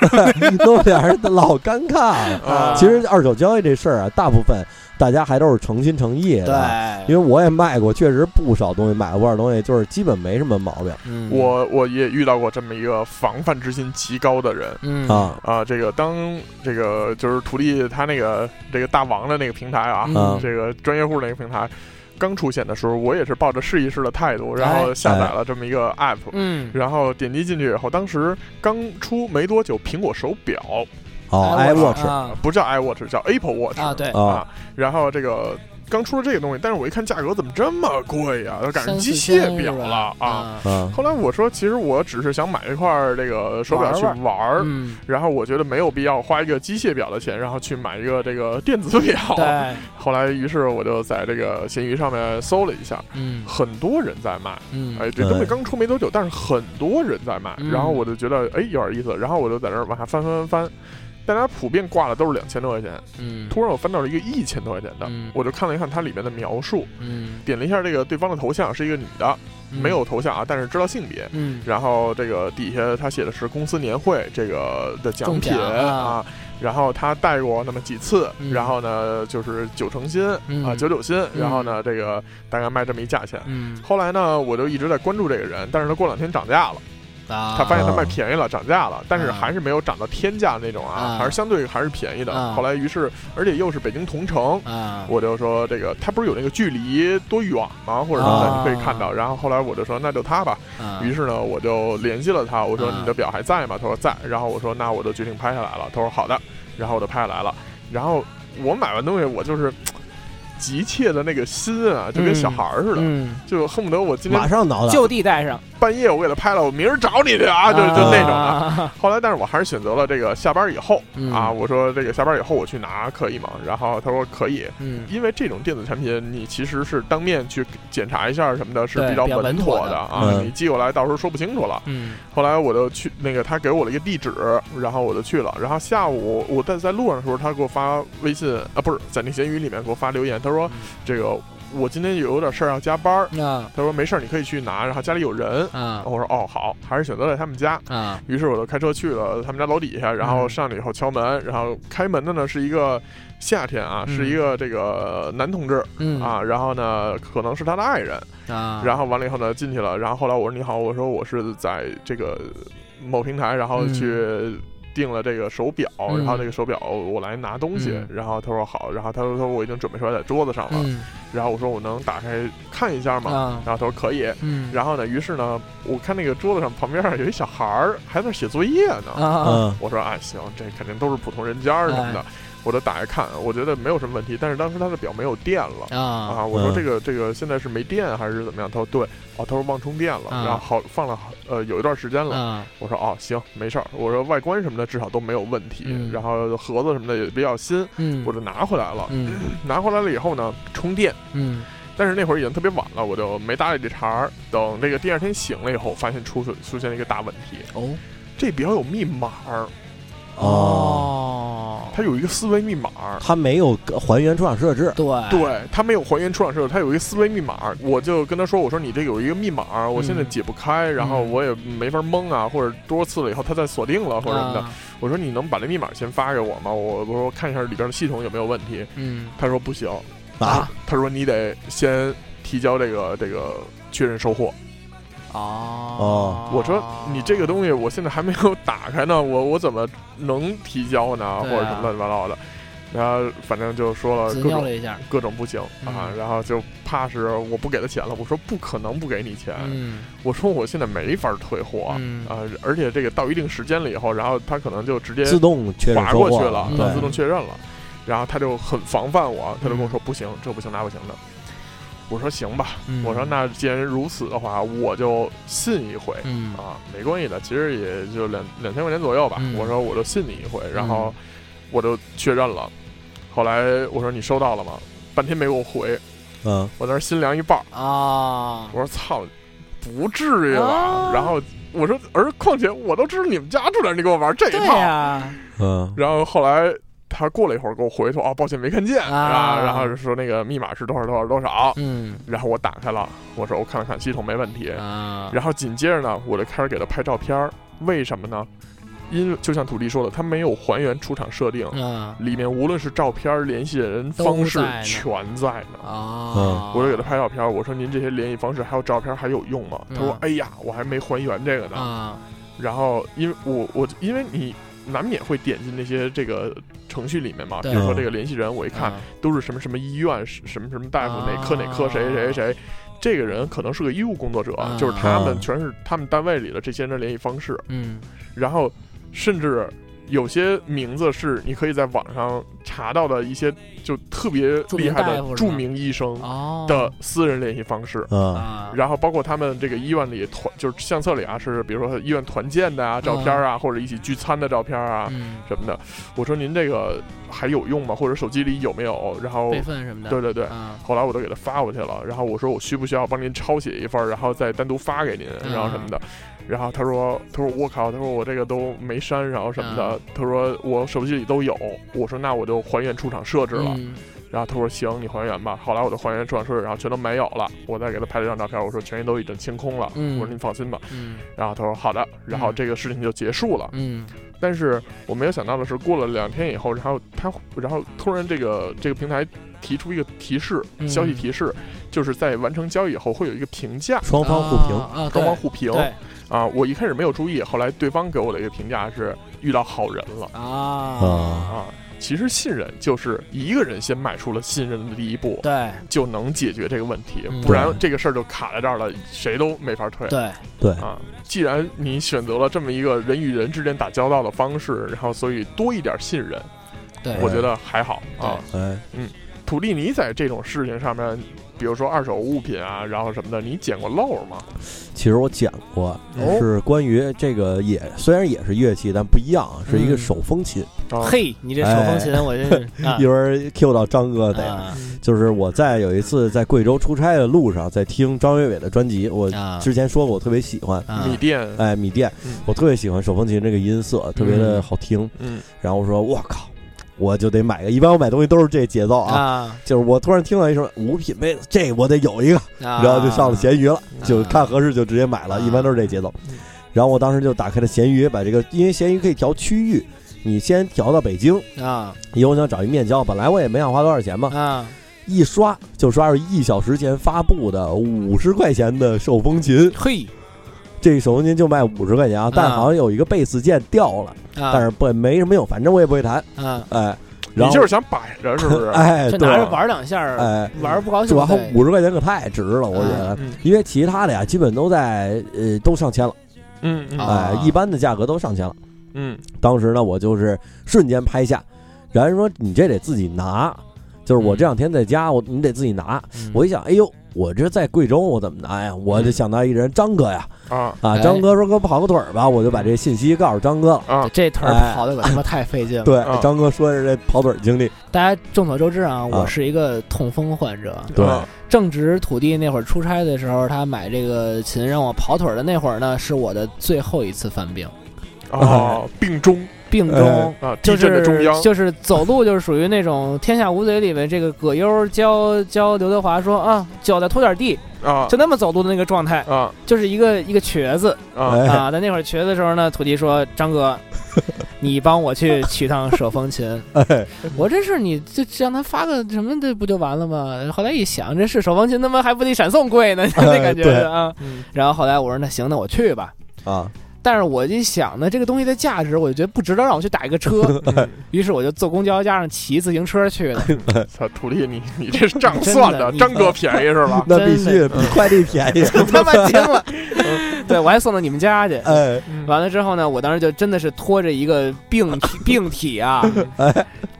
S5: 弄俩人老尴尬 了。
S4: 啊
S5: 其实二手交易这事儿啊，大部分大家还都是诚心诚意的，因
S4: 对，
S5: 为我也卖过，确实不少东西，买过不少东西，就是基本没什么毛病
S4: 嗯
S2: 我我也遇到过这么一个防范之心极高的人。
S4: 嗯
S5: 啊。
S2: 啊，这个当这个就是土地他那个这个大王的那个平台啊，
S5: 嗯
S2: 这个专业户那个平台刚出现的时候，我也是抱着试一试的态度，然后下载了这么一个 app，、
S4: 嗯
S2: 然后点击进去以后，当时刚出没多久，苹果手表
S5: 哦
S4: ，iWatch
S5: ，iWatch
S4: 啊
S2: 不叫 iWatch，叫 Apple Watch
S4: 啊对
S5: 啊，
S2: 然后这个刚出了这个东西，但是我一看价格怎么这么贵呀、就赶上
S4: 三
S2: 机
S4: 四千
S2: 械表
S4: 是吧
S2: 了啊。
S4: 啊，
S5: 啊
S2: 后来我说，其实我只是想买一块儿这个手表去
S4: 玩
S2: 玩儿，
S4: 嗯，
S2: 然后我觉得没有必要花一个机械表的钱，然后去买一个这个电子表。
S4: 对，
S2: 后来，于是我就在这个闲鱼上面搜了一下，
S4: 嗯
S2: 很多人在卖。
S4: 嗯，
S2: 哎，这东西
S5: 对
S2: 刚出没多久，但是很多人在卖。
S4: 嗯
S2: 然后我就觉得，哎，有点意思。然后我就在那儿往下翻翻翻翻，大家普遍挂的都是两千多块钱。
S4: 嗯，
S2: 突然我翻到了一个一千多块钱的，
S4: 嗯
S2: 我就看了一看它里面的描述，
S4: 嗯
S2: 点了一下这个对方的头像是一个女的，没有头像啊，但是知道性别。
S4: 嗯
S2: 然后这个底下他写的是公司年会这个的奖
S4: 中
S2: 品
S4: 奖啊
S2: 啊，然后他带过那么几次，
S4: 嗯
S2: 然后呢就是九成新
S4: 嗯
S2: 啊九九新，然后呢这个大概卖这么一价钱。
S4: 嗯
S2: 后来呢，我就一直在关注这个人，但是他过两天涨价了，
S4: 啊，
S2: 他发现他
S5: 啊
S2: 卖便宜了，涨价了，但是
S4: 啊
S2: 还是没有涨到天价那种啊
S4: 啊，
S2: 还是相对还是便宜的
S4: 啊。
S2: 后来于是，而且又是北京同城，
S4: 啊，
S2: 我就说这个他不是有那个距离多远吗？或者什么的，你
S4: 啊
S2: 可以看到。然后后来我就说那就他吧，
S4: 啊
S2: 于是呢我就联系了他，我说
S4: 啊
S2: 你的表还在吗？他说在。然后我说那我就决定拍下来了。他说好的，然后我就拍下来了。然后我买完东西，我就是急切的那个心啊，就跟小孩儿似的，
S4: 嗯，
S2: 就恨不得我今天
S5: 马上挠的，
S6: 就地带上
S2: 半夜我给他拍了，我明儿找你去啊，就就那种的。
S6: 的，
S2: 后来，但是我还是选择了这个下班以后
S4: 嗯
S2: 啊，我说这个下班以后我去拿可以吗？然后他说可以，
S4: 嗯
S2: 因为这种电子产品，你其实是当面去检查一下什么的，是
S4: 对
S2: 比较
S4: 比较
S2: 稳
S4: 稳
S2: 妥
S4: 妥的
S2: 啊。
S5: 嗯
S2: 你寄过来，到时候说不清楚了。
S4: 嗯
S2: 后来我就去那个，他给我了一个地址，然后我就去了。然后下午我在在路上的时候，他给我发微信啊，不是在那闲鱼里面给我发留言，他说
S4: 嗯
S2: 这个我今天有点事儿要加班儿，
S4: 啊
S2: 他说没事儿，你可以去拿，然后家里有人。
S4: 啊
S2: 我说哦好，还是选择了他们家。
S4: 啊
S2: 于是我就开车去了他们家楼底下，然后上来以后敲门，然后开门的呢是一个夏天啊，
S4: 嗯
S2: 是一个这个男同志
S4: 嗯
S2: 啊，然后呢可能是他的爱人，
S4: 啊，
S2: 然后完了以后呢进去了，然后后来我说你好，我说我是在这个某平台，然后
S4: 嗯
S2: 去。订了这个手表，
S4: 嗯
S2: 然后这个手表我来拿东西，
S4: 嗯
S2: 然后他说好，然后他说他说我已经准备出来在桌子上了，
S4: 嗯
S2: 然后我说我能打开看一下吗？
S4: 啊
S2: 然后他说可以，
S4: 嗯，
S2: 然后呢，于是呢，我看那个桌子上旁边儿有一小孩儿还在那儿写作业呢。
S4: 啊
S5: 嗯
S2: 我说啊，行，这肯定都是普通人家儿什么
S4: 哎
S2: 的。我就打开看，我觉得没有什么问题。但是当时他的表没有电了。
S4: 啊
S2: 啊，我说
S5: 嗯
S2: 这个这个现在是没电啊还是怎么样？他说对，哦，他说忘充电了，
S4: 啊
S2: 然后好放了呃有一段时间了。
S4: 啊
S2: 我说哦行，没事儿。我说外观什么的至少都没有问题，
S4: 嗯
S2: 然后盒子什么的也比较新，
S4: 嗯，
S2: 我就拿回来了。
S4: 嗯
S2: 拿回来了以后呢，充电，
S4: 嗯
S2: 但是那会儿已经特别晚了，我就没搭理这茬儿。等这个第二天醒了以后，发现出出现了一个大问题，
S4: 哦
S2: 这表有密码儿，
S5: 哦，
S4: 哦，
S2: 它有一个思维密码儿。
S5: 它没有还原出厂设置，
S4: 对
S2: 对，它没有还原出厂设置，它有一个思维密码儿。我就跟他说：“我说你这有一个密码儿，我现在解不开，然后我也没法蒙啊，或者多次了以后它再锁定了或者什么的。
S4: 啊
S2: 我说：“你能把这密码先发给我吗？我我说看一下里边的系统有没有问题。”
S4: 嗯
S2: 他说：“不行。
S5: 啊，”
S2: 他说：“你得先提交这个这个确认收货。”
S4: 哦
S2: 我说你这个东西我现在还没有打开呢，我我怎么能提交呢？或
S4: 对啊
S2: 者什么乱七八糟的，然后反正就说了
S4: 自
S2: 各
S4: 尿
S2: 种
S4: 了一下，
S2: 各种不行啊，
S4: 嗯
S2: 然后就怕是我不给他钱了，我说不可能不给你钱，
S4: 嗯
S2: 我说我现在没法退货呃啊、
S4: 嗯
S2: 而且这个到一定时间了以后，然后他可能就直接
S5: 自动确认
S2: 划
S5: 收
S2: 过去
S5: 货
S2: 了，
S4: 嗯
S2: 啊
S5: 对，
S2: 自动确认了，然后他就很防范我，他就跟我说不行，这不行那不行的，我说行吧，
S4: 嗯，
S2: 我说那既然如此的话，我就信一回。
S4: 嗯
S2: 啊，没关系的，其实也就两两千块钱左右吧。
S4: 嗯
S2: 我说我就信你一回，然后我就确认了。后来我说你收到了吗？半天没给我回，
S5: 嗯，
S2: 我在那儿心凉一半儿，
S4: 啊
S2: 我说操，不至于吧？
S4: 哦
S6: 啊
S2: 然后我说，而况且我都知道你们家住哪儿，你给我玩这一
S6: 对
S2: 套。啊
S4: 啊
S6: 呀，
S5: 嗯，
S2: 然后后来。他过了一会儿给我回说啊，抱歉没看见
S4: 啊
S2: 然后说那个密码是多少多少多少，
S4: 嗯
S2: 然后我打开了，我说我看了看系统没问题，
S4: 啊，
S2: 然后紧接着呢，我就开始给他拍照片儿。为什么呢？因为就像土地说的，他没有还原出厂设定，
S5: 嗯
S4: 啊
S2: 里面无论是照片儿、联系人
S4: 都
S2: 方式
S4: 在呢
S2: 全在呢。
S4: 啊，
S2: 我就给他拍照片儿，我说您这些联系方式还有照片儿还有用吗？他说
S4: 嗯：“
S2: 哎呀，我还没还原这个呢。
S4: 啊，”
S2: 然后因为我我因为你难免会点进那些这个程序里面嘛，比
S4: 对
S2: 如说这个联系人，我一看
S4: 啊
S2: 都是什么什么医院、什什么什么大夫、哪科
S4: 啊
S2: 哪科谁谁谁，这个人可能是个医务工作者，
S4: 啊
S2: 就是他们全是他们单位里的这些人的联系方式，
S4: 嗯
S2: 然后甚至有些名字是你可以在网上查到的一些就特别厉害
S4: 著名大
S2: 的
S4: 夫是吗
S2: 著名医生
S4: 哦
S2: 的私人联系方式。
S5: 嗯，
S4: 啊，
S2: 然后包括他们这个医院里团，就是相册里啊，是比如说医院团建的啊照片啊，或者一起聚餐的照片啊
S4: 嗯
S2: 什么的。我说您这个还有用吗？或者手机里有没有？然后
S4: 备份什么的，
S2: 对对对，
S4: 啊
S2: 后来我都给他发过去了，然后我说我需不需要帮您抄写一份儿，然后再单独发给您，
S4: 嗯
S2: 然后什么的。然后他说，他说我靠，他说我这个都没删，然后什么
S4: 嗯
S2: 的。他说我手机里都有。我说那我就还原出厂设置了。
S4: 嗯
S2: 然后他说行，你还原吧。后来我就还原出厂设置，然后全都没有了。我再给他拍了张照片，我说全都已经清空了。
S4: 嗯
S2: 我说您放心吧。
S4: 嗯
S2: 然后他说好的，然后
S4: 嗯
S2: 这个事情就结束了。
S4: 嗯
S2: 但是我没有想到的是，过了两天以后，然后他然后突然这个这个平台提出一个提示，
S6: 嗯
S2: 消息提示，就是在完成交易以后会有一个评价，
S5: 双方互评，
S4: 哦
S6: 啊，
S2: 双方互评
S6: 对
S2: 啊。我一开始没有注意，后来对方给我的一个评价是遇到好人了
S6: 啊，
S2: 啊。其实信任就是一个人先迈出了信任的第一步，
S6: 对
S2: 就能解决这个问题
S6: 嗯，
S2: 不然这个事儿就卡在这儿了，谁都没法退。
S6: 对，
S5: 对，
S2: 啊，既然你选择了这么一个人与人之间打交道的方式，然后所以多一点信任，
S4: 哎
S6: 对
S2: 我觉得还好啊。
S5: 哎，
S2: 土地，你在这种事情上面，比如说二手物品啊，然后什么的，你捡过漏吗？
S5: 其实我讲过，
S2: 哦
S5: 是关于这个也虽然也是乐器，但不一样，是一个
S6: 嗯
S5: 手风琴。
S2: 啊，
S6: 嘿，你这手风
S5: 哎
S6: 琴，我真 是啊
S5: 一会儿 Q 到张哥得，
S6: 啊
S5: 就是我在有一次在贵州出差的路上，在听张伟伟的专辑，我
S6: 啊
S5: 之前说过我特别喜欢，
S6: 啊
S2: 米店，
S5: 哎，米店
S2: 嗯，
S5: 我特别喜欢手风琴这个音色，特别的好听。
S2: 嗯，
S5: 然后我说我靠，我就得买个，一般我买东西都是这节奏啊。
S6: 啊，
S5: 就是我突然听到一声五品位，这我得有一个，
S6: 然
S2: 啊
S5: 然后就上了
S6: 弦
S5: 闲鱼了，就看合适就直接买了，
S6: 啊
S5: 一般都是这节奏
S2: 嗯。
S5: 然后我当时就打开了闲鱼，把这个，因为闲鱼可以调区域，你先调到北京，
S6: 啊
S5: 以后我想找一面交，本来我也没想花多少钱嘛，
S6: 啊，
S5: 一刷就刷着一小时前发布的五十块钱的手风琴，
S6: 嘿
S5: 这手风琴就卖五十块钱啊，但好像有一个贝斯键掉了，
S6: 啊，
S5: 但是不没什么用，反正我也不会弹，
S6: 啊，
S5: 哎，
S2: 你
S5: 然后
S2: 就是啊想摆着是不是？
S5: 哎，
S6: 就
S5: 对，
S6: 拿着玩两下儿，
S5: 哎，
S6: 玩儿不高兴
S5: 主要
S6: 呗，
S5: 五十块钱可太值了，我觉
S6: 啊
S5: 得，
S2: 嗯
S5: 因为其他的呀基本都在呃都上千了，
S2: 嗯嗯
S6: 啊
S5: 哎，一般的价格都上千了。
S2: 嗯
S5: 当时呢，我就是瞬间拍下，然后说你这得自己拿，就是我这两天在家，我你得自己拿，
S6: 嗯
S5: 我一想，哎呦，我这在贵州，我怎么哎拿呀？我就想到一人张哥呀，
S2: 啊
S5: 啊，
S6: 哎
S5: 张哥说给我跑个腿儿吧，我就把这信息告诉张哥了。
S2: 啊，
S6: 这腿儿
S5: 哎
S6: 跑的可他妈太费劲了。
S5: 对
S2: 啊，
S5: 张哥说是这跑腿儿经历，
S4: 大家众所周知啊，
S5: 啊
S4: 我是一个痛风患者。
S5: 对
S2: 啊
S4: 正值土地那会儿出差的时候，他买这个琴让我跑腿儿的那会儿呢，是我的最后一次犯病，
S2: 哦，病中
S4: 病中。
S5: 哎
S2: 啊，地
S4: 就
S2: 震
S4: 是
S2: 的中央，
S4: 就是走路就是属于那种天下无贼里面这个葛优教教刘德华说啊脚再拖点地，
S2: 啊
S4: 就那么走路的那个状态，
S2: 啊
S4: 就是一个一个瘸子
S2: 啊
S5: 哎，
S4: 啊。在那会儿瘸子的时候呢，土地说张 哥，你帮我去取趟手风琴。
S5: 哎
S4: 我这事儿你就让他发个什么的不就完了吗？后来一想，这是手风琴，他妈还不得闪送贵呢，就 那感觉
S5: 哎对
S4: 是啊。
S2: 嗯
S4: 然后后来我说那行，那我去吧。
S5: 啊，
S4: 但是我一想呢，这个东西的价值，我就觉得不值得让我去打一个 车，
S2: 嗯
S4: 于是我就坐公交加上骑自行车去
S5: 哎？
S4: 的。
S2: 操，土地， 你你这是账算
S4: 真的你
S2: 张哥便宜是吧
S5: 那必须
S4: 真
S5: 比快递便 宜，
S4: 他妈惊 了，对我还送到你们家去。
S5: 哎
S4: 嗯
S2: 嗯
S4: 完了之后呢，我当时就真的是拖着一个病 体病体啊，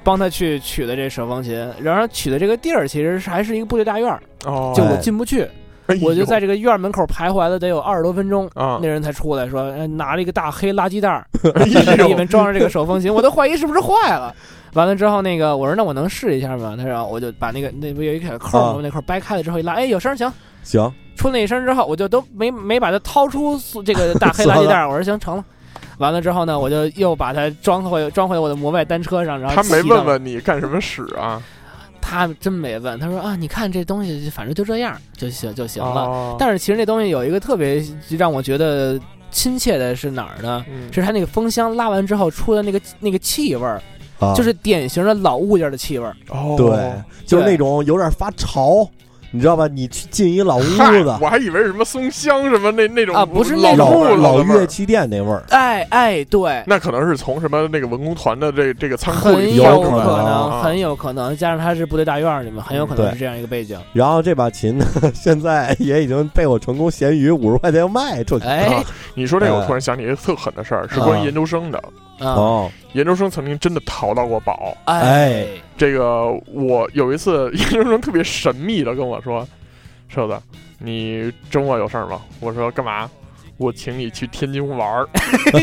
S4: 帮他去取的这手风琴。然后取的这个地儿其实是还是一个部队大院儿，
S2: 哦，
S4: 就我进不去，
S2: 哎呦
S4: 我就在这个院儿门口徘徊了得有二十多分钟。
S2: 啊
S4: 那，人才出来说，哎拿了一个大黑垃圾袋儿，
S2: 哎呦
S4: 里面装着这个手风琴，我都怀疑是不是坏了。完了之后，那个我说那我能试一下吗？他说我就把那个那不有一个扣儿
S2: 哦
S5: 啊
S4: 吗？那扣儿掰开了之后一拉，哎有声儿行。
S5: 行，
S4: 出那一声之后，我就都没没把它掏出塑这个大黑垃圾袋儿，我说行成了。完了之后呢，我就又把它装回装回我的摩拜单车上，然后
S2: 他没
S4: 骑到
S2: 问，问你干什么使啊？
S4: 他真没问，他说啊，你看这东西反正就这样就行就行了。
S2: 哦
S4: 但是其实那东西有一个特别让我觉得亲切的是哪儿呢？
S2: 嗯
S4: 是它那个风箱拉完之后出的那个那个气味儿，
S5: 啊，
S4: 就是典型的老物件的气味儿。
S2: 哦，
S5: 对，就是那种有点发潮，你知道吧？你去进一老屋
S2: 嗨
S5: 子，
S2: 我还以为是什么松香什么那那种
S4: 啊不是
S2: 老
S4: 那种
S5: 老
S2: 铺
S5: 老
S2: 子的味
S5: 乐
S2: 儿，
S5: 器店那味儿，
S4: 哎哎，对，
S2: 那可能是从什么那个文工团的这这个仓库
S4: 很
S2: 里
S5: 有
S2: 挑
S5: 可
S2: 出
S4: 可
S2: 来的
S4: 能，
S2: 啊
S4: 很有可能，加上它是部队大院儿里面，很有可
S5: 对
S4: 能是这样一个背景。
S5: 然后这把琴 呢，现在也已经被我成功闲鱼五十块钱卖出去
S4: 哎，
S2: 你说这个，我
S5: 哎
S2: 突然想起一个特狠的事儿，是
S5: 嗯
S2: 关于研究生的。
S4: 啊，
S5: 哦，
S2: 研究生曾经真的淘到过宝。
S5: 哎
S2: 这个我有一次， 研究生特别神秘的跟我说：“瘦子，你周末有事儿吗？”我说：“干嘛？”我请你去天津玩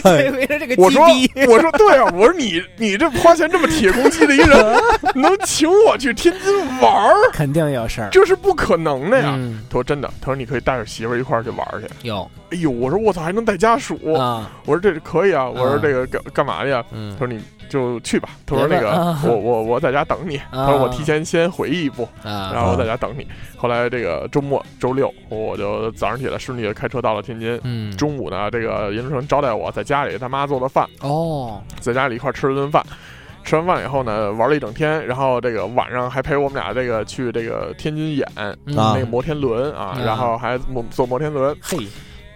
S4: 哎
S2: 儿。
S6: 这围着这个
S2: 我
S6: 鸡
S2: 说
S6: 逼，
S2: 我说对啊，我说你你这花钱这么铁公鸡的一个人， 能请我去天津玩儿，
S4: 肯定有事儿。
S2: 这是不可能的呀。
S4: 嗯，
S2: 他说真的，他说你可以带着媳妇儿一块儿去玩儿去。
S4: 有
S2: 哎呦，我说我操，还能带家属，
S6: 啊，
S2: 我说这可以啊，我说
S6: 啊
S2: 这个干干嘛呀？
S6: 嗯
S2: 他说你就去吧，他说
S6: 别
S2: 那
S6: 问
S2: 个
S6: 啊
S2: 我我我在家等你，他说我提前先回忆一步，
S6: 啊
S2: 然后我在家等你。后来这个周末周六我就早上起来顺利的开车到了天津。
S6: 嗯
S2: 中午呢，这个严志成招待我在家里他妈做的
S4: 嗯
S2: 饭，
S6: 哦
S2: 在家里一块儿吃了顿饭。吃完饭以后呢，玩了一整天，然后这个晚上还陪我们俩这个去这个天津演、
S6: 嗯
S5: 啊
S2: 那个摩天轮啊，
S6: 啊
S2: 然后还摩坐摩天轮。
S6: 嘿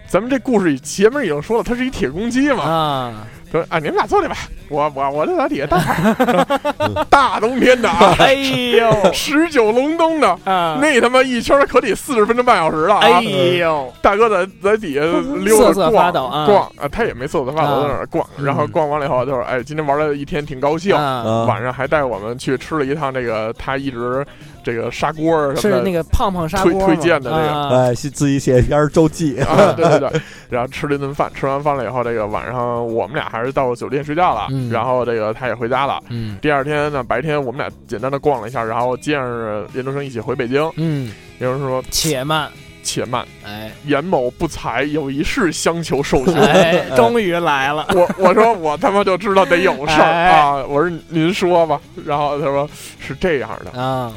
S2: 咱们这故事前面已经说了，它是一铁公鸡嘛，
S6: 啊，
S2: 说 啊，你们俩坐去吧，我我我就在底下待 会儿。大冬天的啊，
S6: 哎呦
S2: 十九隆冬的，
S6: 啊，
S2: 那他妈一圈儿可得四十分钟半小时了啊！
S6: 哎呦
S2: 大哥在在底下溜
S6: 瑟
S2: 达
S6: 瑟
S2: 逛
S6: 发抖啊
S2: 逛啊，他也没瑟瑟发抖，在那儿逛，然后
S6: 嗯
S2: 逛完了以后，就是哎，今天玩了一天，挺高兴。
S6: 啊，
S5: 啊
S2: 晚上还带我们去吃了一趟这个他一直这个砂锅儿什
S6: 是
S2: 么的
S6: 那个胖胖砂
S2: 推
S6: 锅
S2: 推
S6: 吗
S2: 荐的那个
S6: 啊
S5: 哎，是自己写一篇周 记，
S2: 啊，对对对，然后吃了一顿饭，吃完饭了以后，这个晚上我们俩还是到酒店睡觉了，
S6: 嗯
S2: 然后这个他也回家了。
S6: 嗯
S2: 第二天呢，白天我们俩简单的逛了一下，然后接着研究生一起回北京。
S6: 嗯，
S2: 研究生说
S6: 且慢，：“
S2: 且慢，
S6: 哎
S2: 严某不才，有一事相 求受求。
S6: 哎，终于来了，
S2: 我我说我他妈就知道得有事儿、
S6: 哎
S2: 啊！我说您说吧，然后他说是这样的，
S6: 啊，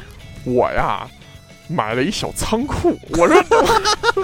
S2: 我呀买了一小仓库，我说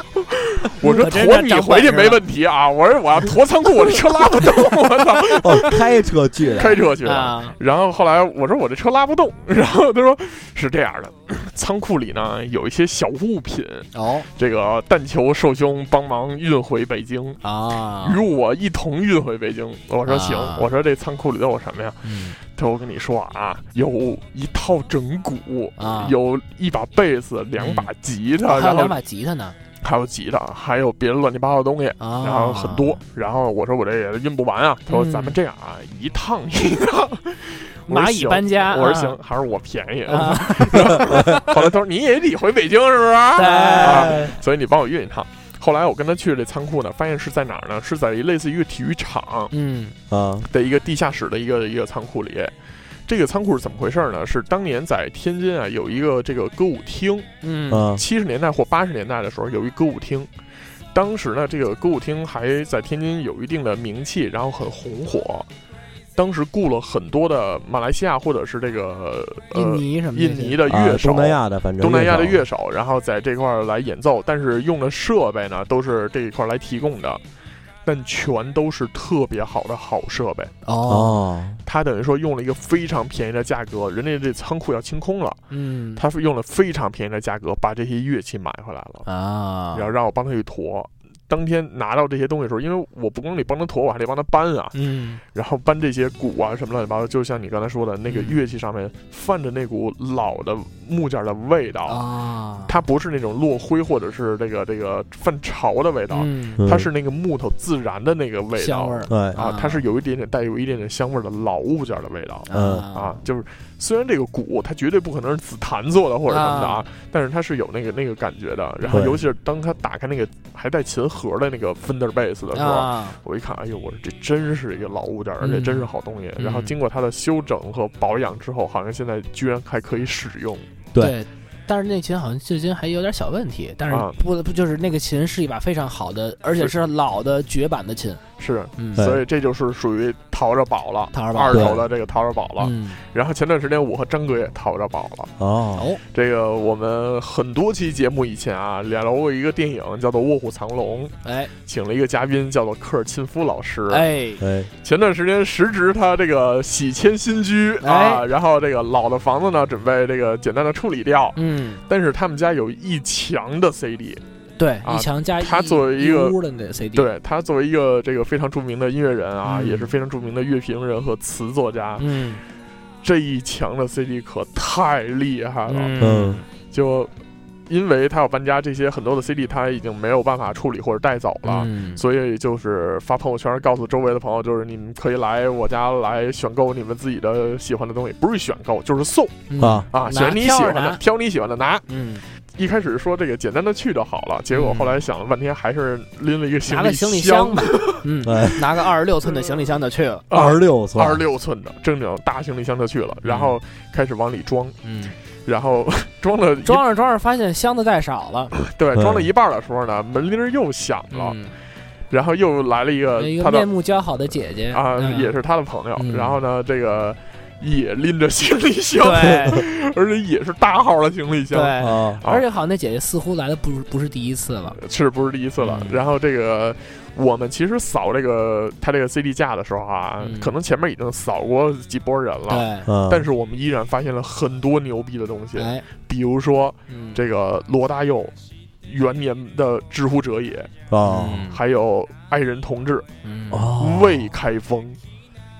S2: 我说
S6: 可真
S2: 驮
S6: 让
S2: 你
S6: 掌
S2: 回
S6: 管
S2: 去
S6: 是吧
S2: 没问题啊！我说我要驮仓库，我这车拉不动， 我操，
S5: 哦，开车去的，
S2: 开车去了。
S6: 啊
S2: 然后后来我说我这车拉不动，然后他说是这样的， 仓库里呢有一些小物品，
S6: 哦
S2: 这个但求寿兄帮忙运回北京。
S6: 啊
S2: 与我一同运回北京。我说行，
S6: 啊
S2: 我说这仓库里都有什么呀？
S6: 嗯
S2: 他说我跟你说啊，有一套整鼓，
S6: 啊，嗯
S2: 有一把贝斯，两把吉他，
S6: 还有两
S2: 然后
S6: 把吉他呢
S2: 还有吉他，还有别的乱七八糟的东西。
S6: 啊，
S2: 然后很多，然后我说我这也运不完啊。他说
S6: 嗯
S2: 咱们这样啊，一趟一 趟。我说
S6: 蚂蚁
S2: 行
S6: 搬家
S2: 我说
S6: 啊
S2: 行，还是我便宜。
S6: 啊
S2: 后来他说你也得回北京是不是？啊，
S6: 哎
S2: 所以你帮我运一趟。后来我跟他去这仓库呢，发现是在哪儿呢？是在一类似于体育场
S6: 嗯
S5: 啊
S2: 的一个地下室的一个一个仓库里。这个仓库是怎么回事呢？是当年在天津啊有一个这个歌舞厅，
S6: 嗯
S5: 啊
S2: 七十年代或八十年代的时候有一歌舞厅。当时呢，这个歌舞厅还在天津有一定的名气，然后很红火。当时雇了很多的马来西亚或者是这个呃
S6: 印尼什么
S2: 印尼的
S5: 啊
S2: 乐，手，
S5: 东南亚的，反正
S2: 东南亚的
S5: 乐
S2: 乐手，然后在这块儿来演奏，但是用的设备呢都是这一块儿来提供的，但全都是特别好的好设备。
S5: 手
S6: 哦
S5: 哦，
S2: 他等于说用了一个非常便宜的价格，人家这仓库要清空了，
S6: 嗯
S2: 他是用了非常便宜的价格把这些乐器买回来了，
S6: 啊
S2: 然后让我帮他去驮。当天拿到这些东西的时候，因为我不光得帮他驮，我还得帮他搬啊，
S6: 嗯
S2: 然后搬这些鼓啊什么乱七八糟，就像你刚才说的那个
S6: 嗯
S2: 乐器上面泛着那股老的木件的味道，
S6: 啊，
S2: 它不是那种落灰或者是这个这个泛潮的味道，
S6: 嗯
S5: 嗯
S2: 它是那个木头自然的那个味道
S6: 香味儿
S5: 对
S2: 啊
S6: 啊，
S2: 它是有一点点带有一点点香味儿的老物件的味道。
S5: 嗯
S2: 啊，就是虽然这个鼓它绝对不可能是紫檀做的或者什么的啊，
S6: 啊
S2: 但是它是有那个那个感觉的。然后
S5: 对
S2: 尤其是当它打开那个还带琴盒的那个 Fender Bass 的时候，
S6: 啊
S2: 我一看，哎呦，我说这真是一个老物件儿，而
S6: 嗯
S2: 且真是好东西。然后
S6: 嗯
S2: 经过它的修整和保养之后，好像现在居然还可以使用。
S5: 对
S6: 对。但是那琴好像至今还有点小问题，但是
S2: 啊
S6: 不不就是那个琴是一把非常好的，而且
S2: 是
S6: 是老的绝版的琴，
S2: 是，
S6: 嗯，
S5: 对
S2: 所以这就是属于淘着宝了，
S6: 淘着宝
S2: 二
S5: 对
S2: 手的这个淘着宝了。
S6: 嗯
S2: 然后前段时间我和张哥也淘着宝了。
S5: 哦，
S6: 哦
S2: 这个我们很多期节目以前啊，聊过一个电影叫做《卧虎藏龙》，
S6: 哎
S2: 请了一个嘉宾叫做科尔沁夫老师。
S6: 哎
S5: 对，
S2: 前段时间时值他这个喜迁新居啊，
S6: 哎
S2: 然后这个老的房子呢，准备这个简单的处理掉。
S6: 嗯
S2: 但是他们家有一墙的 CD，
S6: 对，
S2: 啊
S6: 一墙加一
S2: 他作为一
S6: 一
S2: 个
S6: 屋的那个 CD，
S2: 对他作为一个这个非常著名的音乐人啊，
S6: 嗯
S2: 也是非常著名的乐评人和词作家，
S6: 嗯
S2: 这一墙的 CD 可太厉害了，
S5: 嗯
S2: 就因为他要搬家，这些很多的 CD 他已经没有办法处理或者带走了。
S6: 嗯
S2: 所以就是发朋友圈告诉周围的朋友，就是你们可以来我家来选购你们自己的喜欢的东西，不是选购就是送
S6: 嗯
S5: 啊
S2: 啊，
S6: 拿
S2: 选你喜欢
S6: 挑着
S2: 的，
S6: 拿
S2: 挑你喜欢的拿。
S6: 嗯，
S2: 一开始说这个简单的去就好了，结果
S6: 嗯
S2: 后来想了半天，还是拎了一个行
S6: 拿个行
S2: 李
S6: 李箱吧
S2: 吧，，
S6: 嗯
S5: 哎，
S6: 拿个二十六寸的行李箱就去 了，
S5: 二十六寸，
S2: 二十六寸的正经大行李箱就去了，然后开始往里装，
S6: 嗯，
S2: 然后 装了一
S6: 装着装着发现箱子带少了，
S2: 对，
S5: 嗯
S2: 装到一半儿的时候呢，门铃儿又响了。
S6: 嗯
S2: 然后又来了一个
S4: 一个
S2: 他的
S4: 面目姣好的姐姐
S2: 啊，
S4: 嗯
S2: 也是他的朋友
S4: 嗯，
S2: 然后呢，这个也拎着行李箱，
S4: 对
S2: 而且也是大号的行李箱，
S4: 对，
S5: 啊，
S2: 啊
S4: 而且好像那姐姐似乎来的不是不是第一次了，
S2: 是不是第一次了？
S4: 嗯
S2: 然后这个我们其实扫这个他这个 CD 架的时候啊，
S4: 嗯
S2: 可能前面已经扫过几波人了，
S4: 对，
S5: 嗯，
S2: 但是我们依然发现了很多牛逼的东西，
S4: 哎，
S2: 比如说
S4: 嗯
S2: 这个罗大佑元年的《知乎者也》，
S5: 啊，
S2: 还有爱人同志、
S4: 嗯
S5: 哦，
S2: 魏开封、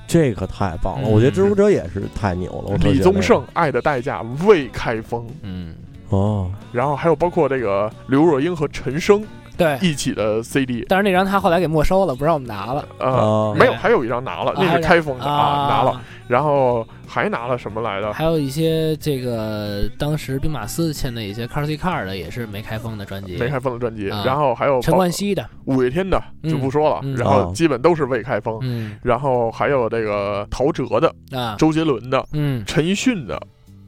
S5: 这可太棒了！
S4: 嗯
S5: 我觉得《知乎者也》是太牛了，我特
S2: 李
S5: 喜欢
S2: 宗盛《爱的代价》、魏开封，
S4: 嗯，
S5: 哦，
S2: 然后还有包括这个刘若英和陈升
S4: 对。
S2: 一起的 CD
S4: 但是那张他后来给没收了，不让我们拿了。
S2: 啊。
S5: 啊，
S2: 没有，还有一张
S4: 哦
S2: 拿了，那是开封的啊，拿了。，然后还拿了什么来着？
S4: 还有一些这个当时兵马司签的一些 Car C Car 的也是没开封的专辑，
S2: 没开封的专辑，
S4: 啊
S2: 然后还有
S4: 陈冠希的，
S2: 五月天的
S4: 嗯
S2: 就不说了
S4: 嗯，
S2: 然后基本都是未开封，
S4: 嗯
S2: 然后还有这个陶喆的、
S4: 啊，
S2: 周杰伦的、
S4: 嗯，
S2: 陈奕迅的，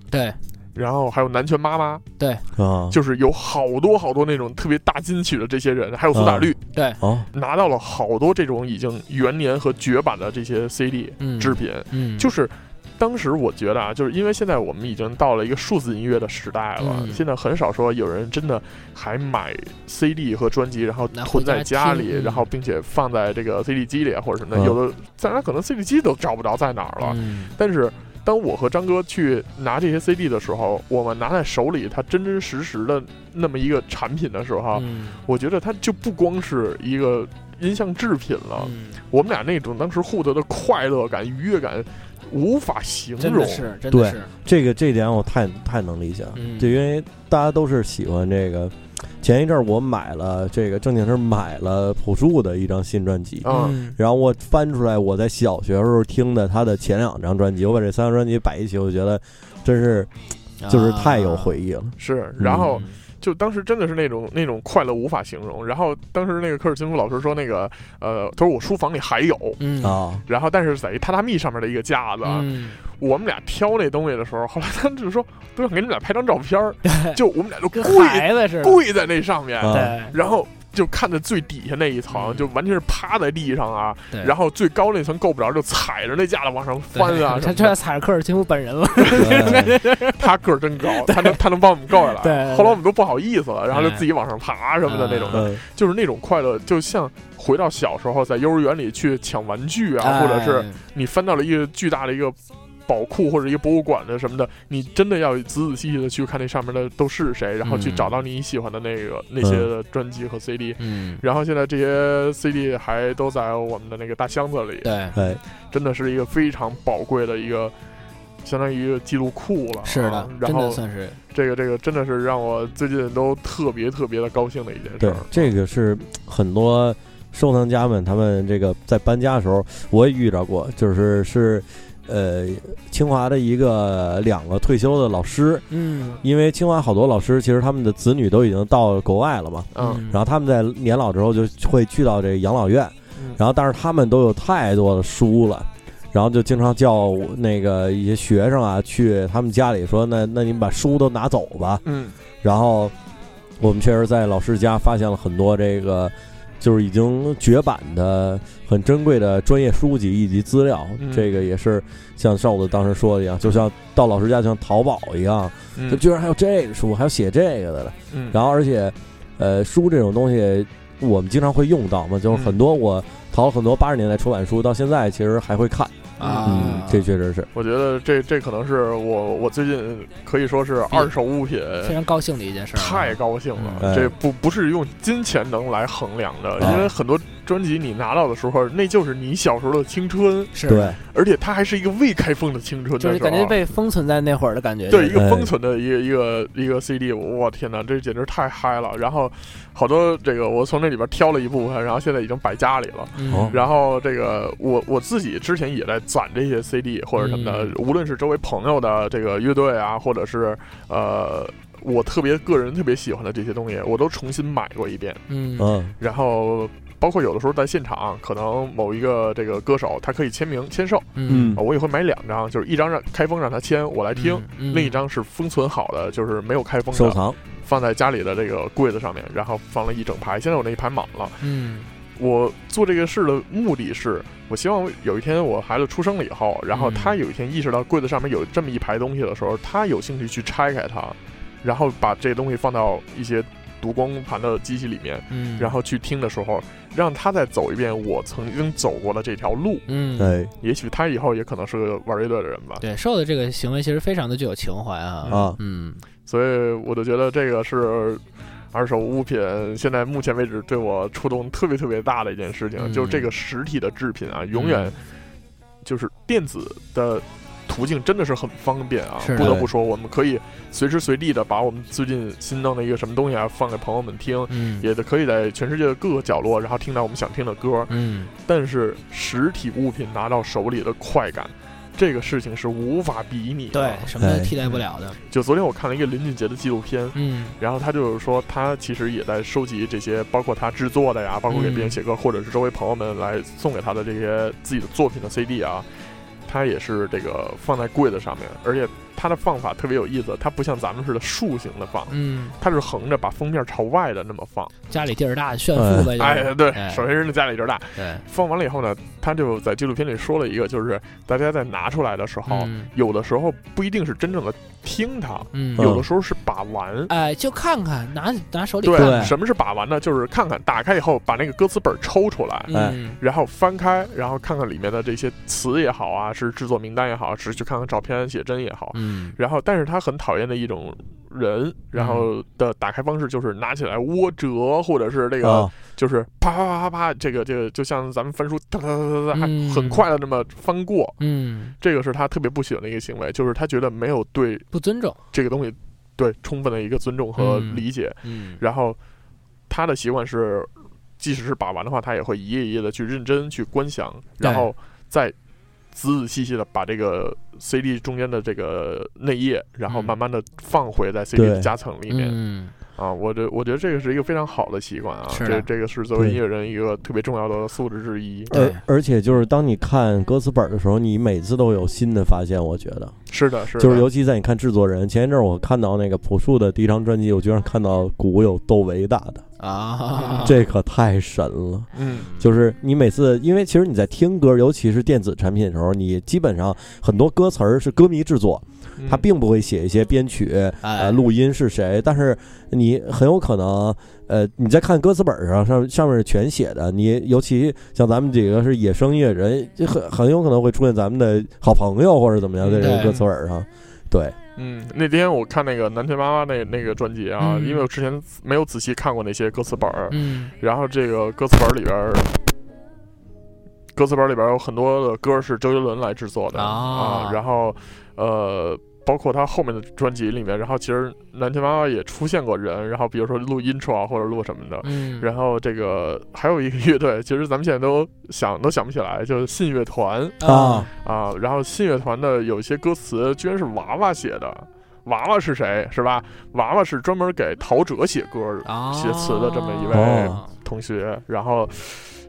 S4: 对，
S2: 然后还有南拳妈妈，
S4: 嗯
S5: 啊，
S2: 就是有好多好多那种特别大金曲的这些人，还有苏打绿
S5: 哦，
S4: 嗯
S2: 拿到了好多这种已经元年和绝版的这些 CD
S4: 嗯，
S2: 制品，
S4: 嗯，
S2: 就是当时我觉得啊，就是因为现在我们已经到了一个数字音乐的时代了，
S4: 嗯
S2: 现在很少说有人真的还买 CD 和专辑，然后
S4: 拿回
S2: 囤在
S4: 家
S2: 家
S4: 听
S2: 里，
S4: 嗯
S2: 然后并且放在这个 CD 机里啊或者什么的。
S5: 嗯
S2: 有的当然可能 CD 机都找不着在哪儿了，
S4: 嗯
S2: 但是。当我和张哥去拿这些 CD 的时候，我们拿在手里，它真真实实的那么一个产品的时候，
S4: 嗯
S2: 我觉得它就不光是一个音像制品了，
S4: 嗯
S2: 我们俩那种当时获得的快乐感、愉悦感，无法形
S4: 真
S2: 容
S4: 的。是，真的
S5: 对
S4: 是，
S5: 这个这点我太太能理解了，
S4: 嗯
S5: 就因为大家都是喜欢这个。前一阵儿我买了这个，正经是买了朴树的一张新专辑，
S2: 啊，
S4: 嗯
S5: 然后我翻出来我在小学时候听的他的前两张专辑，我把这三张专辑摆一起，我觉得真是就是
S4: 啊
S5: 太有回忆了。
S2: 是。
S5: 嗯
S2: 然后就当时真的是那种那种快乐无法形容。然后当时那个科尔金夫老师说，那个呃，他说我书房里还有，
S4: 嗯
S5: 啊，
S2: 然后但是在一榻榻米上面的一个架子。啊。
S4: 嗯
S2: 我们俩挑那东西的时候，后来他就说都想给你们俩拍张照片 儿，就我们俩就
S4: 跟
S2: 跪
S4: 孩子似的，
S2: 跪在那上面，
S5: 啊
S4: 对
S2: 然后。就看着最底下那一层，
S4: 嗯
S2: 就完全是趴在地上啊，
S4: 对，
S2: 然后最高那层够不着，就踩着那架子往上翻啊什么的。
S4: 这这要踩着科尔金夫本人了，
S5: 对
S2: 他个儿真高，他 能他能帮我们够下来。
S4: 对对
S2: 后来我们都不好意思了，然后就自己往上爬什么的那种的，
S5: 嗯
S2: 就是那种快乐，就像回到小时候在幼儿园里去抢玩具啊，
S4: 哎
S2: 或者是你翻到了一个巨大的一个。宝库或者一个博物馆的什么的，你真的要仔仔细细的去看那上面的都是谁，然后去
S4: 嗯
S2: 找到你喜欢的那个那些专辑和 CD。
S4: 嗯，
S2: 然后现在这些 CD 还都在我们的那个大箱子里，
S4: 对，
S5: 哎，
S2: 真的是一个非常宝贵的一个，相当于一个记录库了啊。
S4: 是的，
S2: 然
S4: 真的
S2: 后
S4: 算是
S2: 这个这个真的是让我最近都特别特别的高兴的一件事
S5: 对
S2: 儿。，啊
S5: 这个是很多收藏家们他们这个在搬家的时候，我也遇到过，就是是呃清华的一个两个退休的老师，
S4: 嗯
S5: 因为清华好多老师其实他们的子女都已经到国外了嘛，
S2: 嗯，
S5: 然后他们在年老之后就会去到这个养老院，
S2: 嗯
S5: 然后但是他们都有太多的书了。然后就经常叫我那个一些学生啊去他们家里说，那那你们把书都拿走吧，
S2: 嗯
S5: 然后我们确实在老师家发现了很多这个就是已经绝版的很珍贵的专业书籍以及资料。
S2: 嗯
S5: 这个也是像少子当时说的一样，就像到老师家就像淘宝一样，就
S2: 嗯
S5: 居然还有这个书，还有写这个的了。
S2: 嗯，
S5: 然后而且，呃，书这种东西。我们经常会用到嘛，就是很多我淘了很多八十年代出版书，到现在其实还会看，嗯
S4: 啊，，
S5: 这确实是，
S2: 我觉得这这可能是我我最近可以说
S4: 嗯
S2: 是二手物品。
S4: 非常高兴的一件事儿啊，
S2: 太高兴了，
S5: 嗯
S2: 这不不是用金钱能来衡量的，
S5: 哎
S2: 因为很多专辑你拿到的时候，那就是你小时候的青春，
S4: 是，
S5: 对，
S2: 而且它还是一个未开封的青春的时
S4: 就
S2: 候，啊
S4: 是感觉被封存在那会儿的感觉，
S2: 对一个
S5: 哎
S2: 封存的一个一个一个 CD，我天哪，这简直太嗨了！然后好多这个我从那里边挑了一部分，然后现在已经摆家里了。
S5: 哦
S4: 嗯，
S2: 然后这个我我自己之前也在攒这些 CD 或者什么的，
S4: 嗯
S2: 无论是周围朋友的这个乐队啊，或者是呃我特别个人特别喜欢的这些东西，我都重新买过一遍。
S4: 嗯
S5: 嗯，
S2: 然后包括有的时候在现场，可能某一个这个歌手他可以签名签售，
S4: 嗯，
S2: 我也会买两张，就是一张让开封让他签，我来听。
S4: 嗯，
S2: 另一张是封存好的，就是没有开封
S5: 收
S2: 的，
S5: 藏，
S2: 放在家里的这个柜子上面，然后放了一整排。现在我那一排满了，
S4: 嗯，
S2: 我做这个事的目的是，我希望有一天我孩子出生了以后，然后
S6: 嗯
S2: 他有一天意识到柜子上面有这么一排东西的时候，他有兴趣去拆开它，然后把这东西放到一些读光盘的机器里面，
S6: 嗯，
S2: 然后去听的时候，让他再走一遍我曾经走过的这条路。
S6: 嗯，
S5: 哎
S2: 也许他以后也可能是个玩乐队的人吧。
S4: 对瘦的这个行为其实非常的具有情怀啊。
S5: 啊，
S4: 嗯，
S2: 所以我就觉得这个是二手物品现在目前为止对我触动特别特别大的一件事情，
S4: 嗯
S2: 就是这个实体的制品啊，永远就是电子的。途径真的是很方便啊
S4: 是！的
S2: 不得不说，我们可以随时随地的把我们最近新弄的一个什么东西啊放给朋友们听，
S4: 嗯
S2: 也可以在全世界的各个角落，然后听到我们想听的歌。
S4: 嗯，
S2: 但是实体物品拿到手里的快感，这个事情是无法比拟的。啊
S4: 对，什么都替代不了的。
S2: 就昨天我看了一个林俊杰的纪录片，
S4: 嗯
S2: 然后他就是说，他其实也在收集这些，包括他制作的呀，
S4: 嗯
S2: 包括给别人写歌，或者是周围朋友们来送给他的这些自己的作品的 CD 啊，他也是这个放在柜子上面，而且他的放法特别有意思，他不像咱们似的竖形的放，
S4: 嗯，
S2: 他是横着把封面朝外的那么放。
S4: 家里地儿大，炫富呗。就是
S2: 哎，对，
S4: 哎
S2: 首先是家里人大，
S4: 对，
S2: 放完了以后呢，他就在纪录片里说了一个，就是大家在拿出来的时候，
S4: 嗯
S2: 有的时候不一定是真正的听它，
S4: 嗯，
S2: 有的时候是把玩。
S4: 哎，就看看，拿拿手里
S2: 对，
S4: 看
S5: 对
S2: 什么是把玩呢？就是看看打开以后，把那个歌词本抽出来，
S4: 嗯
S2: 然后翻开，然后看看里面的这些词也好啊，是制作名单也好，是去看看照片写真也好。
S4: 嗯，
S2: 然后，但是他很讨厌的一种人，然后的打开方式就是拿起来窝折，或者是这个
S4: 哦
S5: 啊
S2: 就是啪啪啪啪啪，这个这个就像咱们翻书，哒哒哒哒哒，
S4: 嗯
S2: 还很快的那么翻过，
S4: 嗯，
S2: 这个是他特别不喜欢的一个行为，就是他觉得没有对
S4: 不尊重。
S2: 这个东西对充分的一个尊重和
S4: 嗯
S2: 理解，
S4: 嗯
S2: 然后他的习惯是，即使是把玩的话，他也会一页一页的去认真去观想，
S4: 对
S2: 然后再仔仔细细的把这个 CD 中间的这个内页，然后
S4: 嗯
S2: 慢慢的放回在 CD 的
S5: 对
S2: 夹层里面。
S4: 嗯，
S2: 啊，我这我觉得这个是一个非常好的习惯啊，
S4: 是的
S2: 这这个是作为
S5: 对
S2: 音乐人一个特别重要的素质之一。
S4: 对
S5: 而而且就是当你看歌词本的时候，你每次都有新的发现。我觉得，
S2: 是的，是的，
S5: 就是尤其在你看制作人，前一阵儿我看到那个朴树的第一张专辑，我居然看到鼓有窦唯打的，
S4: 啊，
S5: 这可太神了。
S2: 嗯，
S5: 就是你每次，因为其实你在听歌，尤其是电子产品的时候，你基本上很多歌词儿是歌迷制作，
S2: 嗯
S5: 他并不会写一些编曲，
S4: 哎
S5: 呃，录音是谁，但是你很有可能，呃，你在看歌词本上上上面是全写的，你尤其像咱们几个是野生音乐人，就很很有可能会出现咱们的好朋友或者怎么样在这
S4: 对
S5: 个歌词本上，对，
S2: 嗯，那天我看那个南拳妈妈那那个专辑啊，
S4: 嗯
S2: 因为我之前没有仔细看过那些歌词本儿，
S4: 嗯
S2: 然后这个歌词本里边儿，歌词本里边儿有很多的歌是周杰伦来制作的
S4: 啊
S2: 然后呃，包括他后面的专辑里面，然后其实南拳妈妈也出现过人，然后比如说录 intro 啊或者录什么的。
S4: 嗯，
S2: 然后这个还有一个乐队，其实咱们现在都想都想不起来，就是信乐团
S5: 啊
S2: 啊。然后信乐团的有一些歌词居然是娃娃写的，娃娃是谁是吧？娃娃是专门给陶喆写歌的，
S4: 啊
S2: 写词的这么一位
S5: 哦
S2: 同学，然后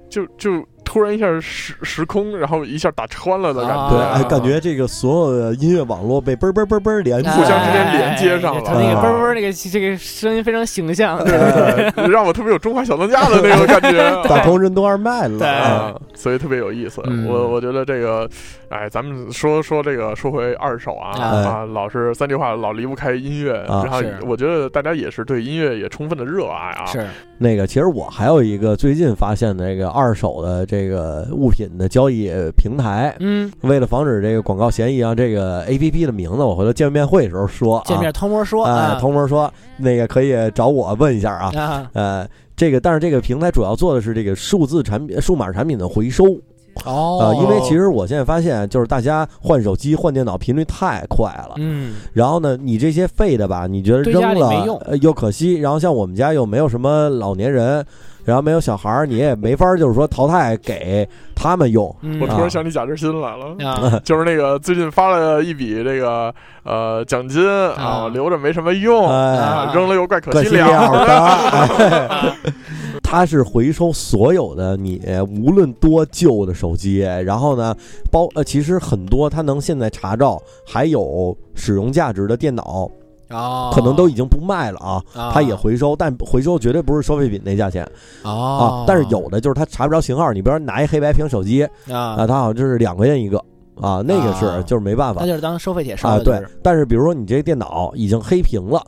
S2: 就就突然一下时时空，然后一下打穿了的感觉，
S5: 对，
S4: 啊
S5: 哎，感觉这个所有的音乐网络被嘣嘣嘣嘣连起
S2: 互相之
S5: 来，
S2: 间连接上了
S4: 哎
S6: 他
S5: 啊
S6: 那个啵啵那个这个声音非常形象，
S2: 对， 让我特别有中华小当家的那种感 觉。
S5: 打通任督二脉了，
S6: 对
S5: 哎
S2: 啊，所以特别有意思。
S4: 嗯
S2: 我我觉得这个，哎，咱们说说这个，说回二手啊
S4: 哎
S2: 啊，老是三句话老离不开音乐，
S5: 啊
S2: 然后
S4: 是
S2: 我觉得大家也是对音乐也充分的热爱啊。
S4: 是
S5: 那个，其实我还有一个最近发现的这个二手的这个物品的交易平台，
S4: 嗯，
S5: 为了防止这个广告嫌疑啊，这个 A P P 的名字我回头见面会的时候说、啊。
S4: 见面偷摸说
S5: 哎，
S4: 啊
S5: 同盟说那个可以找我问一下啊。
S4: 啊
S5: 呃，这个但是这个平台主要做的是这个数字产品、数码产品的回收啊、
S4: 哦，
S5: 因为其实我现在发现，就是大家换手机、换电脑频率太快了。
S4: 嗯
S5: 然后呢，你这些废的吧，你觉得
S4: 对
S5: 扔
S4: 家里没
S5: 了
S4: 用
S5: 呃又可惜，然后像我们家又没有什么老年人，然后没有小孩儿，你也没法儿就是说淘汰给他们用。
S4: 嗯
S2: 我突
S5: 啊
S2: 然想起贾志新来了。
S4: 啊
S5: 嗯
S2: 就是那个最近发了一笔这个呃奖金
S4: 啊
S2: 啊，留着没什么用，
S5: 哎，
S2: 啊扔了又怪可
S5: 可
S2: 惜
S5: 惜了
S2: 了。
S5: 的。哎它是回收所有的你，呃无论多旧的手机，然后呢，包呃，其实很多它能现在查照还有使用价值的电脑，
S4: 啊
S1: 哦，
S5: 可能都已经不卖了啊，
S1: 啊
S5: 它也回收，但回收绝对不是收废品那价钱
S1: 哦
S5: 啊。但是有的就是它查不着型号，你比如说拿一黑白屏手机
S1: 啊
S5: 啊，，它好像就是两块钱一个啊，那个
S1: 啊
S5: 是就是没办法
S1: 那就是当收废铁收
S5: 啊。
S1: 了就
S5: 对
S1: 是，，
S5: 但是比如说你这电脑已经黑屏了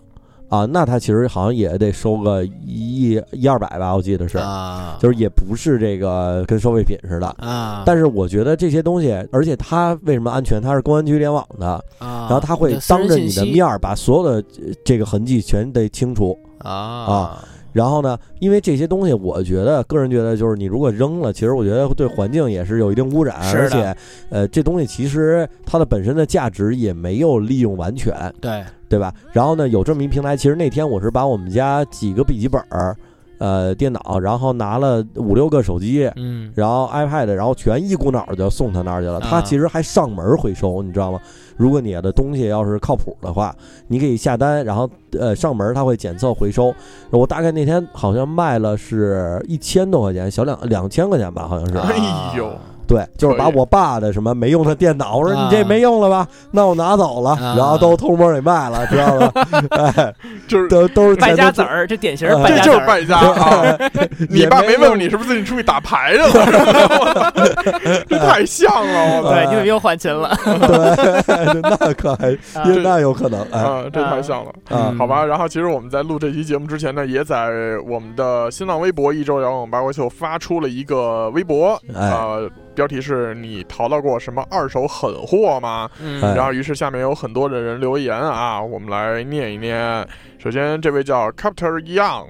S5: 啊，那它其实好像也得收个一一二百吧，我记得是，
S1: 啊，
S5: 就是也不是这个跟收废品似的。
S1: 啊，
S5: 但是我觉得这些东西，而且它为什么安全？它是公安局联网的，
S1: 啊，
S5: 然后它会
S1: 就私人
S5: 当着
S1: 信
S5: 你的
S1: 息
S5: 面儿把所有的呃这个痕迹全得清除。
S1: 啊
S5: 然后呢，因为这些东西，我觉得个人觉得就是你如果扔了，其实我觉得对环境也是有一定污染，
S1: 是的
S5: 而且呃，这东西其实它的本身的价值也没有利用完全，
S1: 对
S5: 对吧？然后呢，有这么一平台，其实那天我是把我们家几个笔记本儿。呃，电脑，然后拿了五六个手机，
S1: 嗯
S5: 然后 iPad，然后全一股脑儿就送他那儿去了。他
S1: 啊
S5: 其实还上门回收，你知道吗？如果你的东西要是靠谱的话，你可以下单，然后呃上门他会检测回收。我大概那天好像卖了是一千多块钱，小两两千块钱吧，好像是。
S1: 啊
S2: 哎呦
S5: 对，就是把
S2: 可以
S5: 我爸的什么没用的电脑，我说
S1: 啊
S5: 你这没用了吧？那我拿走了，
S1: 啊
S5: 然后都偷摸给卖了，知 道吗？哎，
S2: 就是
S5: 都都是
S4: 败
S5: 钱
S4: 家
S5: 都
S4: 子儿，这典型
S5: 呃
S4: 败
S2: 这
S4: 家子
S2: 就是
S4: 儿。
S2: 败家啊！ 你爸没问
S5: 你。
S2: 问你是不是最近出去打牌去了？ 这太像了，我
S5: 哎
S2: 操！
S4: 对，
S5: 呃
S4: 你怎么又换琴了？
S5: 对， 那可还，
S2: 这
S5: 那有可能，哎
S2: 啊，这太像了。
S5: 啊
S1: 啊嗯
S2: 好吧，然后其实我们在录这期节目之前呢，也在我们的新浪微博“一周摇滚八卦秀”发出了一个微博，
S5: 哎
S2: 呃，标题是你淘到过什么二手狠货吗？
S5: 哎
S4: 嗯
S2: 然后于是下面有很多的人留言啊，我们来念一念。首先这位叫 Captain Young，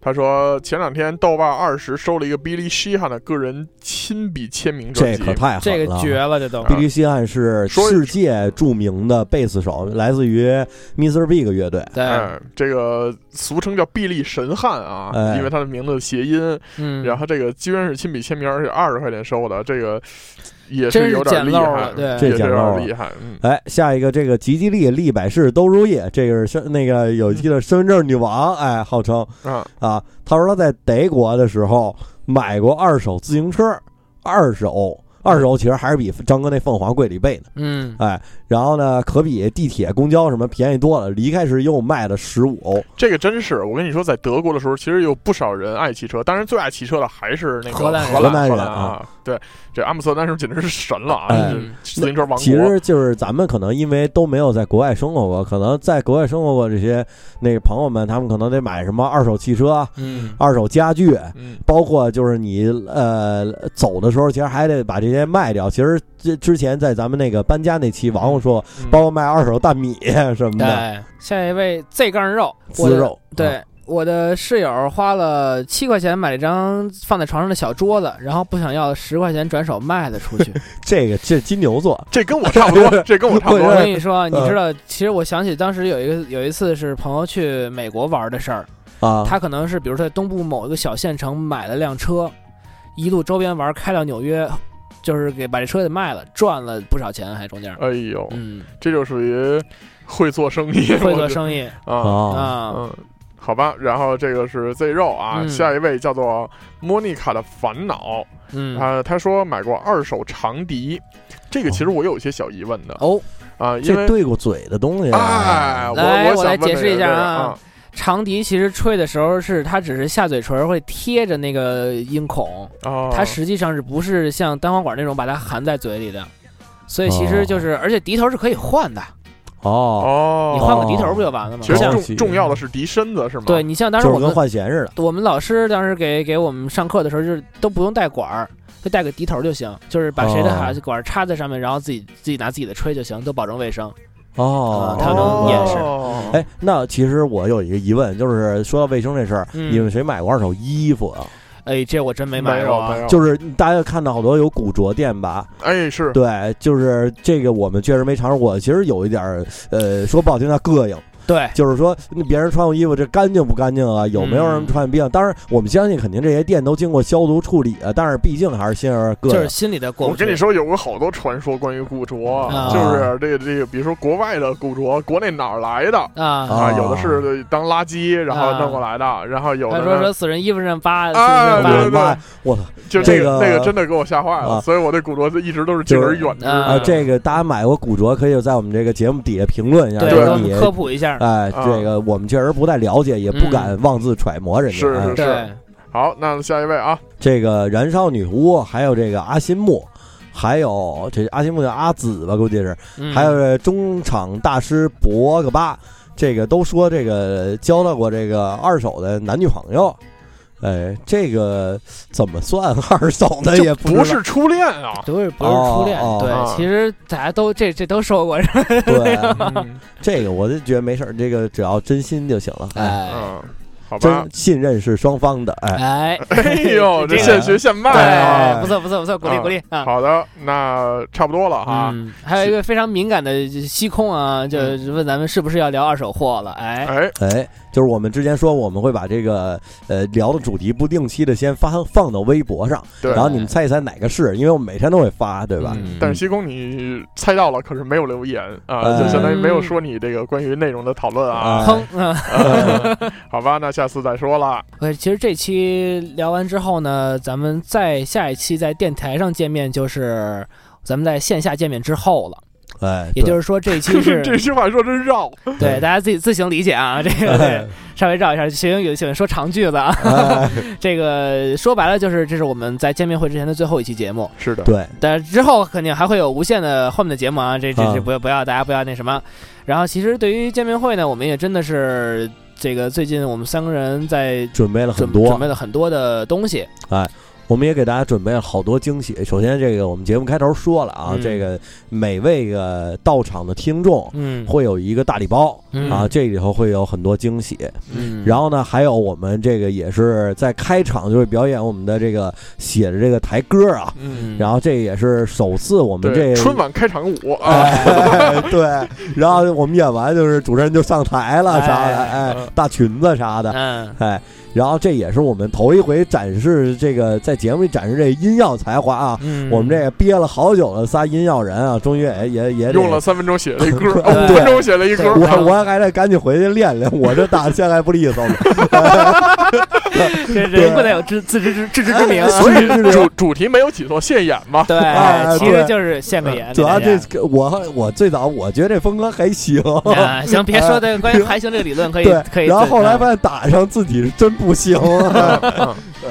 S2: 他说前两天豆瓣二十收了一个 Billy Sheehan 的个人亲笔签名专
S5: 这
S2: 辑，
S5: 可太狠了。
S4: 这个绝了，这都
S5: 比利西汉是
S2: 说
S5: 世界著名的贝斯手，来自于 Mr. Big 乐队。
S1: 对
S2: 哎，这个俗称叫臂力神汉啊，
S5: 哎
S2: 因为他的名字的谐音。
S1: 嗯，
S2: 然后这个居然是亲笔签名，而且二十块钱收的，这个也
S1: 真
S2: 是
S1: 是
S2: 有点
S1: 捡
S2: 厉
S1: 漏
S2: 害
S1: 了，对
S5: 这
S2: 也是
S5: 捡
S2: 有
S5: 漏
S2: 点
S5: 了
S2: 厉害。嗯，
S5: 哎，下一个这个吉吉利利百事都如意，这个是身那个有一个身份证女王，哎，号称
S2: 啊，
S5: 啊，他说他在德国的时候买过二手自行车，二手二手其实还是比张哥那凤凰贵了一倍呢。
S1: 嗯
S5: 哎，然后呢，可比地铁、公交什么便宜多了，离开时又卖了十五欧。
S2: 这个真是，我跟你说，在德国的时候，其实有不少人爱骑车，当然最爱骑车的还是那个
S1: 荷兰人
S2: 荷
S5: 荷兰
S2: 兰
S5: 人
S2: 啊。对，这阿姆斯特丹是简直是神了啊！
S5: 哎
S2: 这
S4: 嗯
S2: 自行车王国。
S5: 其实就是咱们可能因为都没有在国外生活过，可能在国外生活过这些那个朋友们，他们可能得买什么二手汽车、
S1: 嗯
S5: 二手家具，
S2: 嗯，
S5: 包括就是你呃走的时候，其实还得把这些卖掉。其实之之前在咱们那个搬家那期，王王说，
S2: 嗯
S5: 包括卖二手大米啊什么的，
S1: 对
S4: 下一位 Z 杠肉，哎我
S5: 滋
S4: 的
S5: 肉，啊
S4: 对，我的室友花了七块钱买了一张放在床上的小桌子，然后不想要十块钱转手卖了出去。
S5: 这个这金牛座，
S2: 这跟我差不 多，这跟我差不
S5: 对
S4: 我
S2: 多。
S4: 跟你说，你
S5: 嗯
S4: 知道，其实我想起当时有一个有一次是朋友去美国玩的事儿，
S5: 啊，
S4: 他可能是比如说在东部某一个小县城买了辆车，一路周边玩开到纽约，就是给把这车给卖了，赚了不少钱，还中间，
S2: 哎呦，
S4: 嗯，
S2: 这就属于会做生意，
S4: 会做
S2: 我觉
S4: 生意
S2: 得啊。
S5: 啊
S4: 啊，
S2: 嗯，好吧，然后这个是 Z 肉啊，
S4: 嗯
S2: 下一位叫做莫妮卡的烦恼，
S4: 嗯，
S2: 啊，他说买过二手长笛，这个其实我有一些小疑问的
S4: 哦，
S2: 啊，因
S5: 哦这
S2: 为
S5: 对过嘴的东西啊
S4: 啊
S2: 哎，我
S4: 来
S2: 我想
S4: 我来
S2: 问
S4: 解释一下
S2: 啊
S4: 啊，长笛其实吹的时候是它只是下嘴唇会贴着那个音孔，
S2: 啊，
S4: 它实际上是不是像单簧管那种把它含在嘴里的，所以其实就是，而且笛头是可以换的，
S5: 哦，
S2: 哦，
S4: 你换个笛头不就完了吗？
S2: 其实
S5: 像
S2: 重重要的是笛身子是吗？
S4: 对，你像当时
S5: 就
S4: 我
S5: 是跟
S4: 们
S5: 换弦似的。
S4: 我们老师当时给给我们上课的时候，就是都不用带管儿，就带个笛头就行，就是把谁的
S5: 哦
S4: 哈管儿插在上面，然后自己自己拿自己的吹就行，都保证卫生。啊，
S5: 哦
S4: 它能掩饰
S2: 哦
S5: 哎，那其实我有一个疑问，就是说到卫生这事儿，
S4: 嗯
S5: 你们谁买过二手衣服啊？
S4: 哎，这我真没
S2: 没
S4: 买过
S2: 有
S4: 啊
S2: 没有，
S5: 就是大家看到好多有古着店吧？
S2: 哎是
S5: 对，就是这个我们确实没尝试过。其实有一点儿，呃，说不好听叫膈应，
S4: 对，
S5: 就是说别人穿过衣服这干净不干净啊？有没有人
S4: 嗯
S5: 穿得干净？当然，我们相信肯定这些店都经过消毒处理啊，但是毕竟还是心有点膈
S4: 就
S5: 应
S4: 是。心里的过
S2: 我
S4: 不去。
S2: 跟你说，有个好多传说关于古着，
S4: 啊
S2: 就是这个这个，比如说国外的古着，国内哪儿来的？
S4: 啊，
S2: 啊，
S5: 哦
S2: 有的是当垃圾然后
S4: 啊
S2: 弄过来的，然后有
S4: 他
S2: 的
S4: 说
S2: 呢
S4: 说死人衣服上扒，死
S2: 啊
S4: 人
S5: 我
S4: 扒
S2: 对
S5: 的
S2: 对
S5: 妈呀！我操！
S2: 就这
S5: 这
S2: 个
S5: 个
S2: 那个真的给我吓坏了，
S5: 啊
S2: 所以我对古着一直都是敬而远之
S4: 就是
S5: 啊，
S4: 啊
S5: 这个大家买过古着，可以在我们这个节目底下评论一下，
S2: 对
S4: 给
S5: 说
S4: 我
S5: 你
S4: 们科普一下嗯样的。
S5: 哎，
S2: 啊
S5: 这个我们确实不太了解，也不敢妄自揣摩人家。
S2: 是
S5: 哎
S2: 是
S4: 对
S2: 是，，好，那下一位啊，
S5: 这个燃烧女巫，还有这个阿新木，还有这阿新木叫阿紫吧，估计是，
S4: 嗯
S5: 还有这中场大师博格巴，这个都说这个交到过这个二手的男女朋友。哎，这个怎么算二手呢？哎也
S2: 就不
S5: 知道
S2: 是初恋啊，
S4: 都是不是初恋？
S5: 哦哦
S4: 对，
S2: 哦
S4: 其实大家都这这都说过，是吧
S5: 对，
S2: 嗯
S5: 这个我就觉得没事儿，这个只要真心就行了。哎，
S4: 哎
S2: 嗯，好吧
S5: 真，信任是双方的。哎，
S4: 哎
S2: 哎呦，这
S4: 这个
S2: 现学现卖啊，
S4: 哎，不错不错不错，鼓励
S2: 啊
S4: 鼓励啊！
S2: 好的，那差不多了哈。
S4: 嗯，还有一个非常敏感的西空啊，就问咱们是不是要聊二手货了？哎，
S2: 嗯哎，
S5: 哎，就是我们之前说我们会把这个呃聊的主题不定期的先发放到微博上，
S2: 对
S5: 然后你们猜一猜哪个是，因为我们每天都会发，对吧？
S4: 嗯
S2: 但是西宫你猜到了，可是没有留言啊，
S5: 哎
S2: 就相当于没有说你这个关于内容的讨论啊。
S4: 哼，嗯，
S2: 呃 好吧，那下次再说了。
S4: 呃，其实这期聊完之后呢，咱们再下一期在电台上见面，就是咱们在线下见面之后了。
S5: 哎，
S4: 嗯也就是是说，这期是
S2: 这句话说真绕，
S4: 对大家自己自行理解啊。 这个对稍微绕一下，学英语喜欢说长句子啊。 这个说白了就是，这是我们在见面会之前的最后一期节目。
S2: 是的，
S5: 对，
S4: 但之后肯定还会有无限的后面的节目啊，这这这
S5: 啊
S4: 不要不要，大家不要那什么。然后其实对于见面会呢，我们也真的是这个最近我们三个人在
S5: 准备了
S4: 准准
S5: 很多
S4: 备，了很多的东西，
S5: 我们也给大家准备了好多惊喜。首先，这个我们节目开头说了啊，
S4: 嗯
S5: 这个每位个到场的听众
S4: 嗯
S5: 会有一个大礼包
S4: 嗯
S5: 啊，这里头会有很多惊喜。
S4: 嗯，
S5: 然后呢，还有我们这个也是在开场就会表演我们的这个写的这个台歌啊，
S2: 嗯，
S4: 嗯
S5: 然后这也是首次我们这
S2: 对，春晚开场舞啊，
S5: 哎， 对，然后我们演完就是主持人就上台了啥的，
S4: 哎
S5: 哎，大裙子啥的，
S4: 嗯
S5: 哎，然后这也是我们头一回展示这个在节目里展示这音药才华啊，
S4: 嗯，
S5: 我们这个憋了好久的仨音药人啊，终于也也也得
S2: 用了三分钟写了一歌，
S5: 对
S2: 哦五分钟写了一歌
S4: 对
S2: 啊
S5: 我我还得赶紧回去练练，我这打现在还不利 索呢。
S4: 这人不得有自自知之自知之明啊，
S5: 所以这
S2: 主主题没有起错，现眼嘛。
S4: 对
S5: 哎，
S4: 其实
S5: 对呃
S4: 就是现个眼，
S5: 主要
S4: 给大
S5: 这
S4: 家
S5: 个我我最早我觉得这峰哥还行，
S4: 啊， 行，别说这个关于还行这个理论可以
S5: 呃对，
S4: 可以，
S5: 然后后来
S4: 嗯
S5: 发现打上自己是真不行。
S2: 嗯
S5: 对，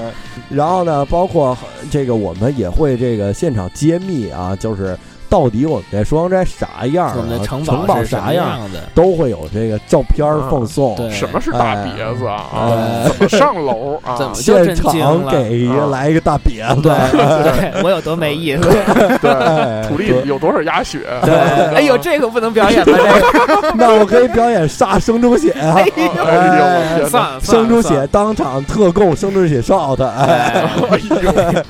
S5: 然后呢，包括这个我们也会这个现场揭秘啊，就是到底我们这双斋啥样啊，
S4: 我们的
S5: 城
S4: 堡
S5: 堡
S4: 是什
S5: 啥哦
S4: 么
S5: 样，
S4: 样的，
S5: 都会有这个照片儿
S2: 啊
S5: 放送。
S4: 对，
S2: 什么是大瘪子啊？啊
S5: 哎
S2: 怎么上楼
S4: 怎
S2: 啊
S4: 么？就震
S5: 现
S4: 惊
S5: 场
S4: 了？
S5: 给
S2: 啊
S5: 来一个大瘪子，
S4: 对， 对我有多没意思？
S2: 对，
S5: 哎
S2: 土地
S5: 对
S2: 有多少鸭血？
S4: 对， 哎呦，这个不能表演了，这个
S5: 那我可以表演杀生猪血 啊，
S2: 哎呦我的天哪！
S4: 算了，
S5: 生猪
S4: 出
S5: 血当场特供生猪血 shot，哎，
S2: 哎呦，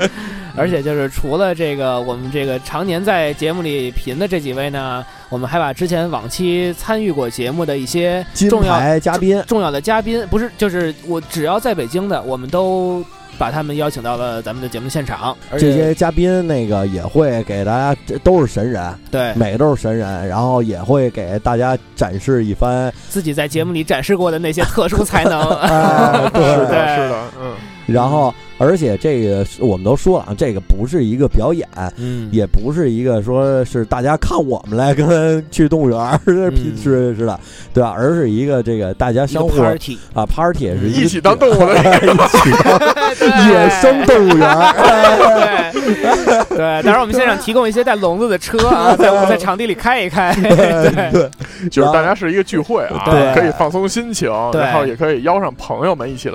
S4: 而且就是除了这个我们这个常年在节目里评的这几位呢，我们还把之前往期参与过节目的一些
S5: 金
S4: 重要
S5: 牌嘉宾，
S4: 重要的嘉宾，不是就是我只要在北京的，我们都把他们邀请到了咱们的节目现场，而
S5: 这
S4: 且
S5: 些嘉宾那个也会给大家，这都是神人，
S4: 对
S5: 每个都是神人，然后也会给大家展示一番
S4: 自己在节目里展示过的那些特殊才 能，
S5: 哎，
S2: 是的，
S5: 对。
S2: 是的，嗯，
S5: 然后，而且这个是我们都说了啊，这个不是一个表演，
S4: 嗯
S5: 也不是一个说是大家看我们来跟去动物园儿 是
S4: 嗯
S5: 是是的，对吧？而是一个这个大家
S4: 一个
S5: 相互
S4: party，
S5: 啊 party 是
S2: 一
S5: 个
S2: 起当动物 的
S5: 哎一起当野生动物园儿，
S4: 对，对，当然我们现场提供一些带笼子的车啊，在我们在场地里开一开，对，
S5: 哎对
S2: 就是大家是一个聚会啊，
S5: 对
S2: 可以放松心情，
S4: 对
S2: 然后也可以邀上朋友们一起来。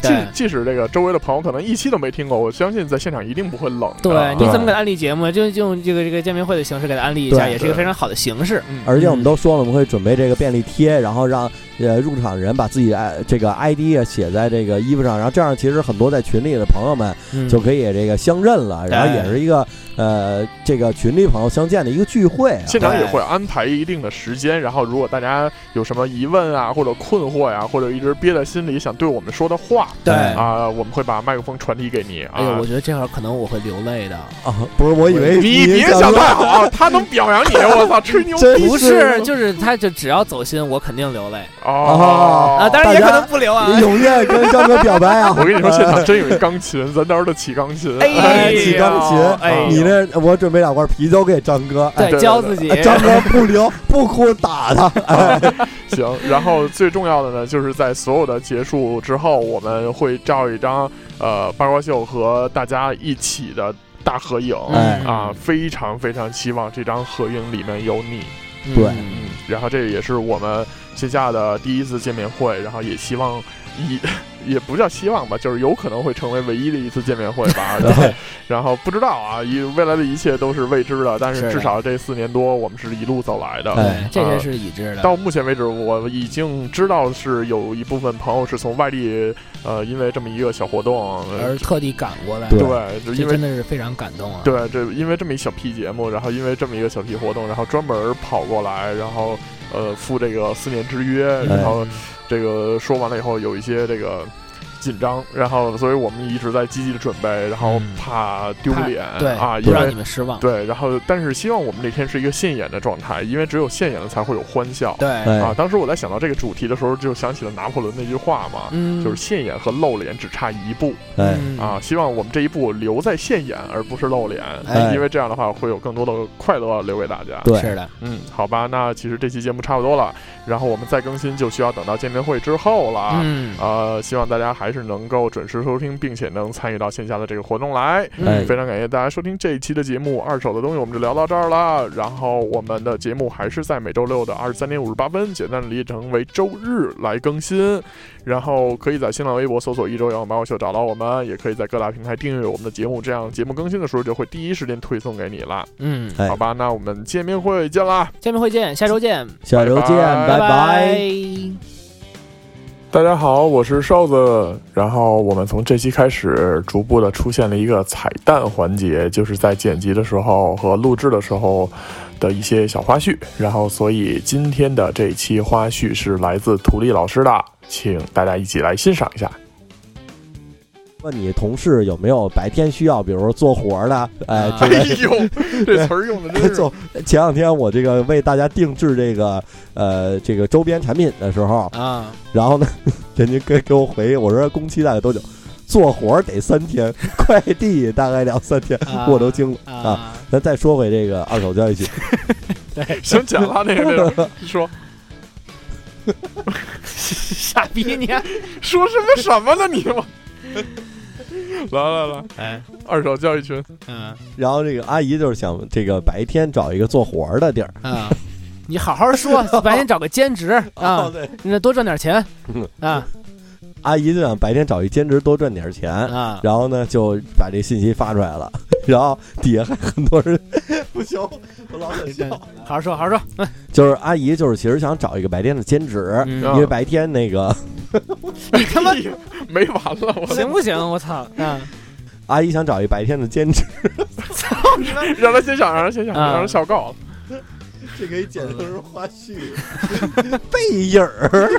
S2: 即
S4: 对
S2: 即使这个周围的朋友可能一期都没听过，我相信在现场一定不会冷的。
S4: 对，
S5: 对
S4: 你怎么给他安利节目？就就用这个这个见面会的形式给他安利一下，
S5: 对
S4: 也是一个非常好的形式。
S2: 嗯
S5: 而且我们都说了，我们会准备这个便利贴，然后让呃入场人把自己的哎这个 ID 啊写在这个衣服上，然后这样其实很多在群里的朋友们
S4: 嗯
S5: 就可以这个相认
S2: 哎
S5: 了，然后也是一个呃这个群里朋友相见的一个聚会啊。
S2: 现场也会安排一定的时间，然后如果大家有什么疑问啊，或者困惑呀、或者一直憋在心里想对我们说的话
S4: 对
S2: 啊、我们会把麦克风传递给你
S4: 哎呦，
S2: 啊
S4: 我。觉得这会儿可能我会流泪的。
S5: 啊，不是，我以为
S2: 你别
S5: 想
S2: 想太 好，啊他能表扬你，我操，吹牛
S5: 真
S4: 不
S5: 是
S4: 是，就是他就只要走心，我肯定流泪
S5: 哦
S4: 啊，当然也可能不流啊。
S5: 踊跃跟张哥表白啊！
S2: 我跟你说，现场真有一钢琴，咱到时候得起钢琴。啊
S4: 哎呦
S5: 哎，起钢琴，
S4: 哎呦
S5: 你那我准备两罐啤酒给张哥，
S2: 对
S5: 哎
S2: 对
S4: 对，教自己。
S5: 哎张哥不留不哭打 他，
S2: 啊行，然后最重要的呢，就是在所有的结束之后，我们会照一张呃八卦秀和大家一起的大合影、
S4: 嗯
S5: 哎
S2: 啊，非常非常期望这张合影里面有你。
S5: 对
S4: 嗯
S2: 嗯，然后这也是我们线下的第一次见面会，然后也希望也 也不叫希望吧，就是有可能会成为唯一的一次见面会 吧。然
S5: 哎
S2: 后然后不知道啊，一未来的一切都是未知的，但
S4: 是
S2: 是
S4: 的
S2: 至少这四年多我们是一路走来的。
S5: 哎
S4: 嗯对，这些是已知的。
S2: 到目前为止，我已经知道是有一部分朋友是从外地，呃，因为这么一个小活动，呃
S4: 而特地赶过来，
S5: 对
S2: 对，就
S4: 这
S2: 因为
S4: 真的是非常感 动啊！
S2: 对，这因为这么一小屁节目，然后因为这么一个小屁活动，然后专门跑过来，然后呃赴这个四年之约，
S4: 哎
S2: 然后这个说完了以后有一些这个紧张，然后所以我们一直在积极的准备，然后
S4: 嗯
S2: 怕丢
S4: 怕
S2: 脸
S4: 对
S2: 啊，
S4: 不
S2: 因
S4: 让
S2: 为
S4: 你们失望。
S2: 对，然后但是希望我们那天是一个现眼的状态，因为只有现眼的才会有欢笑。
S4: 对，
S5: 哎
S2: 啊，当时我在想到这个主题的时候，就想起了拿破仑那句话嘛，
S4: 嗯，
S2: 就是现眼和露脸只差一步。
S5: 哎，
S4: 嗯
S2: 啊，，希望我们这一步留在现眼，而不是露脸，
S5: 哎
S2: 因为这样的话会有更多的快乐留给大家。
S5: 对，
S4: 是的，
S2: 嗯，好吧，那其实这期节目差不多了，然后我们再更新就需要等到见面会之后了。
S4: 嗯，
S2: 呃，希望大家还是能够准时收听，并且能参与到线下的这个活动来。
S4: 嗯
S5: 哎
S2: 非常感谢大家收听这一期的节目，二手的东西我们就聊到这儿啦。然后我们的节目还是在每周六的二十三点五十八分，简单的理解成为周日来更新。然后可以在新浪微博搜索“一周摇滚八卦秀”找到我们，也可以在各大平台订阅我们的节目，这样节目更新的时候就会第一时间推送给你啦。
S4: 嗯，
S5: 哎
S2: 好吧，那我们见面会见啦！
S4: 见面会见，下周见，
S5: 下周见，
S2: 拜
S5: 拜。
S4: 拜
S2: 大家好，我是瘦子。然后我们从这期开始，逐步的出现了一个彩蛋环节，就是在剪辑的时候和录制的时候的一些小花絮。然后，所以今天的这期花絮是来自图利老师的，请大家一起来欣赏一下。
S5: 问你同事有没有白天需要，比如说做活儿的？哎，
S4: 啊
S5: 这个
S2: 呦，这词儿用的
S5: 做前两天我这个为大家定制这个呃这个周边产品的时候，
S4: 啊！
S5: 然后呢，人家给给我回，我说工期大概多久？做活儿得三天， 快递大概两三天，
S4: 啊
S5: 我都惊了啊！
S4: 啊，
S5: 咱再说回这个二手交易去，
S2: 行，讲了那个那个，说
S4: 傻逼你！啊
S2: 说什么什么呢你们？来来来，
S4: 哎，
S2: 二手教育群，
S4: 嗯
S5: 然后这个阿姨就是想这个白天找一个做活儿的地儿
S4: 啊， 你好好 说，白天找个兼职
S5: 哦
S4: 啊，
S5: 对，
S4: 那多赚点钱
S5: 嗯
S4: 啊
S5: 阿姨就想白天找一兼职多赚点钱，
S4: 啊！
S5: 然后呢就把这信息发出来了， 然后底下还很多人 不行，我老想笑。
S4: 好好说，好好说。
S5: 就是阿姨就是其实想找一个白天的兼职，
S4: 嗯
S5: 因为白天那个
S2: 你他妈 没完了， 我
S4: 行不行？我操！啊
S5: 阿姨想找一白天的兼职，
S2: 让他先想，让他先想，
S4: 啊
S2: 让他笑够了。
S5: 这可以剪成是花絮， 背影儿。